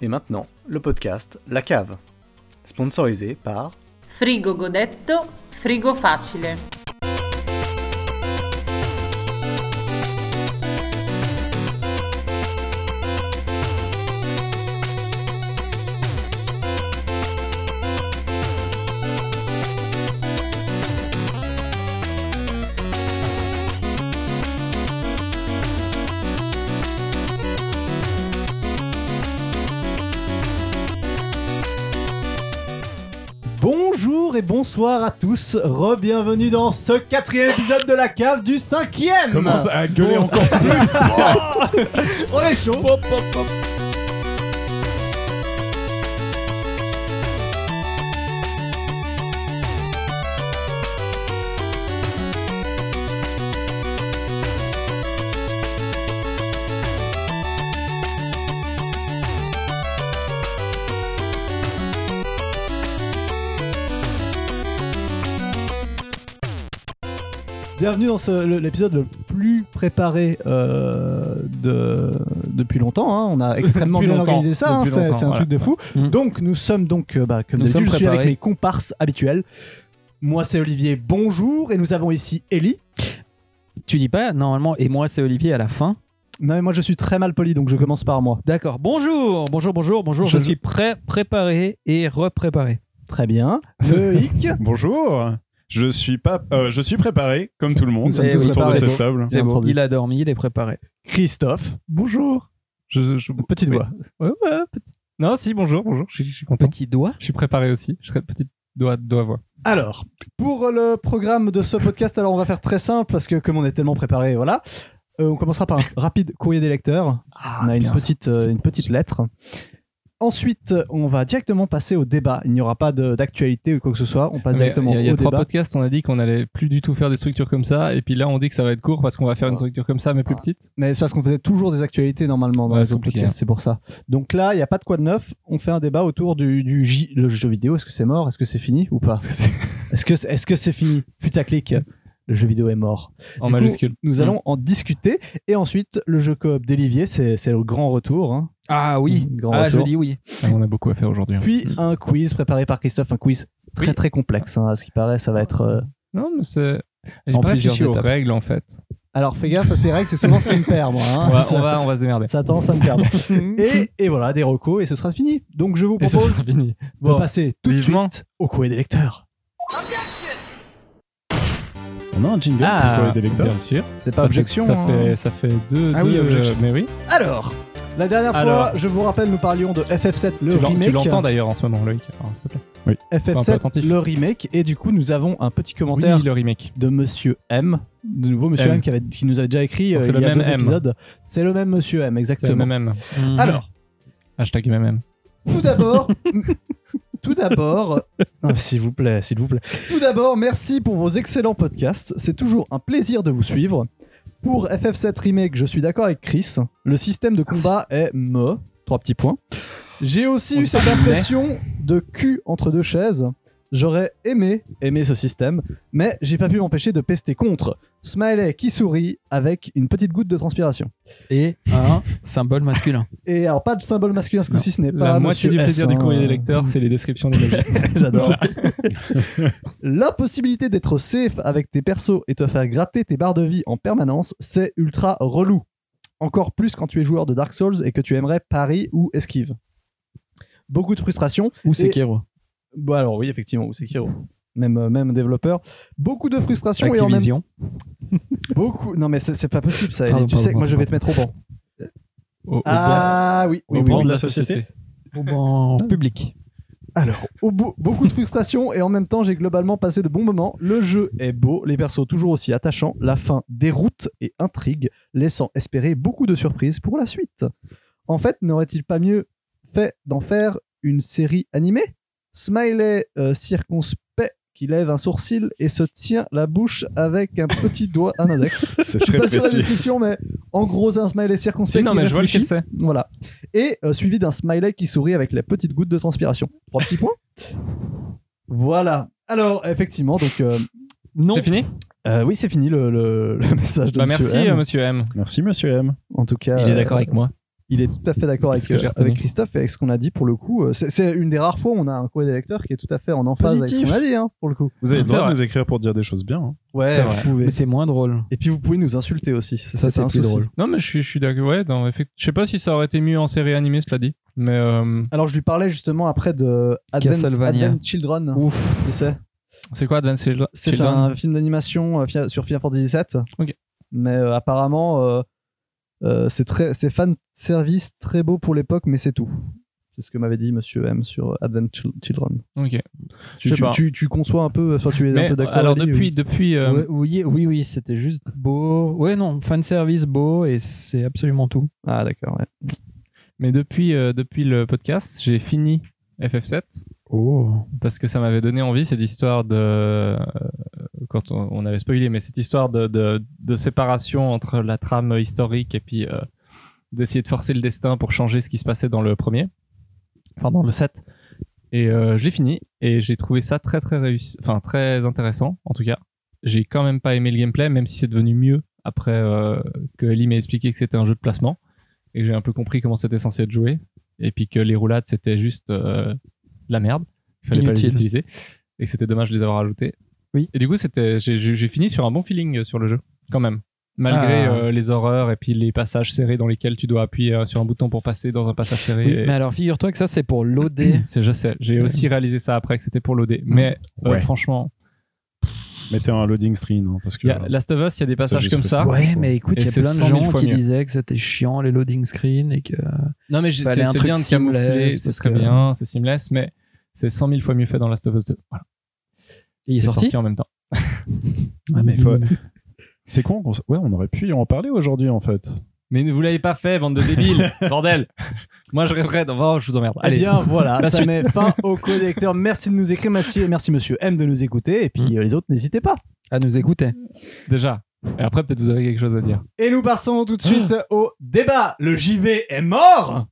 Et maintenant, le podcast La Cave, sponsorisé par Frigo godetto, frigo facile. Bonjour et bonsoir à tous, re-bienvenue dans ce quatrième épisode de la cave du cinquième commence à gueuler Bon, encore plus. On est chaud Bienvenue dans ce- le- l'épisode le plus préparé euh, de, depuis longtemps, hein. on a extrêmement Depuis bien longtemps. organisé ça, hein. Depuis c'est longtemps, c'est un truc de fou. Mm. Donc nous sommes donc, euh, bah, comme Nous d'habitude, sommes je suis avec préparés. mes comparses habituels. Moi c'est Olivier, bonjour, et nous avons ici Ellie. Tu dis pas normalement et moi c'est Olivier à la fin. Non mais moi je suis très mal poli donc je commence par moi. D'accord. Bonjour, bonjour, bonjour, bonjour. Je, Je- suis prêt, préparé et repréparé. Très bien. Loïc. Bonjour. Je suis pas. euh, je suis préparé comme tout le monde. Nous sommes tous autour de préparés. C'est cette beau. table. C'est Bien bon. entendu. Il a dormi, il est préparé. Christophe. Bonjour. Je, je- Petite Oui. voix. ouais, ouais, petit- Non, si, bonjour, bonjour. Je suis- je suis content. Petit doigt. Je suis préparé aussi. Je serai petite doigt, doigt voix. Alors, pour le programme de ce podcast, alors on va faire très simple parce que comme on est tellement préparé, voilà. Euh, on commencera par un rapide courrier des lecteurs. Ah, on a une petite, euh, une petite lettre. Ensuite, on va directement passer au débat. Il n'y aura pas de- d'actualité ou quoi que ce soit. On passe Mais Il directement y a, il y a au trois débat. podcasts, on a dit qu'on allait plus du tout faire des structures comme ça. Et puis là, on dit que ça va être court parce qu'on va Ah. faire une structure comme ça, mais plus petite. Mais c'est parce qu'on faisait toujours des actualités normalement dans Ouais, les c'est autres compliqué, podcasts, c'est pour ça. Donc là, il n'y a pas de quoi de neuf. On fait un débat autour du, du J- le jeu vidéo. Est-ce que c'est mort Est-ce que c'est fini ou pas Est-ce que est-ce que c'est fini Putaclic. Le jeu vidéo est mort. En Du coup, majuscule. Nous allons en discuter. Et ensuite, le jeu coop d'Olivier, c'est c'est le grand retour. hein. Ah oui. Grand Ah je retour. dis oui. Ah, on a beaucoup à faire aujourd'hui. hein. Puis un quiz préparé par Christophe, un quiz très Oui. très complexe. hein. à ce qui paraît, ça va être. euh, Non, mais c'est. J'ai En pas plusieurs réfléchi aux étapes. règles en fait. Alors fais gaffe, parce que les règles, c'est souvent ce qui me perd, moi. hein. on, va, ça, on, va, on va se démerder. ça a tendance à me perdre. Hmm. Et, et voilà, des recos, et ce sera fini. Donc je vous Et ça propose sera fini. de bon. passer tout de Vivement. suite au courrier des lecteurs. On a Ah un jingle Ah. pour le courrier des lecteurs. bien sûr. C'est pas ça objection. Fait, ça, hein. fait, ça fait deux. Ah oui, deux, objection. euh, Mais oui. Alors, la dernière fois, Alors. je vous rappelle, nous parlions de FF7, le Tu l'en- remake. tu l'entends d'ailleurs en ce moment, Loïc. Alors, s'il te plaît. Sois un peu FF7, attentif. le remake. Et du coup, nous avons un petit Oui, commentaire le remake. de Monsieur M. De nouveau, Monsieur M, M. qui, avait- qui nous a déjà écrit Oh, euh, c'est il le y a même deux M. épisodes. C'est le même Monsieur M, C'est exactement. MMM. Alors, Hashtag MMM. tout d'abord, tout d'abord, bah, Ah, s'il vous plaît, s'il vous plaît. Tout d'abord, merci pour vos excellents podcasts. C'est toujours un plaisir de vous suivre. Pour FF7 Remake, je suis d'accord avec Chris. Le système de combat est me. Trois petits points. J'ai aussi eu cette impression de cul entre deux chaises. J'aurais aimé aimer ce système, mais j'ai pas pu m'empêcher de pester contre. Smiley qui sourit avec une petite goutte de transpiration. Et un symbole masculin. Et alors pas de symbole masculin ce Non. coup-ci, ce n'est pas La moitié Monsieur du S, plaisir du hein. courrier des lecteurs, c'est les descriptions des magies. J'adore. L'impossibilité d'être safe avec tes persos et te faire gratter tes barres de vie en permanence, c'est ultra relou. Encore plus quand tu es joueur de Dark Souls et que tu aimerais pari ou esquive. Beaucoup de frustration. Ou c'est c'est Bon, alors oui, effectivement, ou Sekiro. Même, euh, même développeur. Beaucoup de frustration et en même Activision. beaucoup. Non, mais c'est c'est pas possible ça. Ellie. Pardon, tu pardon, sais que moi je vais te pardon. mettre au banc. Au- au Ah oui, Au oui, oui, banc oui. de la société. Au banc public. Alors, au bout- beaucoup de frustration et en même temps, j'ai globalement passé de bons moments. Le jeu est beau, les persos toujours aussi attachants, la fin déroute et intrigue, laissant espérer beaucoup de surprises pour la suite. En fait, n'aurait-il pas mieux fait d'en faire une série animée Smiley euh, circonspect qui lève un sourcil et se tient la bouche avec un petit doigt, un index. C'est Je suis très pas sûr de la précis. description, mais en gros, c'est un smiley circonspect. Si, non, qui mais je vois réfléchit. lequel c'est. Voilà. Et euh, suivi d'un smiley qui sourit avec la petite goutte de transpiration. Trois petits points. Voilà. Alors, effectivement, donc. euh, Non. C'est fini euh, oui, c'est fini le, le- le message de euh, Bah, monsieur Merci, M. euh, monsieur M. Merci Monsieur M. En tout cas, euh, moi. Il est tout à fait d'accord avec, Qu'est-ce que j'ai euh, retenu avec Christophe et avec ce qu'on a dit pour le coup. Euh, C'est c'est une des rares fois où on a un courrier des lecteurs qui est tout à fait en emphase avec Positif. ce qu'on a dit, hein, pour le coup. Vous avez le C'est droit vrai. de nous écrire pour dire des choses bien. hein. Ouais, C'est vous vrai. pouvez. Mais c'est moins drôle. Et puis vous pouvez nous insulter aussi. Ça, Ça, c'est c'est un plus souci. drôle. Non, mais je suis, je suis d'accord. Ouais, dans- effect- je sais pas si ça aurait été mieux en série animée, cela dit. Mais euh, Alors je lui parlais justement après de Advent, Castlevania. Advent Children. Ouf. Tu sais, c'est quoi Advance Children c'est un film d'animation euh, fi- sur Final Fantasy VII. Ok. Mais euh, apparemment, euh, euh, c'est très, c'est fan service très beau pour l'époque, mais c'est tout. C'est ce que m'avait dit Monsieur M sur Advent Chil- Children. Ok. Tu, Je sais tu, pas. tu- tu conçois un peu, euh, soit tu es un Mais euh, peu d'accord. alors Ellie, depuis, depuis, euh, Ouais, oui, oui, oui, c'était juste beau. Ouais, non, fan service beau et c'est absolument tout. ou- Ah d'accord. Ouais. mais depuis, euh, depuis le podcast, j'ai fini FF7 Oh. parce que ça m'avait donné envie cette histoire de euh, quand on, on avait spoilé, mais cette histoire de, de, de séparation entre la trame historique et puis euh, d'essayer de forcer le destin pour changer ce qui se passait dans le premier, enfin dans le 7. Et euh, je l'ai fini et j'ai trouvé ça très très réussi, enfin très intéressant en tout cas. J'ai quand même pas aimé le gameplay, même si c'est devenu mieux après euh, que Ellie m'ait expliqué que c'était un jeu de placement et que j'ai un peu compris comment c'était censé être joué et puis que les roulades c'était juste euh, la merde, il fallait pas les Inutile. utiliser et que c'était dommage de les avoir rajoutées. Oui. Et du coup c'était, j'ai- j'ai j'ai fini sur un bon feeling euh, sur le jeu quand même malgré Ah. euh, les horreurs et puis les passages serrés dans lesquels tu dois appuyer euh, sur un bouton pour passer dans un passage serré. Oui, et- mais alors figure-toi que ça c'est pour l'OD. C'est- je sais, j'ai aussi réalisé ça après que c'était pour l'OD. Mais euh, Ouais. franchement, Mettez un loading screen. hein, parce que, il y a voilà. Last of Us, il y a des passages je comme trouve ça. ça- ouais, mais écoute, Et il y a c'est plein de 100 000 gens fois qui mieux. disaient que c'était chiant les loading screens et que. Non, mais j'ai- Fallait c'est un c'est truc bien de camoufler, seamless, c'est parce très que- bien, c'est seamless, mais c'est 100 000 fois mieux fait dans Last of Us 2. Voilà. Il est C'est sorti. en même temps. Ouais, mais- ah, faut- C'est con. qu'on s- Ouais, on aurait pu en parler aujourd'hui en fait. Mais ne vous l'avez pas fait, bande de débiles, bordel. Moi, je rêverais d'en voir, je vous emmerde. Eh Allez, bien voilà, La ça suite. met fin au collecteur. Merci de nous écrire, merci, merci Monsieur M de nous écouter, et Mm. puis euh, les autres n'hésitez pas. À nous écouter. déjà. Et après, peut-être vous avez quelque chose à dire. Et nous passons tout de suite au débat. Le JV est mort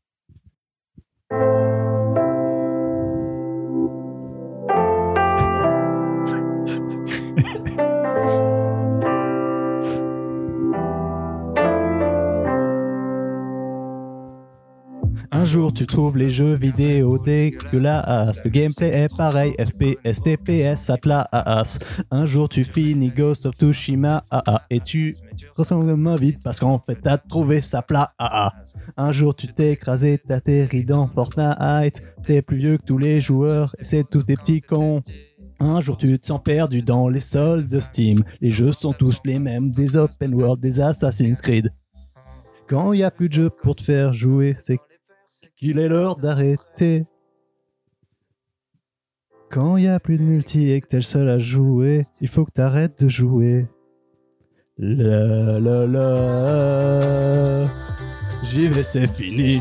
Un jour tu trouves les jeux vidéo dégueulasses, le gameplay est pareil, FPS, TPS, Atlas. Un jour tu finis Ghost of Tsushima ah, ah, et tu ressembles vite parce qu'en fait t'as trouvé sa plat. ah, ah. Un jour tu t'es écrasé, t'atterris dans Fortnite, t'es plus vieux que tous les joueurs et c'est tous des petits cons. Un jour tu te sens perdu dans les sols de Steam, les jeux sont tous les mêmes, des open world, des Assassin's Creed. Quand y a plus de jeux pour te faire jouer, c'est qu'il est l'heure d'arrêter. Quand il y a plus de multi et que t'es le seul à jouer, il faut que t'arrêtes de jouer. La la la. J'y vais, c'est fini.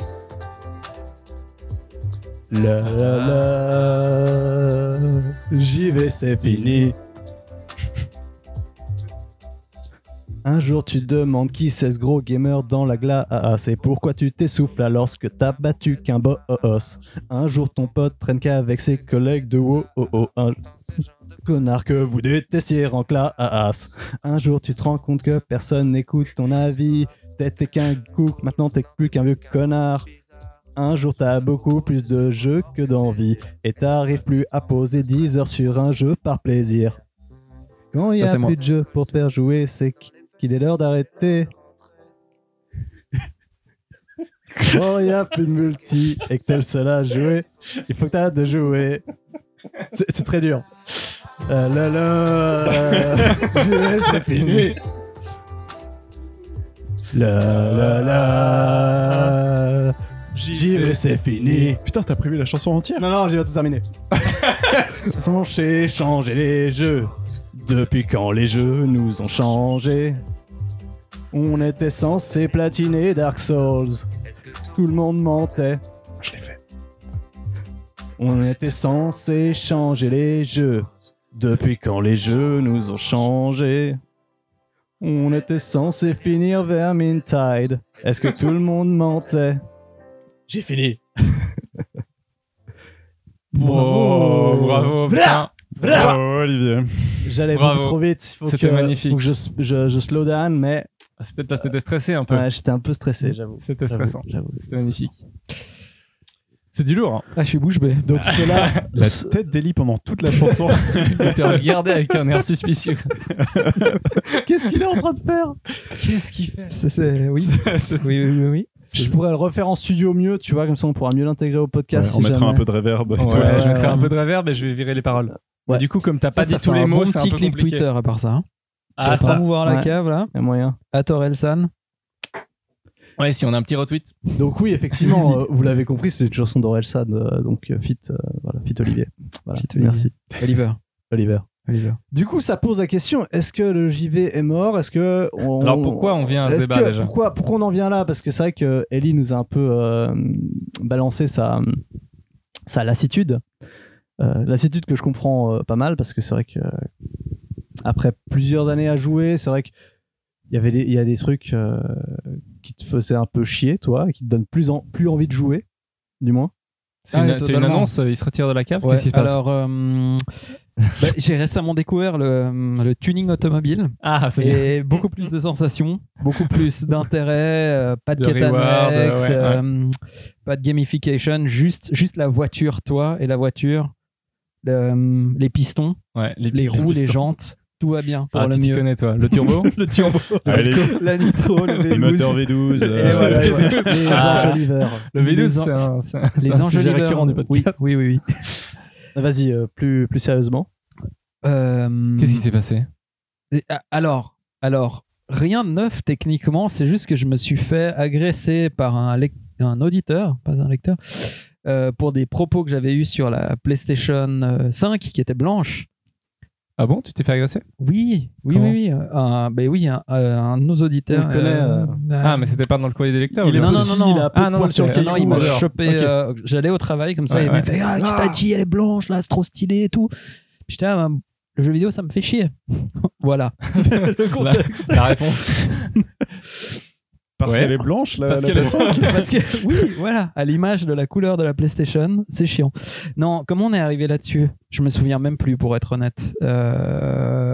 La la la. J'y vais, c'est fini. Un jour tu demandes qui c'est ce gros gamer dans la glace et pourquoi tu t'essouffles alors que t'as battu qu'un boss. Un jour ton pote traîne qu'avec ses collègues de WoW. Oh oh, un connard que vous détestiez en classe. ah. Un jour tu te rends compte que personne n'écoute ton avis. T'étais qu'un cook, maintenant t'es plus qu'un vieux connard. Un jour t'as beaucoup plus de jeux que d'envie et t'arrives plus à poser 10 heures sur un jeu par plaisir. Quand il y Ça, a c'est moi. plus de jeux pour te faire jouer, c'est qu'il est l'heure d'arrêter. Quand il y a plus de multi et que t'es le seul à jouer, il faut que t'arrêtes de jouer. C'est c'est très dur. Euh, là, là, j'y vais, c'est fini. La la la. J'y vais, c'est fini. Putain, t'as prévu la chanson entière Non, non, j'ai pas tout terminé. De toute façon, j'ai changé les jeux. Depuis quand les jeux nous ont changé On était censé platiner Dark Souls. Tout le monde mentait. Je l'ai fait. On était censé changer les jeux. Depuis quand les jeux nous ont changé On était censé finir vers Mintide. Est-ce que tout le monde mentait J'ai fini. Bravo, bravo. putain. Ah. Bravo Oh, Olivier. J'allais Bravo. beaucoup trop vite. Faut C'était que, magnifique. faut que je, je, je slow down, mais Ah, c'est peut-être parce que t'étais stressé un peu. Ouais, j'étais un peu stressé, j'avoue. C'était J'avoue, stressant. j'avoue. C'était magnifique. C'est du lourd. hein. Ah, je suis bouche bée. Donc cela, La tête d'Eli pendant toute la chanson. Il te regardait avec un air suspicieux. qu'est-ce qu'il est en train de faire Qu'est-ce qu'il fait C'est- c'est- oui. oui, oui, oui, oui. Je pourrais le refaire en studio mieux, tu vois, comme ça on pourra mieux l'intégrer au Ouais, podcast. on si mettra jamais. un peu de reverb. et Ouais, tout. je mettrai ouais. un peu de reverb et je vais virer les paroles. Ouais. Et Du coup, comme t'as Ça, pas ça dit tous fait les un bon mots, c'est un petit peu clip compliqué. Twitter à part ça. hein. Ah, Pour ça. promouvoir la Ouais. cave là. Il y a moyen. À Torelsan. Ouais, si on a un petit retweet. Donc oui, effectivement, euh, vous l'avez compris, c'est une chanson d'Orelsan, euh, donc euh, fit, euh, voilà, fit Olivier. Voilà, Fit Olivier. Merci, Oliver. Oliver. Oliver. Du coup, ça pose la question est-ce que le JV est mort Est-ce que Oh. on... Alors pourquoi on vient à ce Est-ce débat que- Ah, déjà pourquoi, pourquoi on en vient là Parce que c'est vrai que Ellie nous a un peu euh, balancé sa, sa lassitude. Euh, lassitude que je comprends euh, pas mal parce que c'est vrai que euh, après plusieurs années à jouer, c'est vrai qu'il y avait des- il y a des trucs euh, qui te faisaient un peu chier, toi, et qui te donnent plus, en, plus envie de jouer, du moins. C'est Ah, une- ouais, c'est une, totalement. annonce, euh, il se retire de la cave, Ouais, qu'est-ce qui se passe alors, euh, bah, j'ai récemment découvert le, euh, le tuning automobile Ah, c'est bien. et beaucoup plus de sensations, beaucoup plus d'intérêt, euh, pas de, De quête reward, annexe, euh, ouais, euh, pas de gamification, juste, juste la voiture, toi et la voiture, le, euh, les pistons, Ouais, les roues, les pistons. jantes, tout va bien pour Ah, le tu t'y mieux. connais toi. Le turbo Ah Le turbo, Allez, la nitro, le le moteur euh, V12, V12. Et voilà, et voilà. Les Euh, Ah. enjoliveurs. Le V12, Les c'est en- un- c'est un, les c'est un sujet enjoliveurs. récurrent du podcast. Oui, oui, oui. oui. Vas-y, euh, plus, plus sérieusement. Euh, Qu'est-ce qui s'est passé Et, a- Alors, alors, rien de neuf techniquement, c'est juste que je me suis fait agresser par un, lec- un auditeur, pas un lecteur, euh, pour des propos que j'avais eus sur la PlayStation euh, 5 qui était blanche. Ah bon, tu t'es fait agresser Oui, oui, Comment oui, oui. euh, Un, ben oui, un, euh, un de nos auditeurs. On le connaît, euh, Ah, mais c'était pas dans le courrier des lecteurs. Il est ou non, non, petit, non, non. il a peu Ah, de non, poils non, sur le c'est- caillou. non, il m'a alors, chopé. ok. euh, J'allais au travail comme ça. Ouais, il m'a ouais. fait Ah, tu t'as dit, elle est blanche, là, c'est trop stylé et tout. Puis J'étais ah, ben, le jeu vidéo, ça me fait chier. voilà. La, la réponse. Parce Ouais. qu'elle est blanche, là. Parce la qu'elle est personne. Parce que, oui, voilà, à l'image de la couleur de la PlayStation, c'est chiant. Non, comment on est arrivé là-dessus Je me souviens même plus, pour être honnête.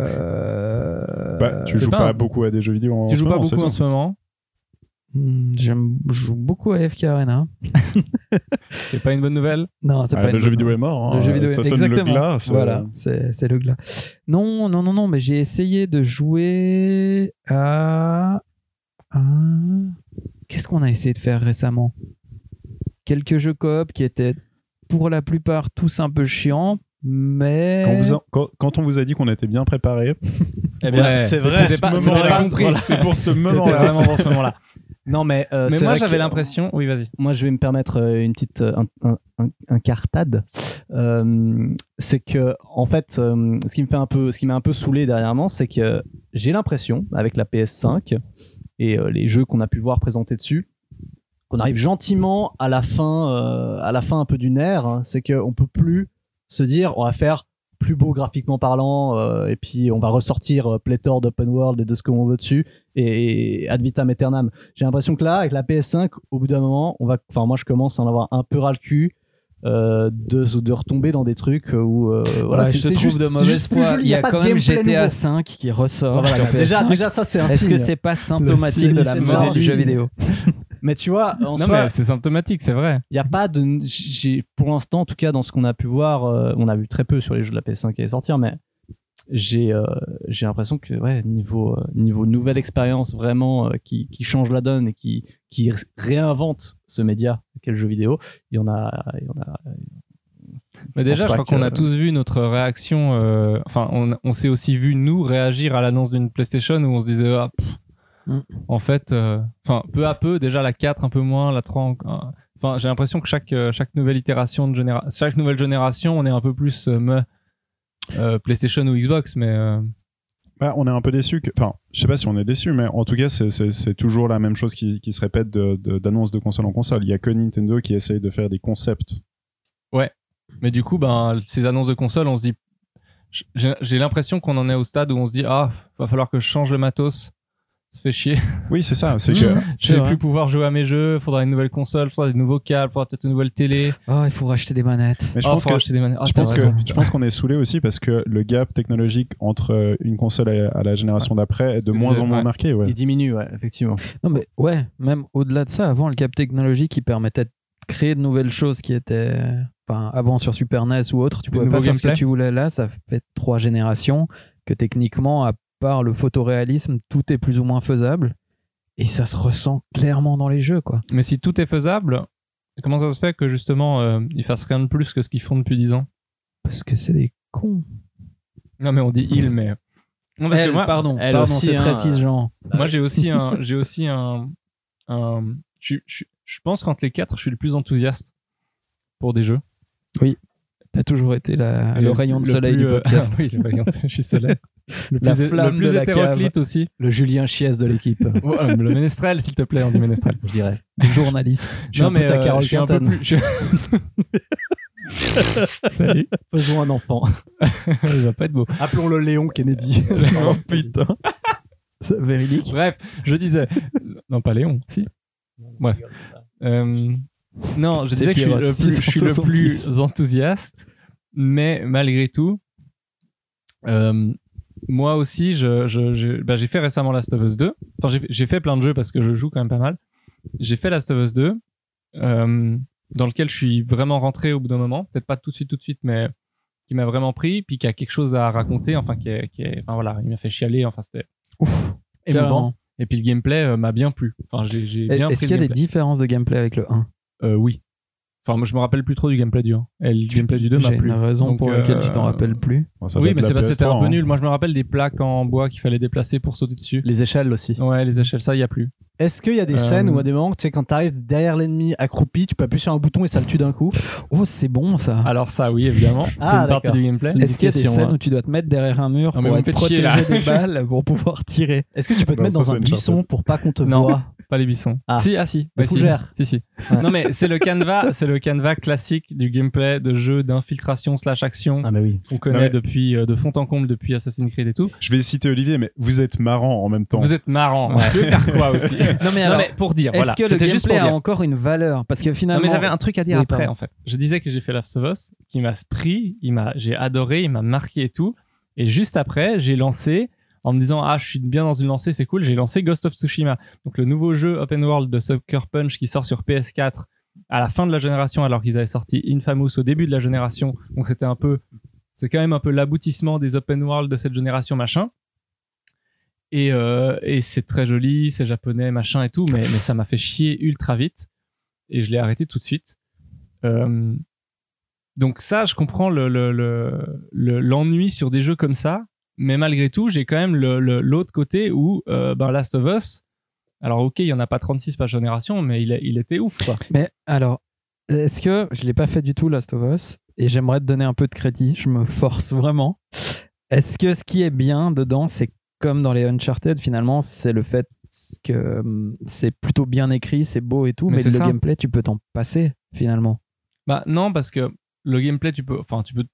Euh... Bah, tu c'est joues pas pas, un- beaucoup à des jeux vidéo en tu ce joues pas moment, beaucoup en c'est ce moment. Hmm, j'aime- Je joue beaucoup à FK Arena. C'est pas une bonne nouvelle. Non, c'est Ah, pas le une jeu bonne vidéo est mort. Le hein. jeu vidéo, ça sonne exactement. le glas. ça- Voilà, c'est c'est le glas. Non, non, non, non, mais j'ai essayé de jouer à. à- Qu'est-ce qu'on a essayé de faire récemment Quelques jeux coop qui étaient pour la plupart tous un peu chiants, mais. Quand, vous a- quand- quand on vous a dit qu'on était bien préparé, Eh Ouais, c'était- c'était pas- moment-là. c'était pas- voilà. C'est pour ce C'était moment-là. vraiment pour ce moment-là. Non, mais, euh, Mais c'est moi, vrai j'avais que- l'impression. Oui, vas-y. moi je vais me permettre euh, une petite euh, un, un, un- un cartade Euh, c'est que en fait euh, ce qui me fait un peu ce qui m'a un peu saoulé dernièrement c'est que j'ai l'impression avec la PS5 et euh, les jeux qu'on a pu voir présentés dessus qu'on arrive gentiment à la fin euh, à la fin un peu d'une ère hein. c'est qu'on peut plus se dire on va faire plus beau graphiquement parlant euh, et puis on va ressortir euh, pléthore d'open world et de ce qu'on veut dessus et, et ad vitam aeternam j'ai l'impression que là, avec la PS5, au bout d'un moment, on va, enfin moi je commence à en avoir un peu ras le cul euh, de, de retomber dans des trucs où euh, voilà, Ouais, c'est je te c'est trouve juste, de c'est mauvaise juste plus foi. joli, Il y a, pas quand de même gameplay GTA nouveau. 5 qui ressort Voilà, sur PS5. déjà, déjà ça c'est un Est-ce que signe. c'est pas symptomatique de la cynisme mort du du jeu cynisme. vidéo Mais tu vois, en Non, soi, mais c'est symptomatique, c'est vrai. Il n'y a pas de. J'ai, pour l'instant, en tout cas, dans ce qu'on a pu voir, euh, on a vu très peu sur les jeux de la PS5 qui allaient sortir, mais j'ai, euh, j'ai l'impression que, ouais, niveau, euh, niveau nouvelle expérience vraiment euh, qui, qui change la donne et qui, qui r- réinvente ce média qu'est le jeu vidéo, il y en a. Il y en a Mais déjà, pense je pas crois qu'on que- a tous vu notre réaction. euh, Enfin, on, on s'est aussi vu nous réagir à l'annonce d'une PlayStation où on se disait, ah, pff, Mm. en fait, euh, enfin, peu à peu, déjà la 4 un peu moins, la 3. en- en- Enfin, j'ai l'impression que chaque euh, chaque nouvelle itération de généra- chaque nouvelle génération, on est un peu plus euh, meh, euh, PlayStation ou Xbox, mais euh, Bah, on est un peu déçu. Que... Enfin, je sais pas si on est déçu, mais en tout cas, c'est- c'est c'est toujours la même chose qui, qui se répète de- de- d'annonce de, console en console. Il y a que Nintendo qui essaye de faire des concepts. mais du coup, ben ces annonces de console, on se dit, j'ai j'ai l'impression qu'on en est au stade où on se dit, ah, va falloir que je change le matos. se fait chier. Oui, c'est ça. C'est que Je vais vrai. plus pouvoir jouer à mes jeux. Faudra une nouvelle console, faudra des nouveaux câbles, faudra peut-être une nouvelle télé. Oh, il faut racheter des manettes. Mais je Ah, pense faudra que- acheter des manettes. Ah, je t'as pense que raison. je pense qu'on est saoulé aussi parce que le gap technologique entre euh, une console et- à la génération d'après est de C'est- moins en moins ouais. marqué. ouais. Il diminue, ouais, effectivement. Non, mais ouais, même au-delà de ça, avant, le cap technologique qui permettait de créer de nouvelles choses qui étaient. Enfin, avant sur Super NES ou autre, tu Des pouvais pas nouveaux faire ce que gameplay. tu voulais là. Ça fait trois générations que techniquement, à part le photoréalisme, tout est plus ou moins faisable. Et ça se ressent clairement dans les jeux, quoi. Mais si tout est faisable, comment ça se fait que justement euh, ils fassent rien de plus que ce qu'ils font depuis 10 ans Parce que c'est des cons. Non, mais on dit ils, mais. Non, parce que Elle, moi, pardon, elle pardon, aussi, c'est très hein. cisgenre. moi j'ai aussi un. J'ai aussi un. un- je, suis- je suis- je pense qu'entre les quatre, je suis le plus enthousiaste pour des jeux. T'as toujours été la- Ah, le, rayon de soleil plus, du euh, podcast. oui, le rayon de soleil, je suis soleil. Le La plus, le flamme plus de la cave. hétéroclite aussi. Le Julien Chies de l'équipe, Oh, euh, le ménestrel, s'il te plaît, on dit ménestrel. euh, je dirais. journaliste. Je suis un peu ta Carole je suis un peu Quintane. plus. je- Salut, Faisons un enfant. il va pas être beau. Appelons-le Léon Kennedy. Oh putain. C'est véridique. Bref, je disais. Non, pas Léon, si. Bref. Euh, Non, je C'est disais que je suis, le Pierrot, plus, je suis le 666. plus enthousiaste, mais malgré tout, euh, moi aussi, je- je- je- bah, j'ai fait récemment Last of Us 2. Enfin, j'ai- j'ai fait plein de jeux parce que je joue quand même pas mal. J'ai fait Last of Us 2, euh, dans lequel je suis vraiment rentré au bout d'un moment. Peut-être pas tout de suite, tout de suite, mais qui m'a vraiment pris, puis qui a quelque chose à raconter. Enfin, qui est, qui est- enfin voilà, il m'a fait chialer. Enfin, c'était Ouf. émouvant. Carrément. Et puis le gameplay euh, m'a bien plu. Enfin, j'ai j'ai bien Est-ce pris qu'il y a le des gameplay. différences de gameplay avec le 1 Euh, Oui. Enfin, moi, je me rappelle plus trop du gameplay du 1. Et le gameplay du 2 m'a J'ai plu. une raison Donc, pour euh, laquelle tu t'en rappelles plus. Bon, ça Oui, date de mais la c'est parce que c'était un PS3, peu hein. nul. Moi, je me rappelle des plaques en bois qu'il fallait déplacer pour sauter dessus. Les échelles aussi. Ouais, les échelles, ça, il n'y a plus. Est-ce qu'il y a des Euh, scènes où à des moments, tu sais, quand t'arrives derrière l'ennemi accroupi, tu peux appuyer sur un bouton et ça le tue d'un coup Oh, c'est bon ça. Alors, ça, oui, évidemment. Ah, c'est Ah, une partie d'accord. du gameplay. C'est- Est-ce qu'il y a des Indication, scènes hein. où tu dois te mettre derrière un mur Non, mais pour vous être me faites chier, protégé là. des balles pour pouvoir tirer Est-ce que tu peux te Non, mettre ça, dans c'est un une buisson pour pas qu'on te Non. voie Pas les buissons. Ah. Si, ah si. Des Ouais, si. fougères. Si, si. Ouais. Non, mais c'est le canevas, c'est le canevas classique du gameplay de jeu d'infiltration slash action Ah, mais oui. qu'on connaît Non, mais- depuis, euh, de fond en comble depuis Assassin's Creed et tout. Je vais citer Olivier, mais vous êtes marrant en même temps. Vous êtes marrant. Tu veux faire quoi aussi Non mais Non, mais pour dire, est-ce voilà. que le C'était juste gameplay pour a dire. encore une valeur Parce que Non, finalement, mais j'avais un truc à dire Oui, après, pardon. en fait. Je disais que j'ai fait Last of Us, qui m'a pris, il m'a, j'ai adoré, il m'a marqué et tout. Et juste après, j'ai lancé, en me disant, ah, je suis bien dans une lancée, c'est cool, j'ai lancé Ghost of Tsushima. Donc, le nouveau jeu open world de Sucker Punch qui sort sur PS4 à la fin de la génération, alors qu'ils avaient sorti Infamous au début de la génération. Donc, c'était un peu, c'est quand même un peu l'aboutissement des open world de cette génération, machin. Et, euh, et c'est très joli, c'est japonais, machin et tout, mais, mais ça m'a fait chier ultra vite. Et je l'ai arrêté tout de suite. Euh, donc ça, je comprends l'ennui le, le, le- l'ennui sur des jeux comme ça, mais malgré tout, j'ai quand même l'autre le, l'autre côté où euh, ben Last of Us, alors ok, il n'y en a pas 36 par génération, mais il, a- il était ouf, quoi. Mais alors, est-ce que je l'ai pas fait du tout Last of Us et j'aimerais te donner un peu de crédit, je me force vraiment. Est-ce que ce qui est bien dedans, c'est comme dans les Uncharted finalement, c'est le fait que hum, c'est plutôt bien écrit, c'est beau et tout, Mais mais, c'est le ça. gameplay, tu peux t'en passer finalement. Bah non, parce que le gameplay, tu peux... Enfin, tu peux...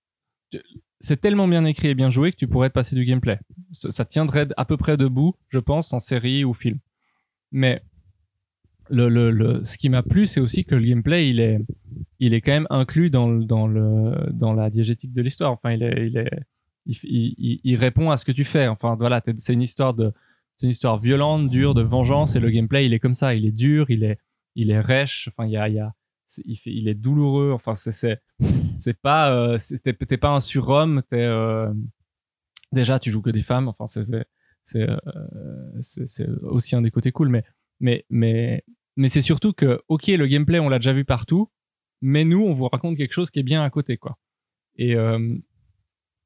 tu- C'est tellement bien écrit et bien joué que tu pourrais te passer du gameplay. Ça, ça tiendrait à peu près debout, je pense, en série ou film. Mais le, le, le- ce qui m'a plu, c'est aussi que le gameplay, il est, il est quand même inclus dans, le- dans, le, dans la diégétique de l'histoire. Enfin, il, est, il, est, il, il- il- il répond à ce que tu fais. Enfin, voilà, t'es- c'est une histoire de... C'est une histoire violente, dure, de vengeance, et le gameplay, il est comme ça. Il est dur, il est, il est rêche. Enfin, il y a, il y a, c'est- il, fait- il est douloureux. Enfin, c'est c'est c'est pas euh, c'est- t'es t'es pas un surhomme. T'es euh, déjà tu joues que des femmes. Enfin, c'est c'est c'est euh, c'est- c'est aussi un des côtés cool. Mais mais mais mais c'est surtout que ok le gameplay on l'a déjà vu partout, mais nous on vous raconte quelque chose qui est bien à côté quoi. Et, euh,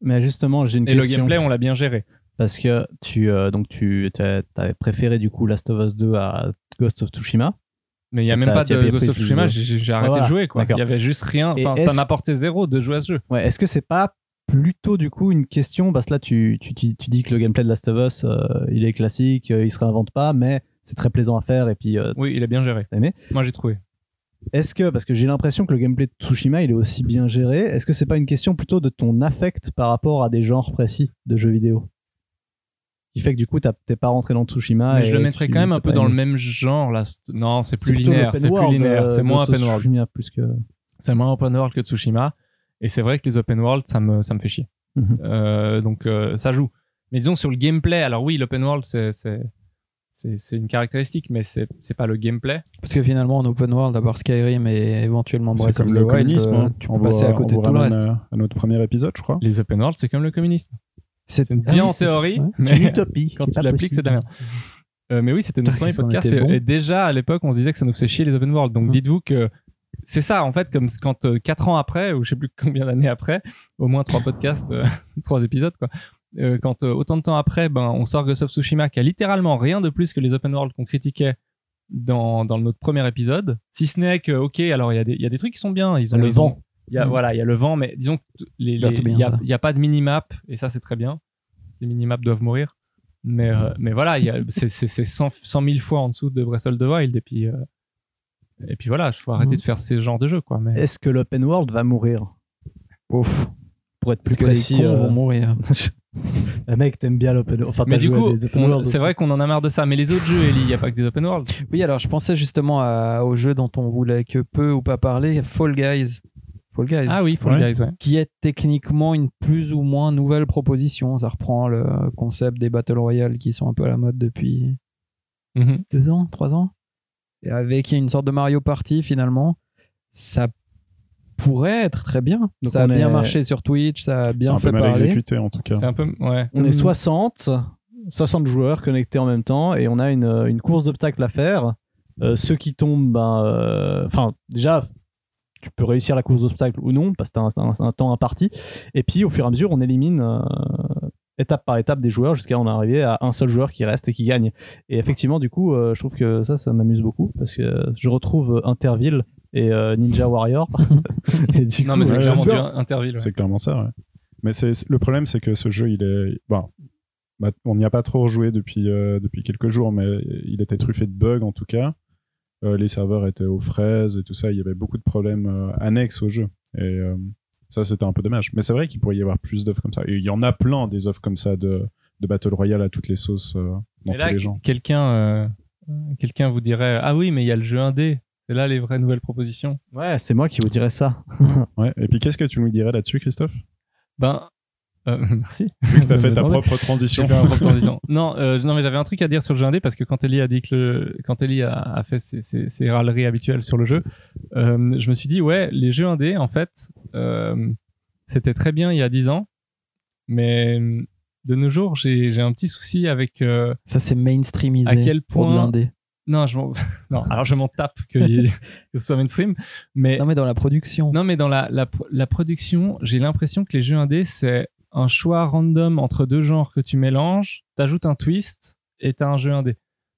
Mais justement, j'ai une et le question. gameplay on l'a bien géré. Parce que tu, euh, donc tu t'as- t'avais préféré du coup Last of Us 2 à Ghost of Tsushima. Mais il y a même T'as- pas t'y as de pris Ghost of plus de- Tsushima. j'ai- J'ai j'ai arrêté voilà, de jouer quoi. Il d'accord. y avait juste rien. Et Enfin ça est-ce- m'apportait zéro de jouer à ce jeu. Ouais, est-ce que c'est pas plutôt du coup une question Parce que là, tu, tu, tu, tu dis que le gameplay de Last of Us, euh, il est classique, euh, il se réinvente pas, mais c'est très plaisant à faire. Et puis, euh, Oui il est bien géré. T'as aimé Moi j'ai trouvé. est-ce que, parce que j'ai l'impression que le gameplay de Tsushima, il est aussi bien géré, est-ce que c'est pas une question plutôt de ton affect par rapport à des genres précis de jeux vidéo qui fait que du coup t'as- t'es pas rentré dans Tsushima. Ah, Mais je le et mettrais tu- quand même un t'as peu pas dans aimé. le même genre là. C'est- Non, c'est plus plutôt linéaire, l'open c'est plus world, linéaire, euh, c'est de moins open world. Tsushima plus que. C'est moins open world que Tsushima et c'est vrai que les open world ça me ça me fait chier. Mhm. Euh, donc euh, ça joue. Mais disons que sur le gameplay, alors oui, l'open world c'est c'est c'est c'est une caractéristique, mais c'est c'est pas le gameplay. Parce que finalement, en open world, d'abord Skyrim et éventuellement C'est Breath comme of the le Wild, communisme. euh, hein. tu peux On passer vous- à on côté vous de tout le ramène, reste. euh, À notre premier épisode, je crois. Les open world c'est comme le communisme. C'est Ah bien oui, en c'est- théorie, ouais. mais C'est une utopie. quand c'est tu pas l'appliques, c'est de la merde. Euh, mais oui, c'était notre Putain, premier qu'est-ce qu'on podcast était et, bon. et déjà à l'époque, on se disait que ça nous faisait chier les open world. Hum. Donc Hmm. dites-vous que c'est ça en fait, comme quand euh, quatre ans après ou je sais plus combien d'années après, au moins trois podcasts, euh, trois épisodes quoi. euh, quand euh, autant de temps après, ben on sort Ghost of Tsushima qui a littéralement rien de plus que les open world qu'on critiquait dans dans notre premier épisode. Si ce n'est que ok, alors il y a des il y a des trucs qui sont bien. Ils ont Le ils ont- vent. il y a, Mm. Voilà, il y a le vent, mais disons qu'il les, Là, les- c'est bien, il y a, ça. il y a pas de minimap, et ça, c'est très bien. Les minimaps doivent mourir. Mais, euh, mais voilà, il y a- c'est c'est- c'est 100, 100 000 fois en dessous de Breath of the Wild, et puis, euh, et puis voilà, il faut arrêter Mhm. de faire ces genres de jeux. Quoi, mais... Est-ce que l'open world va mourir Ouf. Pour être plus Parce que précis. les cons euh, vont mourir. eh, mec, t'aimes bien l'open world. Enfin, Mais t'as du joué coup, à des open on- world c'est aussi. vrai qu'on en a marre de ça. Mais les autres jeux, Ellie, il n'y a pas que des open world. Oui, alors je pensais justement à- au jeu dont on voulait que peu ou pas parler, Fall Guys. Fall Guys. Ah oui, Fall Ouais. Guys, ouais. qui est techniquement une plus ou moins nouvelle proposition. Ça reprend le concept des Battle Royale qui sont un peu à la mode depuis Mhm. deux ans, trois ans. Et avec une sorte de Mario Party finalement, ça pourrait être très bien. Donc ça a on bien est- marché sur Twitch, ça a C'est bien un fait peu mal parler. exécuté en tout cas. C'est un peu. Ouais. On Mm. est 60, 60 joueurs connectés en même temps et on a une, euh, une course d'obstacles à faire. Euh, ceux qui tombent, ben, euh, enfin, déjà, tu peux réussir la course d'obstacles ou non, parce que tu as un, un- un temps imparti. Et puis, au fur et à mesure, on élimine euh, étape par étape des joueurs jusqu'à en arriver à un seul joueur qui reste et qui gagne. Et effectivement, du coup, euh, je trouve que ça, ça m'amuse beaucoup parce que euh, je retrouve euh, Interville et euh, Ninja Warrior. et du Non, coup, mais c'est euh, clairement sûr. du Interville. ouais. C'est clairement ça, ouais. Mais c'est c'est- le problème, c'est que ce jeu, il est. Bon, bah, on n'y a pas trop joué depuis, euh, depuis quelques jours, mais il était truffé de bugs en tout cas. Euh, les serveurs étaient aux fraises et tout ça. Il y avait beaucoup de problèmes euh, annexes au jeu. Et euh, ça, c'était un peu dommage. Mais c'est vrai qu'il pourrait y avoir plus d'offres comme ça. Et il y en a plein des offres comme ça de, de Battle Royale à toutes les sauces euh, dans Mais là, tous les gens. Quelqu'un euh, quelqu'un vous dirait Ah oui, mais il y a le jeu indé. C'est là les vraies nouvelles propositions. ouais, c'est moi qui vous dirais ça. Ouais. Et puis, qu'est-ce que tu nous dirais là-dessus, Christophe Ben, euh, merci. Vu que tu as De fait me ta demander. propre transition. J'ai fait ma propre transition. non, euh, non, mais j'avais un truc à dire sur le jeu indé parce que quand Ellie a dit que le, quand Ellie a, a fait ses, ses- ses râleries habituelles sur le jeu, euh, je me suis dit ouais, les jeux indés en fait, euh, c'était très bien il y a 10 ans, mais euh, de nos jours, j'ai j'ai un petit souci avec euh, Ça c'est mainstreamisé À quel pour de point- l'indé. non, je m'en- non, alors je m'en tape que, y ait- que ce soit mainstream, mais Non mais dans la production. non, mais dans la, la, pro- la production, j'ai l'impression que les jeux indés, c'est un choix random entre deux genres que tu mélanges, t'ajoutes un twist et t'as un jeu indé.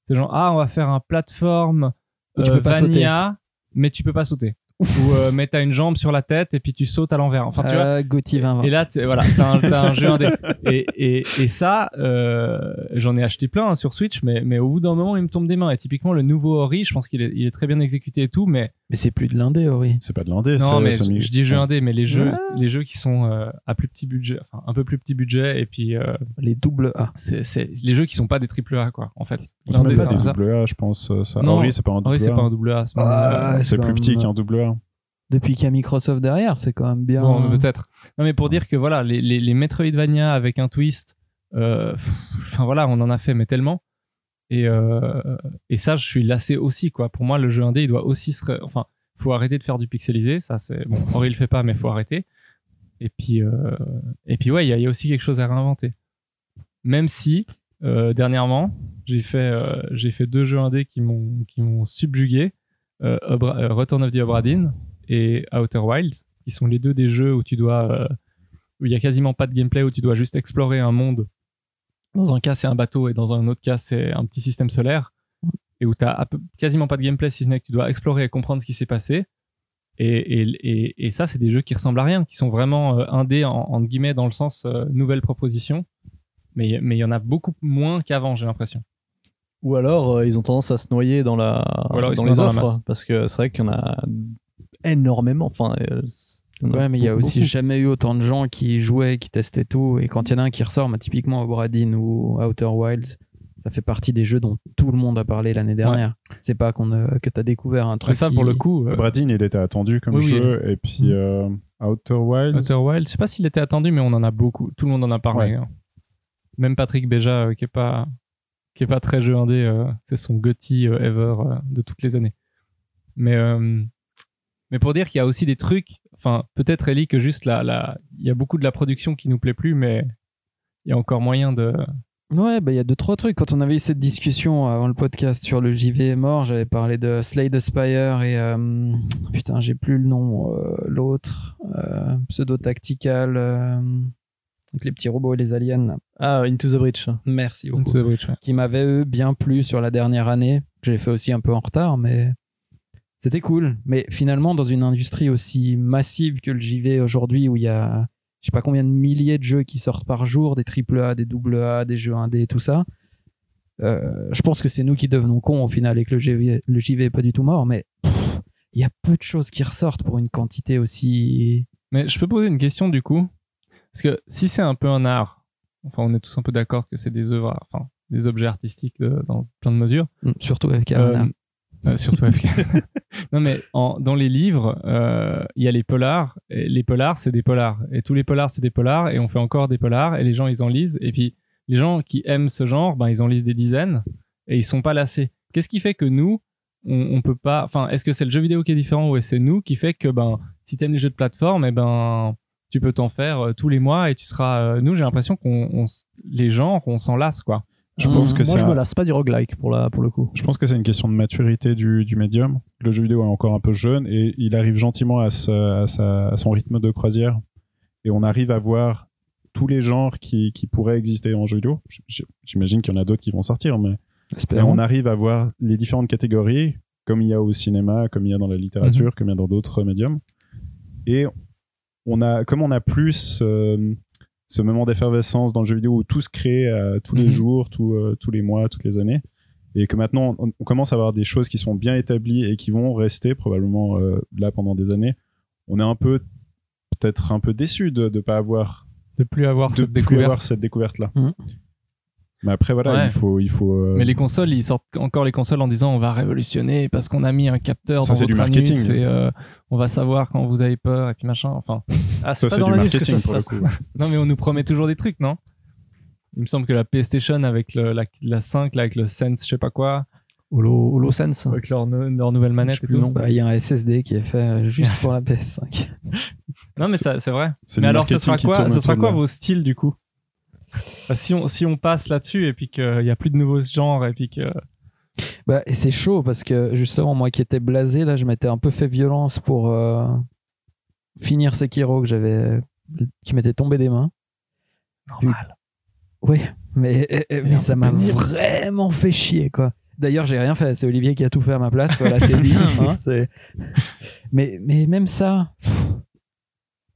C'est genre, ah, on va faire un plateforme euh, Où tu peux pas vanilla, mais tu peux pas sauter. Ou euh, mais t'as une jambe sur la tête et puis tu sautes à l'envers. Enfin, tu vois. Ah, Gauthier 20. Et là, t'es- voilà, t'as un, t'as un jeu indé. Et, et, et ça, euh, j'en ai acheté plein hein, sur Switch, mais, mais au bout d'un moment, il me tombe des mains. Et typiquement, le nouveau Ori, je pense qu'il est, il est très bien exécuté et tout, mais Mais c'est plus de l'indé, Ori. C'est pas de l'indé, non, c'est- mais c'est je, mi- je dis jeu indé, mais les jeux, Ouais. les jeux qui sont euh, à plus petit budget, enfin un peu plus petit budget, et puis euh, Les double A. c'est c'est les jeux qui sont pas des triple A quoi, en fait. C'est L'indé, même c'est pas un peu des ça. double A, je pense. euh, Ça. Non. Henri, c'est pas un Ah double oui, c'est A. pas un double A. à ce moment-là. Ah, C'est quand plus petit même- euh, qu'un double A. Depuis qu'il y a Microsoft derrière, c'est quand même bien. hein. Bon, peut-être. Non, mais pour dire que voilà, les, les, les Metroidvania avec un twist, euh, pff, enfin voilà, on en a fait mais tellement. Et euh, et ça, je suis lassé aussi quoi. Pour moi, le jeu indé, il doit aussi se, re- enfin, faut arrêter de faire du pixelisé. Ça, c'est bon. Henri le fait pas, mais faut arrêter. Et puis euh, et puis ouais, il y, a- il y a aussi quelque chose à réinventer. Même si euh, dernièrement, j'ai fait euh, j'ai fait deux jeux indés qui m'ont qui m'ont subjugué. Euh, Obra- euh, Return of the Obra Dinn et Outer Wilds, qui sont les deux des jeux où tu dois, euh, où il y a quasiment pas de gameplay, où tu dois juste explorer un monde. Dans un cas, c'est un bateau et dans un autre cas, c'est un petit système solaire et où tu as quasiment pas de gameplay, si ce n'est que tu dois explorer et comprendre ce qui s'est passé. Et, et, et, et ça, c'est des jeux qui ressemblent à rien, qui sont vraiment euh, indés en, entre guillemets dans le sens euh, nouvelle proposition. Mais il mais il y en a beaucoup moins qu'avant, j'ai l'impression. Ou alors euh, ils ont tendance à se noyer dans la Ou alors, ils dans se les noient dans la offres masse. parce que c'est vrai qu'il y en a énormément. Enfin, euh, c'est- Il y en a Ouais, mais il y a beaucoup. aussi jamais eu autant de gens qui jouaient, qui testaient tout. Et quand il y en a un qui ressort, bah, typiquement Obradin ou Outer Wilds, ça fait partie des jeux dont tout le monde a parlé l'année dernière. C'est pas qu'on a- que t'as découvert un Mais truc. ça, pour qui- le coup, euh, Bradin, il était attendu comme Oui, oui. Hmm. jeu. Et puis euh, Outer Wilds. Outer Wild, je sais pas s'il était attendu, mais on en a beaucoup. Tout le monde en a parlé. Ouais. hein. Même Patrick Béja, euh, qui est pas qui est pas très jeu indé, euh, c'est son Gotti euh, ever euh, de toutes les années. Mais euh, mais pour dire qu'il y a aussi des trucs. Enfin, peut-être Ellie que juste la la il y a beaucoup de la production qui nous plaît plus, mais il y a encore moyen de. Ouais, bah il y a deux trois trucs. Quand on avait eu cette discussion avant le podcast sur le JV est mort, j'avais parlé de Slay the Spire et euh, putain, j'ai plus le nom, euh, l'autre euh, pseudo tactical, euh, donc les petits robots et les aliens. là. Ah, Into the Breach. Merci beaucoup. Into the Breach, ouais. Qui m'avait eux bien plu sur la dernière année. que J'ai fait aussi un peu en retard, mais c'était cool. Mais finalement, dans une industrie aussi massive que le JV aujourd'hui, où il y a je sais pas combien de milliers de jeux qui sortent par jour, des triple A, des double A, des jeux indés, tout ça. euh, je pense que c'est nous qui devenons cons au final et que le JV, le JV est pas du tout mort, mais pff, il y a peu de choses qui ressortent pour une quantité aussi. Mais je peux poser une question du coup Parce que si c'est un peu un art, enfin on est tous un peu d'accord que c'est des œuvres, enfin des objets artistiques de- dans plein de mesures. Mm, Surtout avec Arena. Euh, euh, surtout avec- non mais en- dans les livres, euh, il y a les polars. Et les polars, c'est des polars. Et tous les polars, c'est des polars. Et on fait encore des polars. Et les gens, ils en lisent. Et puis les gens qui aiment ce genre, ben ils en lisent des dizaines. Et ils sont pas lassés. Qu'est-ce qui fait que nous, on, on peut pas. Enfin, est-ce que c'est le jeu vidéo qui est différent ou est-ce que c'est nous qui fait que ben si t'aimes les jeux de plateforme, eh ben tu peux t'en faire euh, tous les mois et tu seras. euh, nous, j'ai l'impression qu'on on s- les genres, on s'en lasse quoi. Je pense que Moi, c'est je un- me lasse pas du roguelike pour, la, pour le coup. Je pense que c'est une question de maturité du, du médium. Le jeu vidéo est encore un peu jeune et il arrive gentiment à, sa- à sa- à son rythme de croisière. Et on arrive à voir tous les genres qui, qui pourraient exister en jeu vidéo. J- j- J'imagine qu'il y en a d'autres qui vont sortir, mais mais Espérons. Ben, on arrive à voir les différentes catégories, comme il y a au cinéma, comme il y a dans la Mhm. littérature, comme il y a dans d'autres euh, médiums. Et on a, comme on a plus euh, ce moment d'effervescence dans le jeu vidéo où tout se crée euh, tous les Mhm. jours, tout, euh, tous les mois, toutes les années, et que maintenant on, on commence à avoir des choses qui sont bien établies et qui vont rester probablement euh, là pendant des années, on est un peu peut-être un peu déçu de ne pas avoir, De plus avoir de cette plus découverte. avoir cette découverte là. Mhm. Mais après voilà, Ouais. il faut il faut euh, Mais les consoles, ils sortent encore les consoles en disant on va révolutionner parce qu'on a mis un capteur Ça, dans c'est votre du anus marketing. et euh, on va savoir quand vous avez peur et puis machin. Enfin, Ah, Ça, c'est du marketing pour le coup. non mais on nous promet toujours des trucs, non Il me semble que la PlayStation avec le- la, la 5, là, avec le Sense, je sais pas quoi, Holo, HoloSense. avec leur, nou- leur nouvelle manette Je sais et plus tout. le Non nom. Bah, Il y a un SSD qui est fait euh, juste pour la PS5. mais ça, c'est vrai. C'est mais le alors, ce marketing sera qui quoi, tourne ce sera autour de quoi là. vos styles du coup Bah, si, on, si on passe là-dessus et puis qu'il n'y a plus de nouveaux genres et puis que. Bah, et c'est chaud parce que justement, moi qui étais blasé, là, je m'étais un peu fait violence pour euh, finir Sekiro que j'avais, qui m'était tombé des mains. Normal. Oui, mais, eh, eh, mais ça m'a vraiment fait chier, quoi. D'ailleurs, j'ai rien fait. C'est Olivier qui a tout fait à ma place. Voilà, c'est lui. hein, c'est- mais, mais même ça. pff,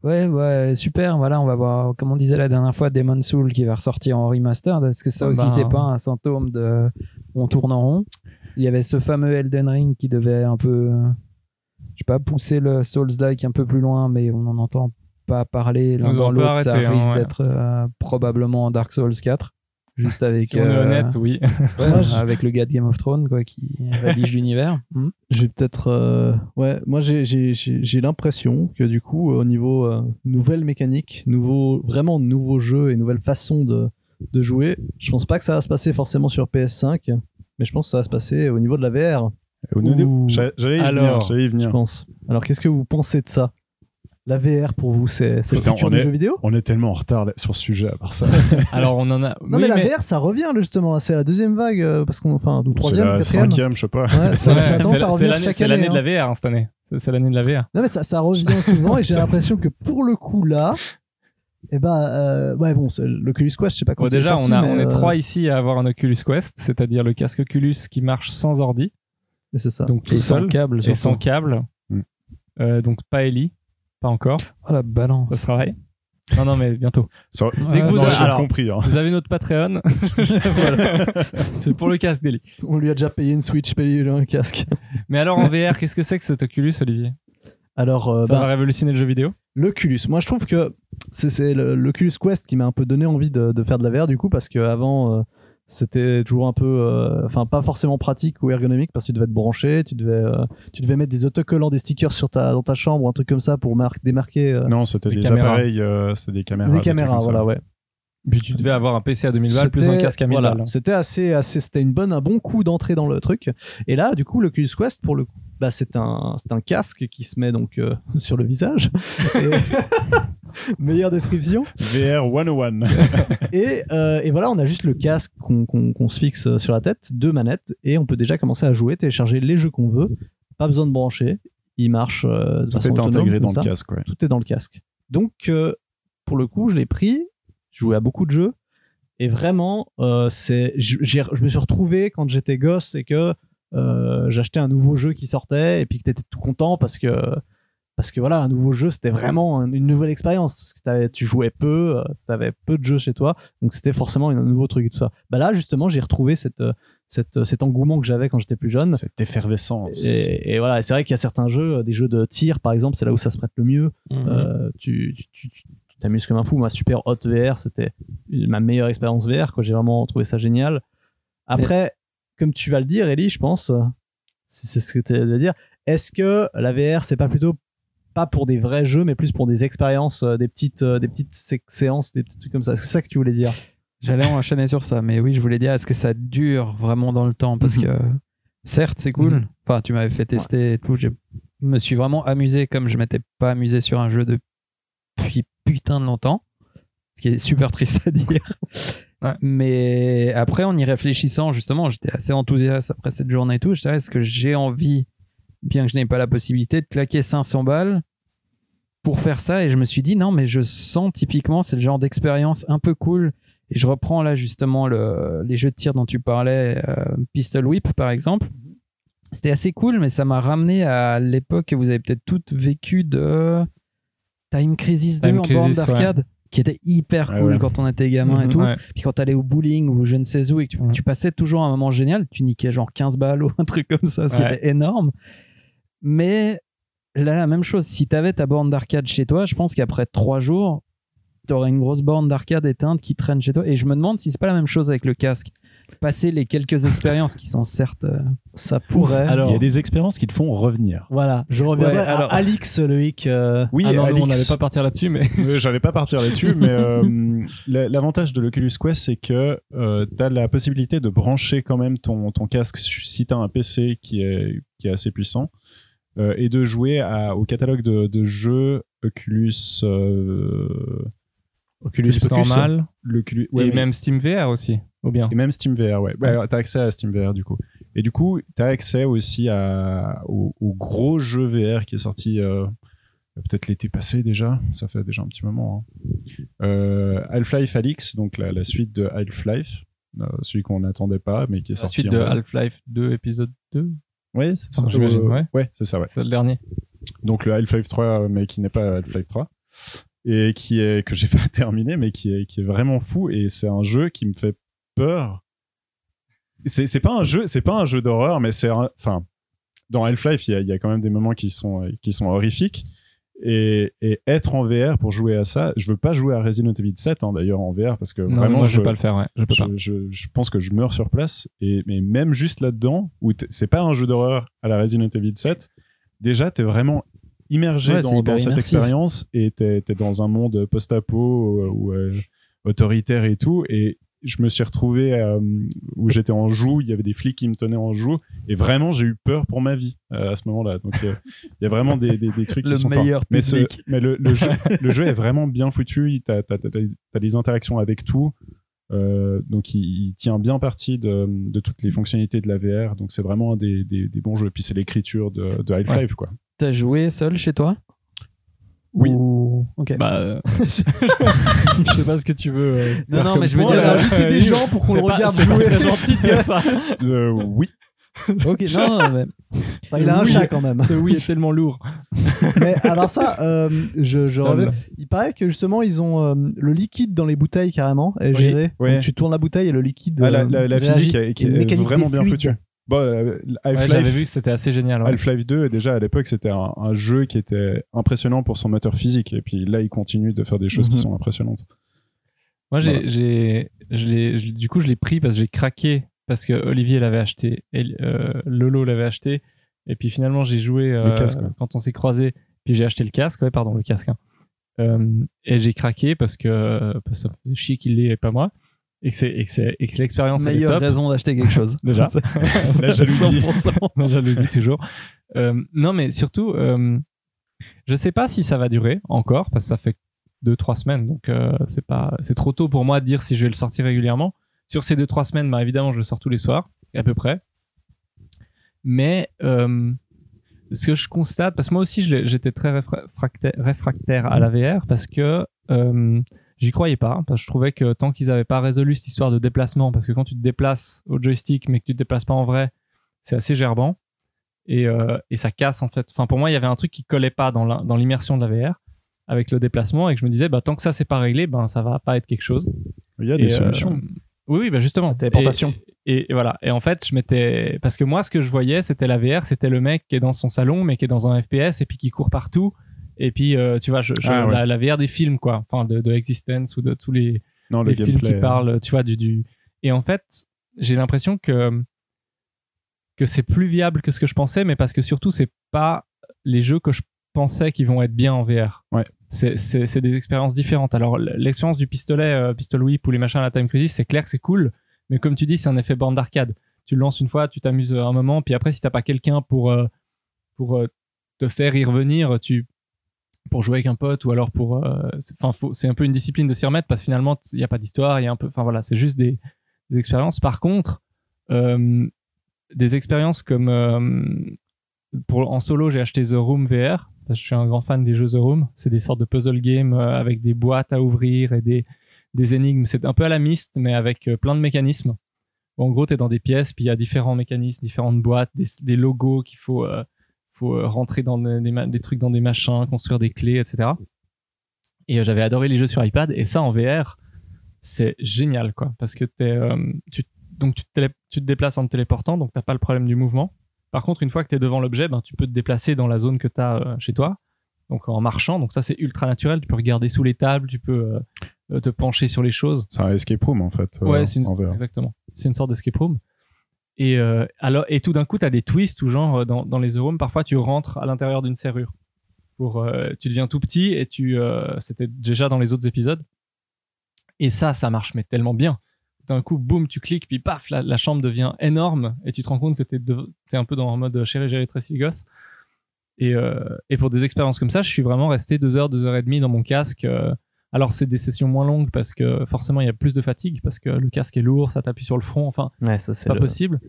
Ouais, ouais, super. Voilà, on va voir, comme on disait la dernière fois, Demon Soul qui va ressortir en remastered. Est-ce que ça Ah aussi, bah. c'est pas un symptôme de on tourne en rond Il y avait ce fameux Elden Ring qui devait un peu, euh, je sais pas, pousser le Souls-like un peu plus loin, mais on n'en entend pas parler l'un Ils dans ont un peu l'autre. Ça arrêté, hein, risque ouais. d'être euh, probablement Dark Souls 4. Juste avec. Si on est euh, honnête, oui. Ouais, avec le gars de Game of Thrones quoi, qui rédige l'univers. Hmm. J'ai peut-être. euh, Ouais, moi j'ai- j'ai j'ai- j'ai l'impression que du coup, au niveau euh, nouvelle mécanique, nouveau, vraiment nouveau jeu et nouvelle façon de, de jouer, je pense pas que ça va se passer forcément sur PS5, mais je pense que ça va se passer au niveau de la VR, Au niveau- Ouh. J'a- J'allais y venir. Alors, J'allais y je venir. pense. Alors qu'est-ce que vous pensez de ça La VR pour vous, c'est c'est le Putain, futur on du est- jeu vidéo On est tellement en retard là, sur ce sujet à part ça. Alors, on en a. Non, Oui, mais la VR, ça revient là, justement, là, c'est la deuxième vague, euh, parce qu'on. Enfin, ou C'est troisième, la quatrième. cinquième, je sais pas. Ouais, ça, Ouais, ça a c'est tendance à la- c'est revenir l'année- chaque C'est année. l'année de hein. la VR hein, cette année. C'est c'est l'année de la VR. Non mais ça, ça revient souvent et j'ai l'impression que pour le coup là, eh ben euh, ouais bon c'est l'Oculus Quest, je sais pas quand Bon, il est déjà, sorti, on, a, mais, on euh, est trois ici à avoir un Oculus Quest, c'est-à-dire le casque Oculus qui marche sans ordi, C'est ça. donc tout Et sans seul, câble. et surtout. sans câble. Mm. Euh, donc pas Ellie, pas encore, Oh la ça balance. se travaille. Non, non, mais bientôt. Ça- que Non, vous j'ai avez- alors- compris. hein. Vous avez notre Patreon. Voilà. C'est pour le casque d'Ellie. On lui a déjà payé une Switch, payé lui un casque. Mais alors en VR, qu'est-ce que c'est que cet Oculus, Olivier Alors, euh, Ça bah, va révolutionner le jeu vidéo. l'Oculus. Moi, je trouve que c'est- c'est le- l'Oculus Quest qui m'a un peu donné envie de, de faire de la VR, du coup, parce qu'avant, c'était toujours un peu. euh, Enfin, pas forcément pratique ou ergonomique, parce que tu devais te brancher, tu devais, euh, tu devais mettre des autocollants, des stickers sur ta, dans ta chambre ou un truc comme ça pour mar- démarquer euh, Non, c'était Des des, caméras. appareils, euh, c'était des caméras. des trucs caméras. comme ça. Voilà, ouais. Puis tu devais avoir un PC à 2000 balles plus un C'était- casque à 1000 voilà, balles. hein. C'était assez, assez, c'était une bonne, un bon coup d'entrée dans le truc. Et là, du coup, l'Oculus Quest, pour le coup, bah, c'est un, c'est un casque qui se met donc euh, sur le visage. Et- Meilleure description. VR 101. Et, euh, et voilà, on a juste le casque qu'on qu'on- qu'on se fixe sur la tête, deux manettes, et on peut déjà commencer à jouer, télécharger les jeux qu'on veut. Pas besoin de brancher, il marche euh, de Tout façon est autonome, intégré comme dans ça le casque, ouais. tout est dans le casque. Donc, euh, pour le coup, je l'ai pris, je jouais à beaucoup de jeux, et vraiment, euh, c'est, j- j'ai- je me suis retrouvé quand j'étais gosse et que euh, j'achetais un nouveau jeu qui sortait, et puis que t'étais tout content parce que, parce que voilà, un nouveau jeu, c'était vraiment un- une nouvelle expérience, parce que t'avais- tu jouais peu, euh, t'avais peu de jeux chez toi, donc c'était forcément un nouveau truc et tout ça. Bah là, justement, j'ai retrouvé cette, euh, cette, euh, cet engouement que j'avais quand j'étais plus jeune. Cette effervescence. Et, et voilà, et c'est vrai qu'il y a certains jeux, euh, des jeux de tir par exemple, c'est là où ça se prête le mieux. Mhm. Euh, tu tu- tu- tu- tu t'amuses comme un fou. Moi, Super Hot VR, c'était une- ma meilleure expérience VR. quoi. J'ai vraiment trouvé ça génial. Après, comme tu vas le dire, Ellie, je pense, euh, si c'est ce que tu vas dire, est-ce que la VR, c'est pas plutôt pas pour des vrais jeux, mais plus pour des expériences, euh, des petites, euh, des petites sé- séances, des petits trucs comme ça. Est-ce que c'est ça que tu voulais dire J'allais enchaîner sur ça, mais oui, je voulais dire, est-ce que ça dure vraiment dans le temps Parce Mhm. que certes, c'est cool. Mhm. Enfin, tu m'avais fait tester et tout. Je me suis vraiment amusé comme je m'étais pas amusé sur un jeu depuis putain de longtemps. Ce qui est super triste à dire. Ouais. Mais après, en y réfléchissant, justement, j'étais assez enthousiaste après cette journée et tout. Je disais, est-ce que j'ai envie, bien que je n'ai pas la possibilité, de claquer 500 balles pour faire ça Et je me suis dit, non, mais je sens typiquement, c'est le genre d'expérience un peu cool et je reprends là justement le- les jeux de tir dont tu parlais, euh, Pistol Whip par exemple. C'était assez cool, mais ça m'a ramené à l'époque que vous avez peut-être toutes vécu de Time Crisis 2 Time en Crisis, borne d'arcade, qui était hyper Ouais, cool ouais. quand on était gamin et Mhm. tout. Ah Ouais. Puis quand t'allais au bowling ou je ne sais où et que tu, Mhm. tu passais toujours un moment génial, tu niquais genre 15 balles ou un truc comme ça, ce qui Ouais. était énorme. Mais là, la même chose, si t'avais ta borne d'arcade chez toi, je pense qu'après trois jours, t'aurais une grosse borne d'arcade éteinte qui traîne chez toi. Et je me demande si c'est pas la même chose avec le casque. Passer les quelques expériences qui sont certes. euh, Ça pourrait. Ah, Alors- ah Il y a des expériences qui te font revenir. Voilà, je reviendrai Ouais, alors- à Alix Loïc. euh, Oui, ah non, nous, on Alix. n'allait pas partir là-dessus, mais Euh, J'allais pas partir là-dessus, mais euh, la- l'avantage de l'Oculus Quest, c'est que euh, tu as la possibilité de brancher quand même ton, ton casque su- si tu as un PC qui est, qui est assez puissant euh, et de jouer à- au catalogue de, de jeux Oculus. euh, Oculus Pocus, normal l'Oculus- et ouais, mais- même Steam VR aussi, ou bien. Et même SteamVR, ouais. ouais. Tu as accès à SteamVR du coup. Et du coup, tu as accès aussi à, au, au gros jeu VR qui est sorti euh, peut-être l'été passé déjà. Ça fait déjà un petit moment. hein. Euh, Half-Life Alix, donc la, la suite de Half-Life, euh, celui qu'on n'attendait pas, mais qui est La sorti. suite de Half-Life 2 épisode 2, Oui, c'est ça, ça, Euh, j'imagine, ouais. ouais, c'est ça, ouais. c'est le dernier. Euh, Donc le Half-Life 3, euh, mais qui n'est pas Half-Life 3, et qui est que j'ai pas terminé, mais qui est, qui est vraiment fou. Et c'est un jeu qui me fait peur. C'est c'est pas un jeu, c'est pas un jeu d'horreur, mais c'est un- enfin dans Half-Life, il y a, il y a quand même des moments qui sont euh, qui sont horrifiques. Et, et être en VR pour jouer à ça, je veux pas jouer à Resident Evil 7 hein, d'ailleurs en VR parce que Non, vraiment moi, je je, vais pas le faire, ouais. je peux je, pas. je- je pense que je meurs sur place. Et, mais même juste là-dedans, où t- c'est pas un jeu d'horreur à la Resident Evil 7, déjà, t'es vraiment immergé Ouais, c'est dans, hyper dans cette immersif. expérience et t'es es dans un monde post-apo euh, ou euh, autoritaire et tout. Et je me suis retrouvé euh, où j'étais en joue, il y avait des flics qui me tenaient en joue. Et vraiment, j'ai eu peur pour ma vie euh, à ce moment-là. Donc, euh, il y a vraiment des, des- des trucs Le qui sont meilleur forts. Mais, ce- public. mais le, le jeu, le jeu est vraiment bien foutu. Tu as, des interactions avec tout. Euh, donc, il, il tient bien parti de, de toutes les fonctionnalités de la VR. Donc, c'est vraiment un des, des- des bons jeux. Et puis, c'est l'écriture de, de Half-Life, quoi. T'as joué seul chez toi Oui. Ou- Ok. Bah, euh, je sais pas ce que tu veux. euh, non, faire non, comme mais je veux point, dire, on a là. invité des gens pour qu'on C'est le pas- regarde c'est pas jouer. très gentil, c'est ça. Euh, oui. Ok, non, non, mais- Enfin, il a un Oui. chat quand même. Ce oui est tellement lourd. Mais alors ça, euh, je, je Seul. reviens- Il paraît que justement ils ont euh, le liquide dans les bouteilles carrément est Oui, géré. ouais. Donc, tu tournes la bouteille et le liquide. Ah, la, euh, la- la réagit. physique est, qui Et est une mécanique vraiment des bien fluides. foutue. Bon, euh, Ouais, Half-Life J'avais vu que c'était assez génial. ouais. Half-Life 2, déjà à l'époque, c'était un, un jeu qui était impressionnant pour son moteur physique. Et puis là, il continue de faire des choses Mhm. qui sont impressionnantes. Moi, j'ai, Voilà. j'ai- je l'ai- je- du coup, je l'ai pris parce que j'ai craqué parce que Olivier l'avait acheté, et, euh, Lolo l'avait acheté, et puis finalement j'ai joué euh, Le casque, ouais. quand on s'est croisés. Puis j'ai acheté le casque, ouais, pardon, le casque. hein. Euh, et j'ai craqué parce que, parce que ça me faisait chier qu'il l'ait et pas moi, et que c'est, et que c'est, et que l'expérience elle est Meilleure top. raison d'acheter quelque chose. Déjà. La La jalousie. La jalousie toujours. Euh, non, mais surtout, euh, je sais pas si ça va durer encore, parce que ça fait deux trois semaines, donc euh, c'est pas, c'est trop tôt pour moi de dire si je vais le sortir régulièrement. Sur ces deux trois semaines, bah, évidemment, je le sors tous les soirs, à peu près. Mais euh, ce que je constate, parce que moi aussi, je l'ai- j'étais très réfra- fracta- réfractaire à la VR, parce que euh, j'y croyais pas, parce que je trouvais que tant qu'ils avaient pas résolu cette histoire de déplacement, parce que quand tu te déplaces au joystick, mais que tu te déplaces pas en vrai, c'est assez gerbant et, euh, et ça casse en fait. Enfin, pour moi, il y avait un truc qui collait pas dans la- dans l'immersion de la VR avec le déplacement et que je me disais, bah, tant que ça c'est pas réglé, ben ça va pas être quelque chose. Il y a Et, des euh, solutions. oui, oui, bah justement. Téléportation. Et, et- et voilà. Et en fait, je m'étais parce que moi, ce que je voyais, c'était la VR, c'était le mec qui est dans son salon mais qui est dans un FPS et puis qui court partout. Et puis, euh, tu vois, je, je- Ah, ouais. la, la VR des films, quoi. Enfin, de, de Existence ou de tous les Non, le les films gameplay. hein. qui parlent, tu vois, du, du... Et en fait, j'ai l'impression que, que c'est plus viable que ce que je pensais, mais parce que surtout, c'est pas les jeux que je pensais qui vont être bien en VR. Ouais. C'est- C'est c'est des expériences différentes. Alors, l- l'expérience du pistolet, euh, pistol whip ou les machins à la Time Crisis, c'est clair que c'est cool, mais comme tu dis, c'est un effet bande d'arcade. Tu le lances une fois, tu t'amuses un moment, puis après, si t'as pas quelqu'un pour, euh, pour euh, te faire y revenir, tu pour jouer avec un pote ou alors pour euh, c'est- enfin faut- c'est un peu une discipline de s'y remettre parce que finalement il n'y a pas d'histoire il y a un peu enfin voilà c'est juste des, des expériences par contre euh, des expériences comme euh, pour en solo j'ai acheté The Room VR parce que je suis un grand fan des jeux The Room c'est des sortes de puzzle games euh, avec des boîtes à ouvrir et des des énigmes c'est un peu à la miste mais avec euh, plein de mécanismes Où, en gros tu es dans des pièces puis il y a différents mécanismes différentes boîtes des, des logos qu'il faut euh, faut euh, rentrer dans des, des ma- des trucs dans des machins, construire des clés, etc. Et euh, j'avais adoré les jeux sur iPad, et ça en VR, c'est génial, quoi, parce que t'es, euh, tu, donc tu, te télé- tu te déplaces en te téléportant, donc t'as pas le problème du mouvement. Par contre, une fois que tu es devant l'objet, ben, tu peux te déplacer dans la zone que tu as chez toi, donc en marchant, donc ça c'est ultra naturel, tu peux regarder sous les tables, tu peux euh, euh, te pencher sur les choses. C'est un escape room en fait. euh, Ouais, c'est une, en VR. exactement. C'est une sorte d'escape room. Et, euh, alors, et tout d'un coup, tu as des twists ou genre euh, dans, dans les rooms, parfois tu rentres à l'intérieur d'une serrure. Pour, euh, tu deviens tout petit et tu. euh, C'était déjà dans les autres épisodes. Et ça, ça marche, mais tellement bien. D'un coup, boum, tu cliques, puis paf, la, la chambre devient énorme et tu te rends compte que tu es, un peu dans un mode euh, chérie, j'ai très gosse. Et, euh, et pour des expériences comme ça, je suis vraiment resté 2 heures, 2 heures et demie dans mon casque. euh, alors, c'est des sessions moins longues parce que forcément, il y a plus de fatigue parce que le casque est lourd, ça t'appuie sur le front. Enfin, Ouais, ça c'est c'est pas le- possible.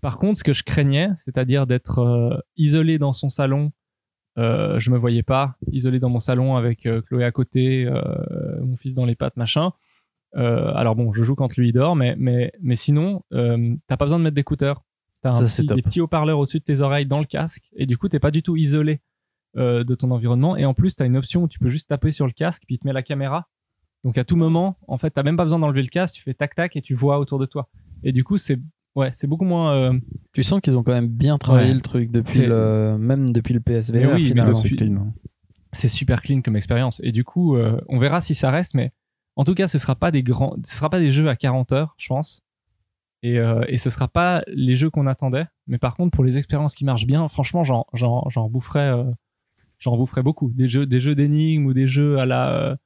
Par contre, ce que je craignais, c'est-à-dire d'être euh, isolé dans son salon, euh, je me voyais pas, isolé dans mon salon avec euh, Chloé à côté, euh, mon fils dans les pattes, machin. Euh, alors bon, je joue quand lui il dort, mais, mais, mais sinon, euh, t'as pas besoin de mettre d'écouteurs. T'as un Ça, c'est petit- top. des petits haut-parleurs au-dessus de tes oreilles dans le casque, et du coup, t'es pas du tout isolé euh, de ton environnement. Et en plus, t'as une option où tu peux juste taper sur le casque, puis il te met la caméra. Donc à tout moment, en fait, t'as même pas besoin d'enlever le casque, tu fais tac-tac et tu vois autour de toi. Et du coup, c'est Ouais, c'est beaucoup moins. euh, Tu sens qu'ils ont quand même bien travaillé Ouais. le truc depuis C'est- le même depuis le Mais PSVR oui, mais finalement. aussi. C'est clean, hein. c'est super clean comme expérience. Et du coup, euh, on verra si ça reste, mais en tout cas, ce sera pas des grands, ce sera pas des jeux à 40 heures, je pense. Et, euh, et ce sera pas les jeux qu'on attendait. Mais par contre, pour les expériences qui marchent bien, franchement, j'en, j'en, j'en boufferais, euh, j'en boufferais beaucoup. Des jeux, des jeux d'énigmes ou des jeux à la, euh,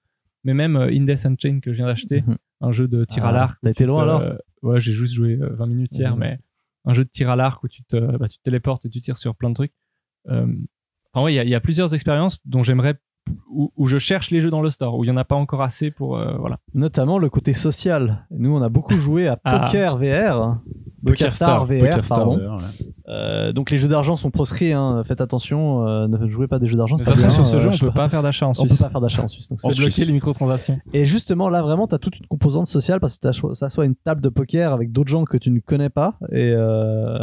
mais même euh, Indes Chain que je viens d'acheter, Mhm. un jeu de tir à Ah, l'arc. T'as été loin Euh, alors Ouais, j'ai juste joué euh, 20 minutes hier, Mhm. mais un jeu de tir à l'arc où tu te, bah, tu te téléportes et tu tires sur plein de trucs. Euh, Enfin, ouais, il y a- il y, a plusieurs expériences dont j'aimerais. Où, où je cherche les jeux dans le store, où il n'y en a pas encore assez pour. euh, voilà. Notamment le côté social. Nous, on a beaucoup joué à Ah. Poker VR. Poker Star VR, pardon. Euh, donc les jeux d'argent sont proscrits. hein. Faites attention, euh, ne jouez pas des jeux d'argent. De c'est toute pas façon, bien, sur ce euh, jeu, on je ne sais peut pas faire d'achat en on peut Suisse. pas faire d'achat en Suisse. donc c'est- En C'est bloqué Suisse. les microtransactions. Et justement, là, vraiment, tu as toute une composante sociale parce que tu as soit une table de poker avec d'autres gens que tu ne connais pas et, euh,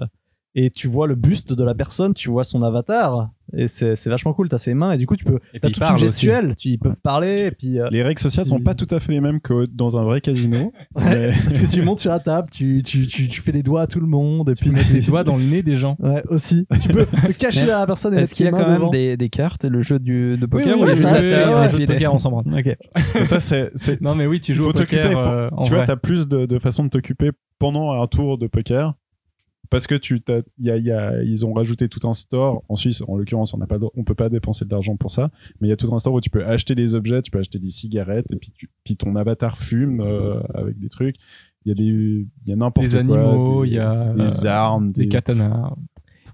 et tu vois le buste de la personne, tu vois son avatar, Et c'est c'est vachement cool, t'as ses mains et du coup tu peux. Et T'as puis, il tout parle une aussi. gestuelle, tu, ils peuvent parler et puis. euh, Les règles sociales sont Si. pas tout à fait les mêmes que dans un vrai casino. ouais, mais- parce que tu montes sur la table, tu, tu, tu, tu fais des doigts à tout le monde et Tu puis. mets tes doigts dans le nez des gens. Ouais, aussi. Tu peux te cacher Mais derrière la personne et Est-ce mettre qu'il y tes a mains quand même devant. des, des cartes, le jeu du, de poker euh, oui, ou oui, juste ça, la c'est- table ouais, et jeu puis de les- poker, on s'en branle. Ok. Et ça, c'est. c'est- Non, mais oui, tu Il joues faut au poker t'occuper, euh, en tu vois, vrai. t'as plus de, de façons de t'occuper pendant un tour de poker. Parce que tu t'as- y a- y a- ils ont rajouté tout un store en Suisse. En l'occurrence, on n'a pas, le droit- on peut pas dépenser d'argent pour ça, mais il y a tout un store où tu peux acheter des objets, tu peux acheter des cigarettes, et puis, tu- puis ton avatar fume euh, avec des trucs. Il y a des, il y a n'importe Des quoi. animaux, des- il y a des euh, armes, des katanas.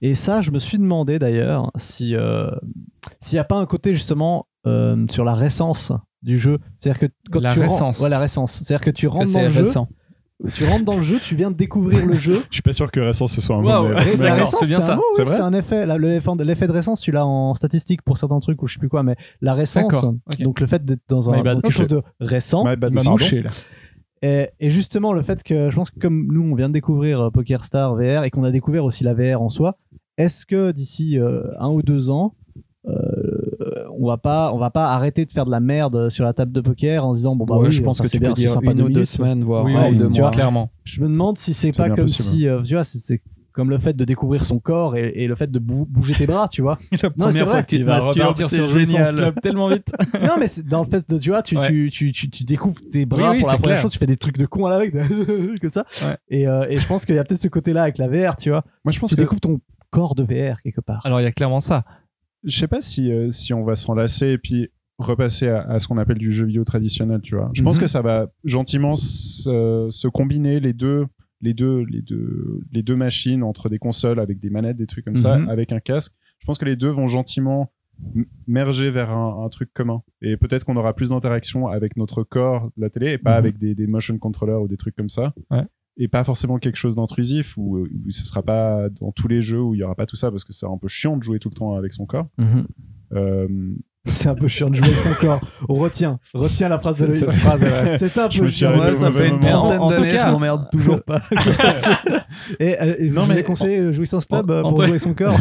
Et ça, je me suis demandé d'ailleurs si euh, s'il n'y a pas un côté justement euh, sur la récence du jeu. C'est-à-dire que quand La tu ren- récence. ouais, la récence. C'est-à-dire que tu que rentres dans C'est le jeu, récent. tu rentres dans le jeu, tu viens de découvrir le jeu. Je suis pas sûr que récent ce soit un Waouh. mot. mais- Et D'accord, la c'est récence, c'est bien un ça, mot, c'est oui, vrai c'est un effet. La- le effet de- L'effet de récence, tu l'as en statistique pour certains trucs ou je sais plus quoi, mais la récence, D'accord, ok. donc le fait d'être dans, un, My bad. dans quelque Ok. chose de récent, My bad, Il m'a pardon. touché, là. Et, et justement, le fait que je pense que comme nous, on vient de découvrir euh, Poker Star VR et qu'on a découvert aussi la VR en soi, est-ce que d'ici euh, un ou deux ans, euh, on va pas, on va pas arrêter de faire de la merde sur la table de poker en se disant bon bah Ouais, oui, je pense enfin, que c'est tu bien, peux c'est dire sympa une deux ou deux minutes. semaines, voire Oui, un oui, ou deux tu vois. mois. Clairement. Je me demande si c'est C'est pas bien comme possible. si, euh, tu vois, c'est- c'est comme le fait de découvrir son corps et, et le fait de bou- bouger tes bras, tu vois. non, c'est vrai. Il va repartir sur Renaissance Club tellement vite. non, mais c'est dans le fait de, tu vois, tu, Ouais. tu, tu, tu, tu découvres tes bras Oui, oui, pour la c'est première clair. chose, tu fais des trucs de con à la mec, comme ça. Ouais. Et, euh, et je pense qu'il y a peut-être ce côté-là avec la VR, tu vois. Moi, je pense Tu que découvres ton corps de VR quelque part. Alors, il y a clairement ça. je sais pas si, euh, si on va s'enlacer et puis repasser à, à ce qu'on appelle du jeu vidéo traditionnel, tu vois. Je pense Mhm. que ça va gentiment se, se combiner les deux, les, deux, les, deux, les deux machines entre des consoles avec des manettes, des trucs comme Mhm. ça, avec un casque. Je pense que les deux vont gentiment m- merger vers un, un truc commun. Et peut-être qu'on aura plus d'interaction avec notre corps, la télé, et pas Mhm. avec des, des motion controllers ou des trucs comme ça. Ouais. Et pas forcément quelque chose d'intrusif, où, où ce sera pas dans tous les jeux où il y aura pas tout ça, parce que c'est un peu chiant de jouer tout le temps avec son corps. Euh, C'est un peu chiant de jouer avec son corps. On retient, retient la phrase de Loïc. Cette C'est un Je peu me suis chiant. arrêté au ça mauvais fait une moment. trentaine En- en tout d'années, cas- je m'emmerde toujours pas. et euh, et Non, je vous mais- ai conseillé euh, Jouissance Club euh, en- en- pour jouer avec son corps.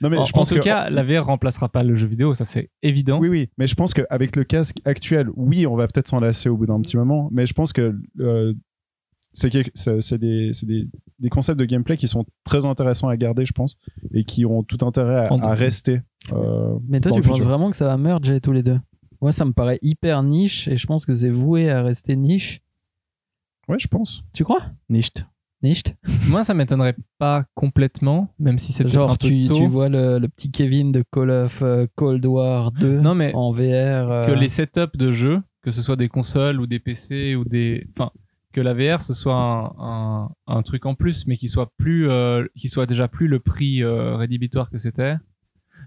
Non, mais en je pense en tout que- cas, la VR remplacera pas le jeu vidéo, ça c'est évident. Oui, oui, mais je pense qu'avec le casque actuel, oui, on va peut-être s'enlacer au bout d'un petit moment, mais je pense que euh, c'est quelque- c'est c'est des, c'est des, des concepts de gameplay qui sont très intéressants à garder, je pense, et qui ont tout intérêt à, En- à rester. euh, Mais toi, dans tu le penses futur. vraiment que ça va merger tous les deux Moi, ça me paraît hyper niche et je pense que c'est voué à rester niche. Ouais, je pense. Tu crois Nicht. Niche Moi, ça m'étonnerait pas complètement, même si c'est peut-être un Genre, peu tu, tôt. tu vois le, le petit Kevin de Call of euh, Cold War 2 Non, mais en VR. euh, que les setups de jeux, que ce soit des consoles ou des PC ou des, enfin, que la VR ce soit un, un, un truc en plus, mais qui soit plus, euh, qui soit déjà plus le prix euh, rédhibitoire que c'était.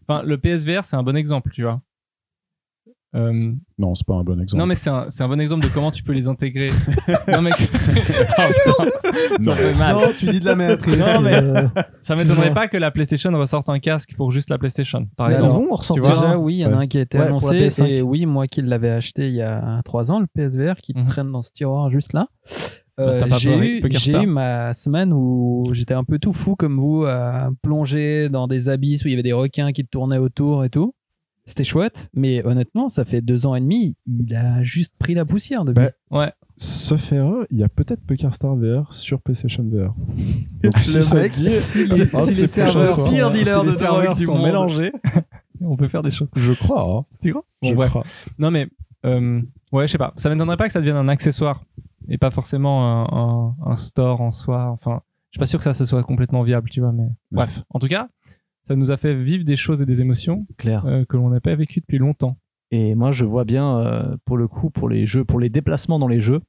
Enfin, le PSVR c'est un bon exemple, tu vois. Euh, Non, c'est pas un bon exemple. non mais c'est un, c'est un bon exemple de comment tu peux les intégrer. non mais Non. Non, tu dis de la merde. Chris. Ah. Non, mais- Euh, ça m'étonnerait Non. pas que la PlayStation ressorte un casque pour juste la Playstation, par mais ils en exemple. vont en ressortir un. Déjà, oui, il y en a un qui a été hein Ouais, pour la annoncé. PS5. Et oui, moi qui l'avais acheté il y a trois ans, le PSVR qui Mhm. traîne dans ce tiroir juste là. Bah, Euh, t'as pas peur, j'ai eu, Poker j'ai Star. eu ma semaine où j'étais un peu tout fou comme vous, à plonger dans des abysses où il y avait des requins qui te tournaient autour et tout. C'était chouette, mais honnêtement, ça fait deux ans et demi, il a juste pris la poussière depuis. Bah, Sauf erreur, il y a peut-être Poker Star VR sur PlayStation VR. Donc si ça te dit, si les- si les serveurs sont- pires dealers de drogue du monde. mélangés, on peut faire des choses. je crois. hein. Tu crois Bon, Je bref. crois. Non, mais euh, ouais, je sais pas. Ça m'étonnerait pas que ça devienne un accessoire et pas forcément un, un- un store en soi. Enfin, je suis pas sûr que ça se soit complètement viable, tu vois. Mais bref, en tout cas, ça nous a fait vivre des choses et des émotions Claire. euh, que l'on n'a pas vécues depuis longtemps. Et moi, je vois bien, euh, pour le coup, pour les jeux, pour les déplacements dans les jeux,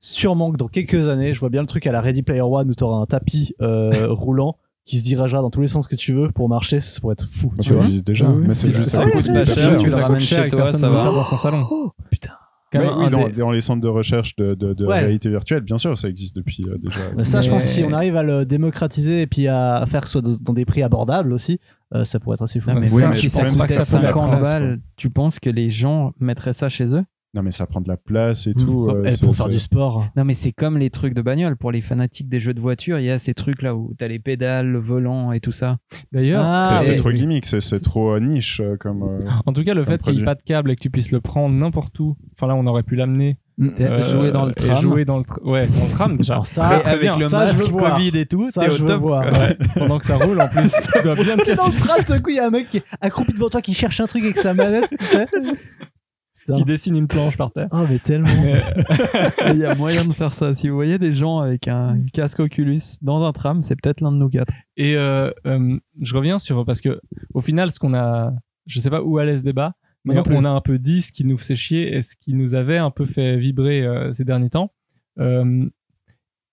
sûrement que dans quelques années, je vois bien le truc à la Ready Player One où t'auras un tapis euh, roulant qui se dirigera dans tous les sens que tu veux pour marcher, ça pourrait être fou. Bah, tu Ça vois. existe déjà, Oui, mais c'est c'est juste ça ça. coûte coûte pas hyper cher, cher. tu tu le le ramènes ramènes chez chez toi, toi, ça ça va. va dans son salon. Oh, putain. Quand Mais même, oui, un dans, des- dans les centres de recherche de, de- de Ouais. réalité virtuelle, bien sûr, ça existe depuis euh, déjà. Mais Ça, je Mais- pense, si on arrive à le démocratiser et puis à à faire que ce soit dans- dans des prix abordables aussi, euh, ça pourrait être assez fou. Non, mais Oui, ça, mais si je ça pense pas que coûtait ça fout la 50 place, balles, tu penses que les gens mettraient ça chez eux Non, mais ça prend de la place et Mm. tout. euh, Elle c'est- pour faire c'est- du sport. Non, mais c'est comme les trucs de bagnole. Pour les fanatiques des jeux de voiture, il y a ces trucs-là où t'as les pédales, le volant et tout ça. D'ailleurs, Ah, c'est- c'est et- trop gimmick, c'est- c'est trop euh, niche euh, comme. euh, en tout cas, le Comme fait qu'il n'y produit. ait pas de câble et que tu puisses le prendre n'importe où, enfin là, on aurait pu l'amener. euh, jouer dans le et tram. Jouer dans le tr- ouais, dans le tram déjà. Alors ça, Très, très avec bien. le Ça, je masque veux voir. Covid et tout, Ça, je veux voir. Ouais, pendant que ça roule en plus, tu dois bien te T'es dans casser. le train, tout d'un coup, il y a un mec qui est accroupi devant toi qui cherche un truc avec sa manette, tu sais. Putain. Il dessine une planche par terre. Ah, mais tellement. Il y a moyen de faire ça. Si vous voyez des gens avec un casque Oculus dans un tram, c'est peut-être l'un de nous quatre. Et euh, euh, je reviens sur parce que au final, ce qu'on a, je sais pas où allait ce débat, mais Moi non plus. on a un peu dit ce qui nous faisait chier et ce qui nous avait un peu fait vibrer euh, ces derniers temps. Euh,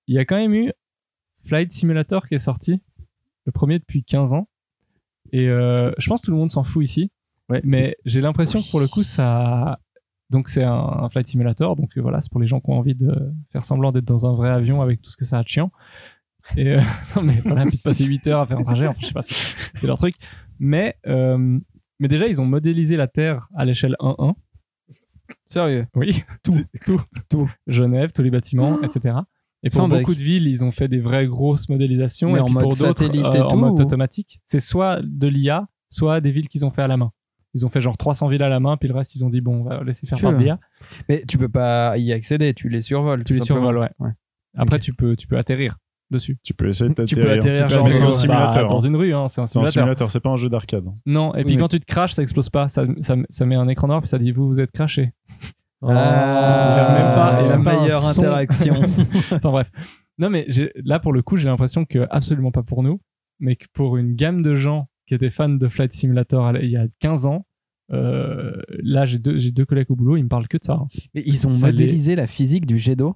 Il y a quand même eu Flight Simulator qui est sorti, le premier depuis 15 ans. Et euh, je pense que tout le monde s'en fout ici. Ouais. Mais j'ai l'impression que pour le coup, ça. Donc, c'est un, un Flight Simulator. Donc, euh, voilà, c'est pour les gens qui ont envie de faire semblant d'être dans un vrai avion avec tout ce que ça a de chiant. Et euh, non, mais voilà, puis de passer 8 heures à faire un trajet. Enfin, je sais pas, c'est c'est leur truc. Mais, euh, mais déjà, ils ont modélisé la Terre à l'échelle 1-1. Sérieux. Oui, tout, tout, tout. Ah. Genève, tous les bâtiments, etc. Et pour Sans bec. beaucoup de villes, ils ont fait des vraies grosses modélisations. Mais et en puis mode pour d'autres, satellite euh, et en tout, mode ou- automatique. C'est soit de l'IA, soit des villes qu'ils ont fait à la main. Ils ont fait genre 300 villes à la main, puis le reste, ils ont dit bon, on va laisser faire Tu par vois. l'IA. Mais tu peux pas y accéder, tu les survoles. Tu tout les simplement. survoles, ouais. Après, tu, peux, tu peux atterrir dessus. Tu peux essayer de Tu peux t'atterrir. atterrir, Tu genre, peux- C'est dans- un bah, simulateur. dans hein. une rue, hein, c'est un C'est un simulateur. simulateur, c'est pas un jeu d'arcade. hein. Non, et puis Oui, quand tu te craches, ça explose pas. Ça, ça, ça met un écran noir, puis ça dit vous, vous êtes craché. Ah, Il a même pas- il a la même pas un meilleure son. interaction. enfin bref. Non, mais j'ai- là, pour le coup, j'ai l'impression que absolument pas pour nous, mais que pour une gamme de gens qui étaient fans de Flight Simulator à la- il y a 15 ans, euh, là, j'ai deux, j'ai deux collègues au boulot, ils me parlent que de ça. hein. Mais ils ont Ça les- modélisé la physique du jet d'eau.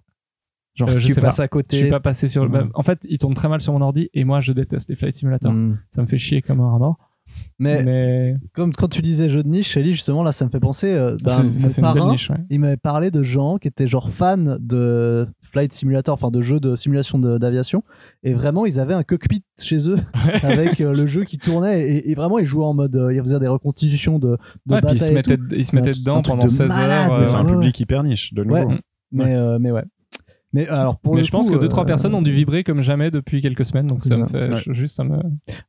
Genre, Euh, si je tu sais passes à Mm. Je côté. suis pas passé sur le. Ouais. En fait, ils tournent très mal sur mon ordi et moi, je déteste les Flight Simulator. Mm. Ça me fait chier comme un rat mort. Mais, Mais comme quand tu disais jeu de niche, Shelly, justement, là, ça me fait penser. euh, ben, bah, c'est- ça, mon c'est une belle parrain, niche. ouais. il m'avait parlé de gens qui étaient genre fans de Flight Simulator, enfin de jeux de simulation de- d'aviation. Et vraiment, ils avaient un cockpit chez eux avec euh, le jeu qui tournait. Et, et vraiment, ils jouaient en mode. euh, ils faisaient des reconstitutions de, de Ouais, puis batailles. ils se et mettaient, tout. ils se Un mettaient truc- dedans un truc pendant de 16 malade, heures. euh. Ouais, C'est un ouais, public hyper niche, de nouveau. Ouais. Mais, Ah Ouais. euh, mais ouais. Mais euh, alors, pour mais le je pense coup, que deux trois euh, personnes ont dû vibrer comme jamais depuis quelques semaines, donc c'est ça, me ça. fait Ouais. je- juste ça me.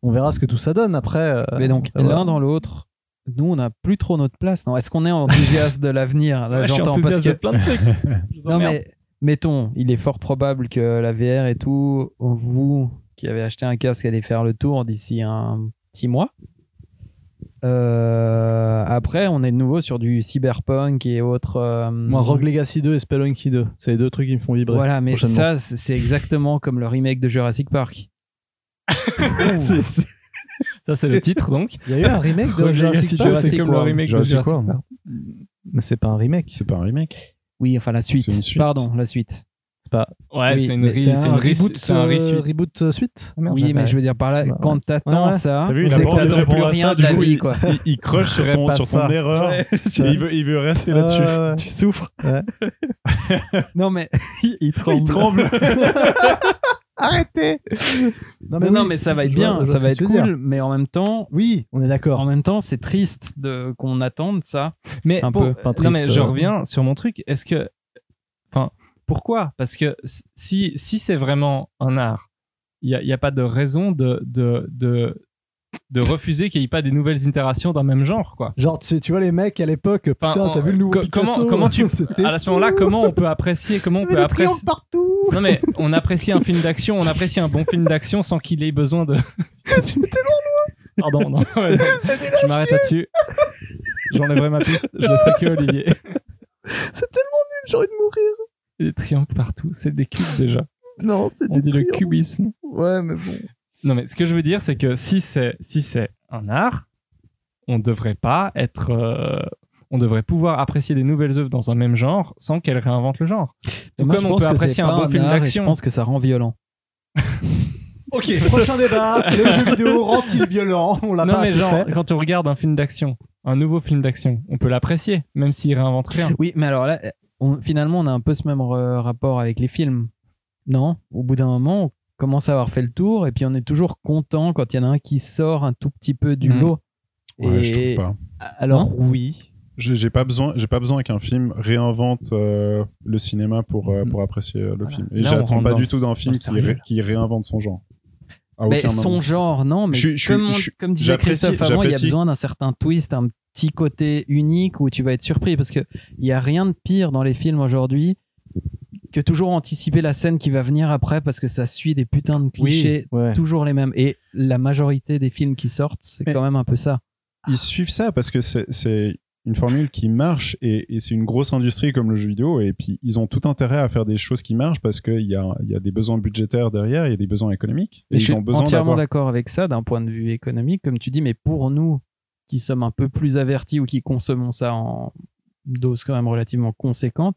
On verra ce que tout ça donne après. euh, Mais donc, voilà. l'un dans l'autre, nous, on n'a plus trop notre place. Non, est-ce qu'on est enthousiaste de l'avenir Là, Ouais, je suis j'entends parce enthousiaste de que. plein de trucs. Je vous Non, emmerde. mais mettons, il est fort probable que la VR et tout, vous qui avez acheté un casque, allez faire le tour d'ici un petit mois. Euh, après, on est de nouveau sur du cyberpunk et autres. euh, Moi, Rogue Legacy 2 et Spelunky 2, c'est les deux trucs qui me font vibrer. voilà, mais prochainement. ça, c'est c'est exactement comme le remake de Jurassic Park. C'est- c'est- Ça, c'est le titre, donc. Il y a eu un remake de Rogue Jurassic Legacy Park. deux, c'est comme le World. remake de Jurassic Jurassic World. Park. Mais c'est pas un remake. C'est pas un remake. Oui, enfin la suite. C'est une suite. Pardon, la suite. C'est pas. Ouais, Oui, c'est une mais re- c'est c'est un une re- reboot. c'est un euh, re-suite. reboot euh, suite. Ah, merde, oui, mais j'avais- je veux dire par là, Bah, quand t'attends Ouais, ouais. ça, T'as vu, il a c'est pas que envie de t'attends plus répondre à rien ça, de du la coup, vie, quoi. Il, il croche sur ferais ton, pas sur ça. ton erreur. Ouais. Et Il, veut, il veut rester là-dessus. Ouais, ouais. Tu souffres. Ouais. non, mais il tremble. Il tremble. Arrêtez. Non, mais, non, oui. mais ça va être Je vois- bien, je vois ça ce va que être tu veux dire. cool, mais en même temps, Oui, on est en d'accord. même temps, c'est triste de qu'on attende ça. Mais Un pour- peu. Enfin, non, triste, mais je euh, reviens sur mon truc. Est-ce que. Enfin, pourquoi Parce que si, si c'est vraiment un art, il n'y a, il y a pas de raison de, de, de, de refuser qu'il n'y ait pas des nouvelles itérations d'un même genre, quoi. Genre, tu, tu vois les mecs à l'époque, putain, Enfin, en- t'as vu le nouveau co- Picasso comment- comment tu- C'était À ce moment-là, comment on peut apprécier Comment on Il y peut avait des apprécier triomphes partout. Non mais on apprécie un film d'action, on apprécie un bon film d'action sans qu'il ait besoin de. Pardon, non, ouais, non. je m'arrête là-dessus. J'enlèverai ma piste, je laisserai que Olivier. C'est tellement nul, j'ai envie de mourir. Des triangles partout, c'est des cubes déjà. Non, c'est On des dit le triomphes. cubisme. Ouais, mais bon. Non mais ce que je veux dire c'est que si c'est si c'est un art, on devrait pas être, euh, on devrait pouvoir apprécier des nouvelles œuvres dans un même genre sans qu'elles réinventent le genre. Et Tout moi, comme je on pense peut que apprécier c'est un pas bon film art et d'action. Je pense que ça rend violent. Ok, prochain débat. Le jeu vidéo rend-il violent On l'a non pas mais assez genre Bah, euh, fait. quand on regarde un film d'action, un nouveau film d'action, on peut l'apprécier même s'il réinvente rien. Oui, mais alors là, on- finalement, on a un peu ce même euh, rapport avec les films. Non, au bout d'un moment, on commence à avoir fait le tour et puis on est toujours content quand il y en a un qui sort un tout petit peu du Mhm. lot. Ouais, et hein je trouve pas. Alors oui. j'ai j'ai pas besoin, j'ai pas besoin qu'un film réinvente euh, le cinéma pour euh, pour apprécier euh, le film. Et Là, on j'attends rentre pas dans du le- tout d'un film dans le qui, sérieux. ré- qui réinvente son genre. À Mais aucun moment. Ben, son genre, non, mais Je suis- je suis- comme, on- je suis- comme disait j'apprécie- Christophe avant, il y a j'apprécie. besoin d'un certain twist, un petit côté unique où tu vas être surpris parce qu'il n'y a rien de pire dans les films aujourd'hui que toujours anticiper la scène qui va venir après parce que ça suit des putains de clichés, ouais. toujours les mêmes. Et la majorité des films qui sortent, c'est Mais- quand même un peu ça. ils suivent ça parce que c'est- c'est une formule qui marche et, et c'est une grosse industrie comme le jeu vidéo et puis ils ont tout intérêt à faire des choses qui marchent parce qu'il y a, il y a des besoins budgétaires derrière, il y a des besoins économiques et Mais je ils suis ont besoin entièrement d'avoir... d'accord avec ça d'un point de vue économique, comme tu dis, mais pour nous qui sommes un peu plus avertis ou qui consommons ça en dose quand même relativement conséquente,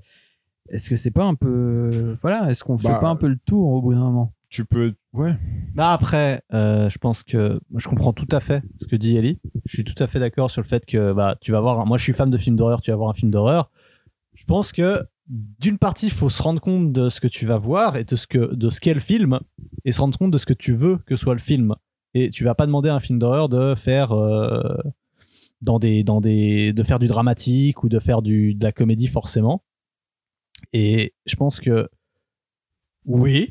est-ce que c'est pas un peu. Voilà, est-ce qu'on Bah, fait pas un peu le tour au bout d'un moment Tu peux... Ouais. Bah après, euh, je pense que moi, je comprends tout à fait ce que dit Ellie. Je suis tout à fait d'accord sur le fait que bah tu vas voir. un- Moi, je suis fan de films d'horreur. Tu vas voir un film d'horreur. Je pense que d'une partie, il faut se rendre compte de ce que tu vas voir et de ce que de ce qu'est le film et se rendre compte de ce que tu veux que soit le film. Et tu vas pas demander à un film d'horreur de faire euh, dans des dans des de faire du dramatique ou de faire du de la comédie forcément. Et je pense que oui,